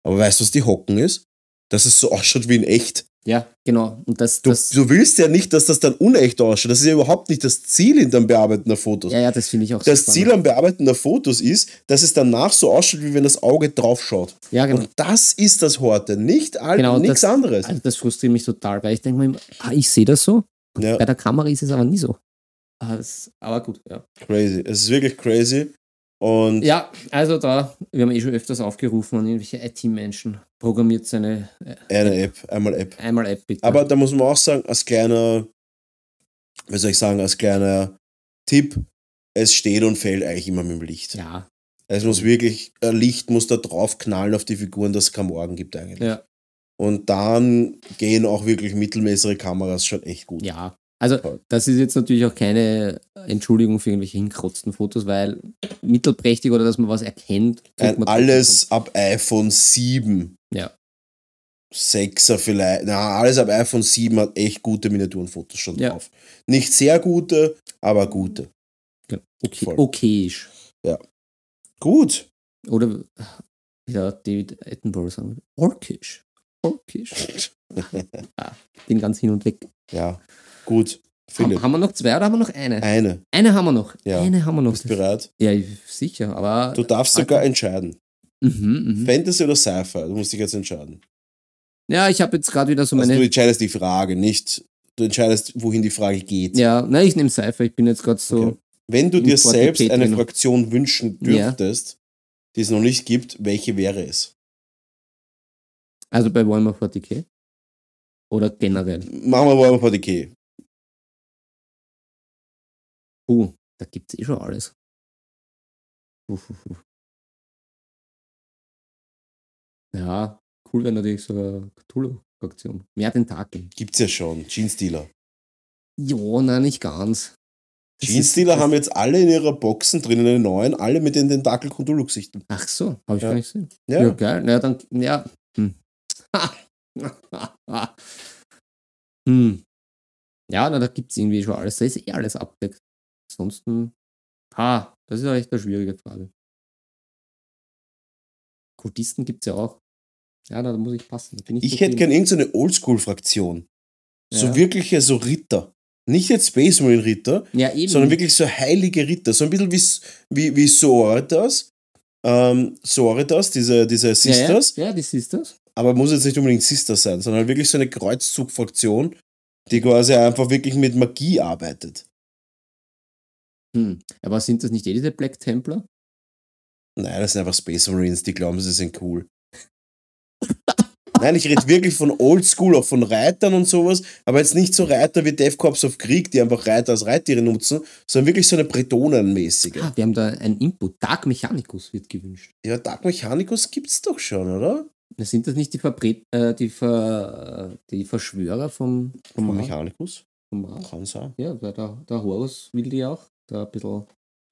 Speaker 1: Aber weißt du, was die Hocken ist? Dass es so ausschaut wie in echt.
Speaker 2: Ja, genau. Und das,
Speaker 1: Du,
Speaker 2: das
Speaker 1: du willst ja nicht, dass das dann unecht ausschaut. Das ist ja überhaupt nicht das Ziel in dem Bearbeiten der Fotos.
Speaker 2: ja, ja, das finde ich auch
Speaker 1: das
Speaker 2: so
Speaker 1: Ziel am Bearbeiten der Fotos ist, dass es danach so ausschaut, wie wenn das Auge drauf schaut.
Speaker 2: Ja, genau.
Speaker 1: Und das ist das Horte, nicht alt,
Speaker 2: Genau,
Speaker 1: nichts
Speaker 2: das-
Speaker 1: anderes.
Speaker 2: Also das frustriert mich total, weil ich denke mir, immer, ah, ich sehe das so.
Speaker 1: Ja,
Speaker 2: Bei der Kamera ist es aber nie so. Ah, das- Aber gut, ja.
Speaker 1: crazy. Es ist wirklich crazy. Und
Speaker 2: Ja, also da, wir haben eh schon öfters aufgerufen an irgendwelche IT-Menschen. Programmiert seine äh,
Speaker 1: eine App, einmal App.
Speaker 2: einmal App bitte.
Speaker 1: Aber da muss man auch sagen, als kleiner, wie soll ich sagen, als kleiner Tipp, es steht und fällt eigentlich immer mit dem Licht.
Speaker 2: ja,
Speaker 1: Es muss wirklich, äh, Licht muss da drauf knallen auf die Figuren, dass es kein Morgen gibt eigentlich.
Speaker 2: ja,
Speaker 1: Und dann gehen auch wirklich mittelmäßige Kameras schon echt gut.
Speaker 2: ja. Also
Speaker 1: Voll.
Speaker 2: das ist jetzt natürlich auch keine Entschuldigung für irgendwelche hinkrotzten Fotos, weil mittelprächtig oder dass man was erkennt. kriegt
Speaker 1: Ein
Speaker 2: man
Speaker 1: Äh, alles ab iPhone 7.
Speaker 2: Ja.
Speaker 1: 6er vielleicht. Na, alles ab iPhone 7 hat echt gute Miniaturenfotos schon
Speaker 2: Ja.
Speaker 1: drauf. Nicht sehr gute, aber gute.
Speaker 2: trotzdem
Speaker 1: voll.
Speaker 2: okay, okayisch.
Speaker 1: Gut.
Speaker 2: Oder wie der David Attenborough sagen würde, orkisch. Orkisch. ah, bin ganz hin und weg.
Speaker 1: Ja, gut.
Speaker 2: Haben,
Speaker 1: Philipp,
Speaker 2: haben wir noch zwei oder haben wir noch eine?
Speaker 1: eine.
Speaker 2: Eine haben wir noch.
Speaker 1: Ja.
Speaker 2: Eine haben wir noch.
Speaker 1: Bist du bereit?
Speaker 2: Ja, ich- sicher, aber.
Speaker 1: Du darfst
Speaker 2: Alter.
Speaker 1: sogar entscheiden.
Speaker 2: Mhm, mhm.
Speaker 1: Fantasy oder Sci-Fi? Du musst dich jetzt entscheiden.
Speaker 2: Ja, ich habe jetzt gerade wieder so
Speaker 1: Also du
Speaker 2: meine.
Speaker 1: entscheidest die Frage, nicht. Du entscheidest, wohin die Frage geht.
Speaker 2: Ja, nein, ich nehme Seife. Ich bin jetzt gerade so.
Speaker 1: Okay. Wenn du
Speaker 2: Im
Speaker 1: dir
Speaker 2: Quartett
Speaker 1: selbst
Speaker 2: geht
Speaker 1: eine
Speaker 2: mir noch-
Speaker 1: Fraktion wünschen
Speaker 2: Ja.
Speaker 1: dürftest, die es noch nicht gibt, welche wäre es?
Speaker 2: Also bei Warhammer 40k. Oder generell.
Speaker 1: Machen wir Warhammer 40k.
Speaker 2: Oh, da gibt's eh schon alles. Puh, puh, puh. Ja, cool wäre natürlich so eine Cthulhu-Fraktion. Mehr Tentakel.
Speaker 1: Gibt's ja schon. Jeansdealer.
Speaker 2: Ja, nein, nicht ganz. Das
Speaker 1: Jeansdealer
Speaker 2: ist-
Speaker 1: haben jetzt alle in ihrer Boxen drin, in den neuen, alle mit den tentakel gesichten
Speaker 2: Ach so, habe ich
Speaker 1: Ja.
Speaker 2: gar nicht gesehen. Ja,
Speaker 1: Ja.
Speaker 2: ja geil. Na, dann, ja. Hm. hm. Ja, na, da gibt es irgendwie schon alles. Da ist eh alles abdeckt. Ansonsten, ha, das ist ja echt eine schwierige Frage. Kultisten gibt es ja auch. Ja, na, da muss ich passen. Da bin ich
Speaker 1: Ich
Speaker 2: so
Speaker 1: hätte
Speaker 2: viel.
Speaker 1: gern irgendeine Oldschool-Fraktion. So
Speaker 2: Ja.
Speaker 1: wirkliche, so Ritter. Nicht jetzt Space Marine Ritter,
Speaker 2: Ja, eben.
Speaker 1: sondern wirklich so heilige Ritter. So ein bisschen wie, S- wie, wie Soaritas. Ähm, Soaritas, diese, diese
Speaker 2: ja,
Speaker 1: Sisters.
Speaker 2: Ja, ja, die Sisters.
Speaker 1: aber muss jetzt nicht unbedingt Sister sein, sondern halt wirklich so eine Kreuzzugfraktion, die quasi einfach wirklich mit Magie arbeitet.
Speaker 2: Hm. Aber sind das nicht eh diese Black Templar?
Speaker 1: Nein, das sind einfach Space Marines, die glauben, sie sind cool. Nein, ich rede wirklich von Oldschool, auch von Reitern und sowas, aber jetzt nicht so Reiter wie Death Corps of Krieg, die einfach Reiter als Reittiere nutzen, sondern wirklich so eine Bretonenmäßige.
Speaker 2: Ah, wir haben da einen Input. Dark Mechanicus wird gewünscht.
Speaker 1: Ja, Dark Mechanicus gibt's doch schon, oder?
Speaker 2: Na, Sind das nicht die, Verbre äh, die, Ver äh, die Verschwörer vom,
Speaker 1: Von
Speaker 2: vom, Mars?
Speaker 1: Mechanicus?
Speaker 2: vom Mars?
Speaker 1: Kann sein.
Speaker 2: Ja, weil der, der Horus will die auch. Da ein bisschen.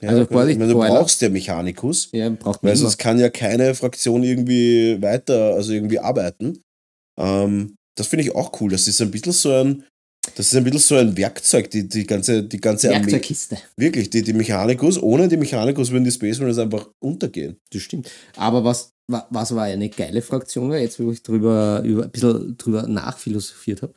Speaker 1: Ja,
Speaker 2: Also,
Speaker 1: also,
Speaker 2: Vorsicht,
Speaker 1: du
Speaker 2: Spoiler.
Speaker 1: brauchst ja Mechanicus.
Speaker 2: Ja, braucht man
Speaker 1: Weil
Speaker 2: immer.
Speaker 1: sonst kann ja keine Fraktion irgendwie weiter, also irgendwie arbeiten. Ähm, das finde ich auch cool. Das ist ein bisschen so ein, das ist ein bisschen so ein Werkzeug, die, die ganze, die ganze Armee.
Speaker 2: Werkzeugkiste.
Speaker 1: Wirklich, die, die Mechanicus, ohne die Mechanicus würden die Space Marines einfach untergehen.
Speaker 2: Das stimmt. Aber was, wa- was war eine geile Fraktion, war, jetzt wo ich drüber, über, ein bisschen drüber nachphilosophiert habe,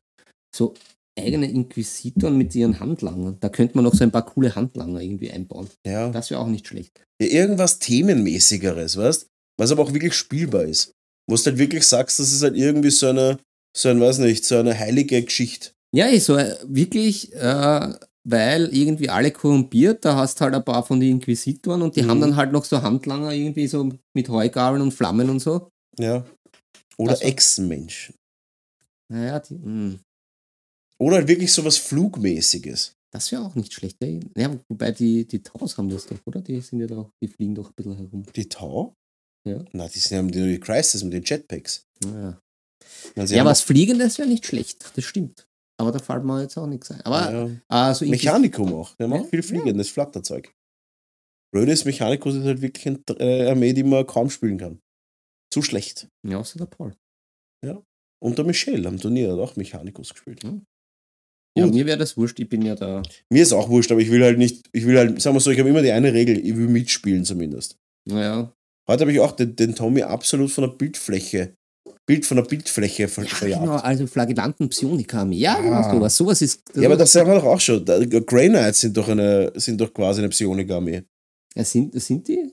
Speaker 2: so eigene Inquisitoren mit ihren Handlangern. Da könnte man noch so ein paar coole Handlanger irgendwie einbauen.
Speaker 1: Ja. ja
Speaker 2: Das wäre auch nicht schlecht.
Speaker 1: irgendwas Themenmäßigeres, weißt Was aber auch wirklich spielbar ist. Wo du halt wirklich sagst, das ist halt irgendwie so eine, so ein, weiß nicht, so eine heilige Geschichte.
Speaker 2: Ja, ich so äh, wirklich, äh, weil irgendwie alle korrumpiert, da hast halt ein paar von den Inquisitoren und die
Speaker 1: Mhm.
Speaker 2: haben dann halt noch so Handlanger irgendwie so mit Heugabeln und Flammen und so.
Speaker 1: Ja. Oder
Speaker 2: Also-
Speaker 1: Echsenmenschen.
Speaker 2: Naja, die, hm, mh,
Speaker 1: Oder halt wirklich so was Flugmäßiges.
Speaker 2: das wäre auch nicht schlecht. Ey. Ja, wobei die, die Taus haben das doch, oder? Die sind ja doch, die fliegen doch ein bisschen herum.
Speaker 1: Die Tau?
Speaker 2: Ja.
Speaker 1: Na, die sind ja die Crisis mit den Jetpacks.
Speaker 2: Naja.
Speaker 1: Meine, sie
Speaker 2: Ja,
Speaker 1: haben
Speaker 2: was Fliegendes wäre nicht schlecht, das stimmt. Aber da fällt mir jetzt auch nichts ein.
Speaker 1: auch-
Speaker 2: Aber
Speaker 1: ja,
Speaker 2: äh, so Inquis-
Speaker 1: Mechanikum auch. Die haben auch
Speaker 2: Ja,
Speaker 1: viel fliegendes Flatterzeug. Blöd ist, Mechanikus ist halt wirklich eine äh, Armee, die man kaum spielen kann. Zu schlecht.
Speaker 2: Ja, außer der Paul.
Speaker 1: Und der Michel am Turnier hat auch Mechanikus gespielt.
Speaker 2: Hm. Ja,
Speaker 1: Gut.
Speaker 2: mir wäre das wurscht, ich bin ja da.
Speaker 1: Mir ist auch wurscht, aber ich will halt nicht, ich will halt, sagen wir so, ich habe immer die eine Regel, ich will mitspielen zumindest.
Speaker 2: Naja.
Speaker 1: Heute habe ich auch den, den Tommy absolut von der Bildfläche, Bild von der Bildfläche ver verjagt.
Speaker 2: Genau, also Flagellanten Psionikam. Ja,
Speaker 1: Ah.
Speaker 2: genau sowas. Sowas ist.
Speaker 1: Ja, aber das sagen wir doch auch schon. Da- Grey Knights sind doch, eine, sind doch quasi eine Psioniker-Armee.
Speaker 2: Ja, sind, sind die?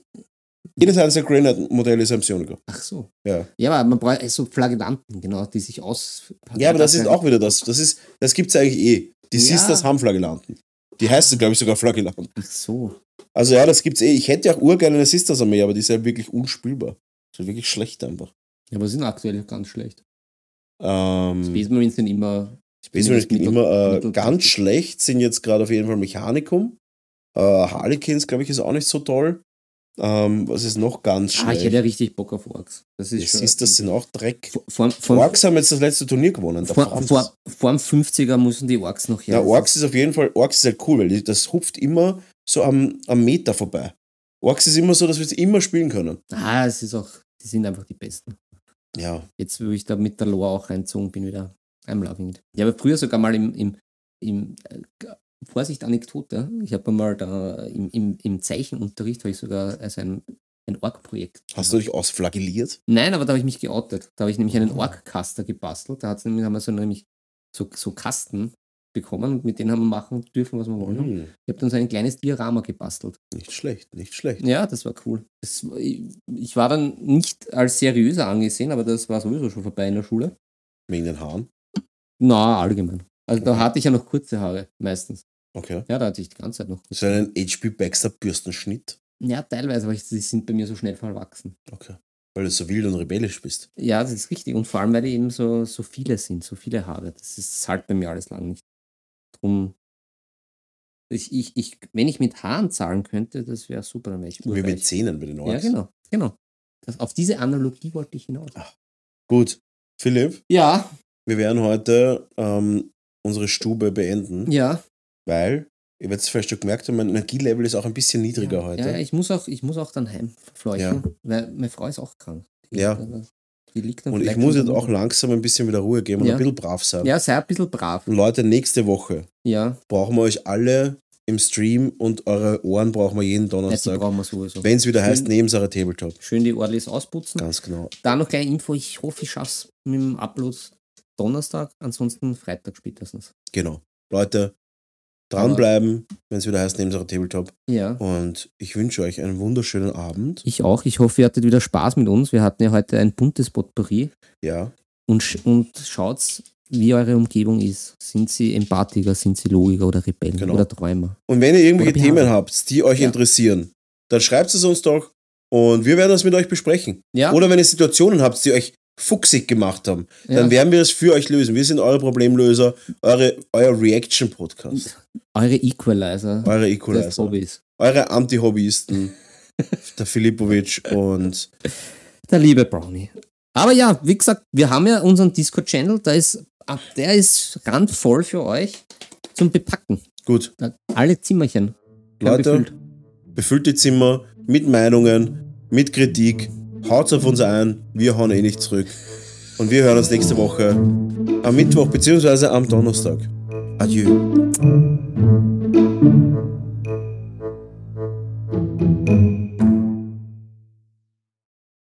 Speaker 1: Jedes einzelne Grey Knight-Modell ist ein Psioniker.
Speaker 2: Ach so.
Speaker 1: Ja.
Speaker 2: Ja, aber man braucht so Flagellanten, genau, die sich aus.
Speaker 1: ja, aber das ist auch wieder das. Das, ist- das gibt es eigentlich eh. Die
Speaker 2: Ja.
Speaker 1: Sisters haben Flagellanten. Die heißen, glaube ich, sogar Flagellanten.
Speaker 2: Ach so.
Speaker 1: Also ja, das gibt's eh. Ich hätte ja auch urgeil eine Sisters-Armee, aber die ist halt wirklich unspielbar. Das ist wirklich schlecht einfach.
Speaker 2: Ja, aber sind aktuell ganz schlecht.
Speaker 1: Ähm,
Speaker 2: Space Marines sind immer.
Speaker 1: Space Marines bin
Speaker 2: Mittel-
Speaker 1: immer äh,
Speaker 2: Mittel-
Speaker 1: ganz schlecht, sind jetzt gerade auf jeden Fall Mechanicum. Äh, Harlequins, glaube ich, ist auch nicht so toll. Ähm, was ist noch ganz
Speaker 2: Ah, ich
Speaker 1: schlecht?
Speaker 2: hätte ja richtig Bock auf Orks. Das
Speaker 1: Die
Speaker 2: ist schon.
Speaker 1: Sisters sind auch Dreck.
Speaker 2: vor, vor, vor,
Speaker 1: Orks haben jetzt das letzte Turnier gewonnen. der
Speaker 2: vor,
Speaker 1: Franz.
Speaker 2: vor, vor dem 50er müssen die Orks noch her.
Speaker 1: Na, Orks ist auf jeden Fall, Orks ist halt cool, weil die- das hupft immer so am, am Meter vorbei. Orks ist immer so, dass wir es immer spielen können.
Speaker 2: Ah, es ist auch. Die sind einfach die Besten.
Speaker 1: Ja.
Speaker 2: Jetzt, wo ich da mit der Lore auch reinzogen bin, wieder. I'm loving it. Ich habe früher sogar mal im. im, im äh, Vorsicht, Anekdote. Ich habe mal da im, im, im Zeichenunterricht, habe ich sogar also ein, ein Org-Projekt
Speaker 1: Hast du dich ausflagelliert?
Speaker 2: Nein, aber da habe ich mich geoutet. Da habe ich nämlich einen Org-Caster gebastelt. Da hat's nämlich, haben wir so, nämlich so, so Kasten bekommen und mit denen haben wir machen dürfen, was wir wollen.
Speaker 1: Hm,
Speaker 2: Ich habe dann so ein kleines Diorama gebastelt.
Speaker 1: nicht schlecht, nicht schlecht.
Speaker 2: Ja, das war cool. Das, war- ich, ich war dann nicht als seriöser angesehen, aber das war sowieso schon vorbei in der Schule.
Speaker 1: Wegen den Haaren.
Speaker 2: Na, allgemein. Also da
Speaker 1: Okay.
Speaker 2: hatte ich ja noch kurze Haare, meistens.
Speaker 1: Okay.
Speaker 2: Ja, da hatte ich die ganze Zeit noch.
Speaker 1: So einen HP Baxter Bürstenschnitt.
Speaker 2: Ja, teilweise, aber ich, die sind bei mir so schnell verwachsen.
Speaker 1: Okay. Weil du so wild und rebellisch bist.
Speaker 2: Ja, das ist richtig. Und vor allem, weil die eben so, so viele sind, so viele Haare. Das ist halt bei mir alles lang nicht. Drum. Ich, ich, ich, wenn ich mit Haaren zahlen könnte, das wäre super, dann wäre ich
Speaker 1: Wie mit
Speaker 2: urreich.
Speaker 1: Zähnen bei den Orks.
Speaker 2: Ja, genau. genau. Das, auf diese Analogie wollte ich hinaus.
Speaker 1: Gut. Philipp,
Speaker 2: Ja,
Speaker 1: wir werden heute ähm, unsere Stube beenden,
Speaker 2: ja.
Speaker 1: weil, ihr werdet es vielleicht schon gemerkt haben, mein Energielevel ist auch ein bisschen niedriger
Speaker 2: ja,
Speaker 1: heute.
Speaker 2: Ja, ich muss auch, ich muss auch dann heim fleuchen,
Speaker 1: Ja.
Speaker 2: weil meine Frau ist auch krank. Die
Speaker 1: Ja.
Speaker 2: liegt dann- Die liegt dann
Speaker 1: Und ich
Speaker 2: vielleicht
Speaker 1: muss jetzt
Speaker 2: unter
Speaker 1: auch
Speaker 2: Woche.
Speaker 1: langsam ein bisschen wieder Ruhe geben und
Speaker 2: Ja.
Speaker 1: ein bisschen brav sein.
Speaker 2: Ja, sei ein bisschen brav.
Speaker 1: Und Leute, nächste Woche
Speaker 2: Ja,
Speaker 1: brauchen wir euch alle im Stream und eure Ohren brauchen wir jeden
Speaker 2: ja die
Speaker 1: Donnerstag.
Speaker 2: also brauchen wir Mhm. sowieso.
Speaker 1: Wenn es wieder heißt,
Speaker 2: Schön.
Speaker 1: neben Sarah Tabletop.
Speaker 2: Schön die Orlis ausputzen.
Speaker 1: Ganz genau.
Speaker 2: Da noch kleine Info, ich hoffe, ich schaffe es mit dem Upload Donnerstag, ansonsten Freitag spätestens.
Speaker 1: Genau. Leute, dranbleiben, wenn es wieder heißt, neben Sarah Tabletop.
Speaker 2: Ja.
Speaker 1: Und ich wünsche euch einen wunderschönen Abend.
Speaker 2: Ich auch. Ich hoffe, ihr hattet wieder Spaß mit uns. Wir hatten ja heute ein buntes Potpourri.
Speaker 1: Ja.
Speaker 2: Und, sch und schaut, wie eure Umgebung ist. Sind sie empathiker, sind sie Logiker oder Rebellen
Speaker 1: Genau.
Speaker 2: oder Träumer?
Speaker 1: Und wenn ihr irgendwelche
Speaker 2: Oder
Speaker 1: Themen
Speaker 2: Behaarung.
Speaker 1: habt, die euch
Speaker 2: Ja.
Speaker 1: interessieren, dann schreibt es uns doch und wir werden das mit euch besprechen.
Speaker 2: Ja,
Speaker 1: Oder wenn ihr Situationen habt, die euch fuchsig gemacht haben,
Speaker 2: ja.
Speaker 1: dann werden wir es für euch lösen. Wir sind eure Problemlöser, eure, euer Reaction-Podcast,
Speaker 2: eure Equalizer,
Speaker 1: eure
Speaker 2: der
Speaker 1: Equalizer,
Speaker 2: Hobbys.
Speaker 1: eure Anti-Hobbyisten, der Filipovic und
Speaker 2: Der liebe Brownie. Aber ja, wie gesagt, wir haben ja unseren Discord-Channel, da ist, ah, der ist randvoll für euch zum Bepacken.
Speaker 1: gut,
Speaker 2: Alle Zimmerchen. werden
Speaker 1: Leute,
Speaker 2: befüllt.
Speaker 1: befüllt die Zimmer mit Meinungen, mit Kritik, haut auf uns ein, wir hauen eh nicht zurück. Und wir hören uns nächste Woche am Mittwoch bzw. am Donnerstag. Adieu.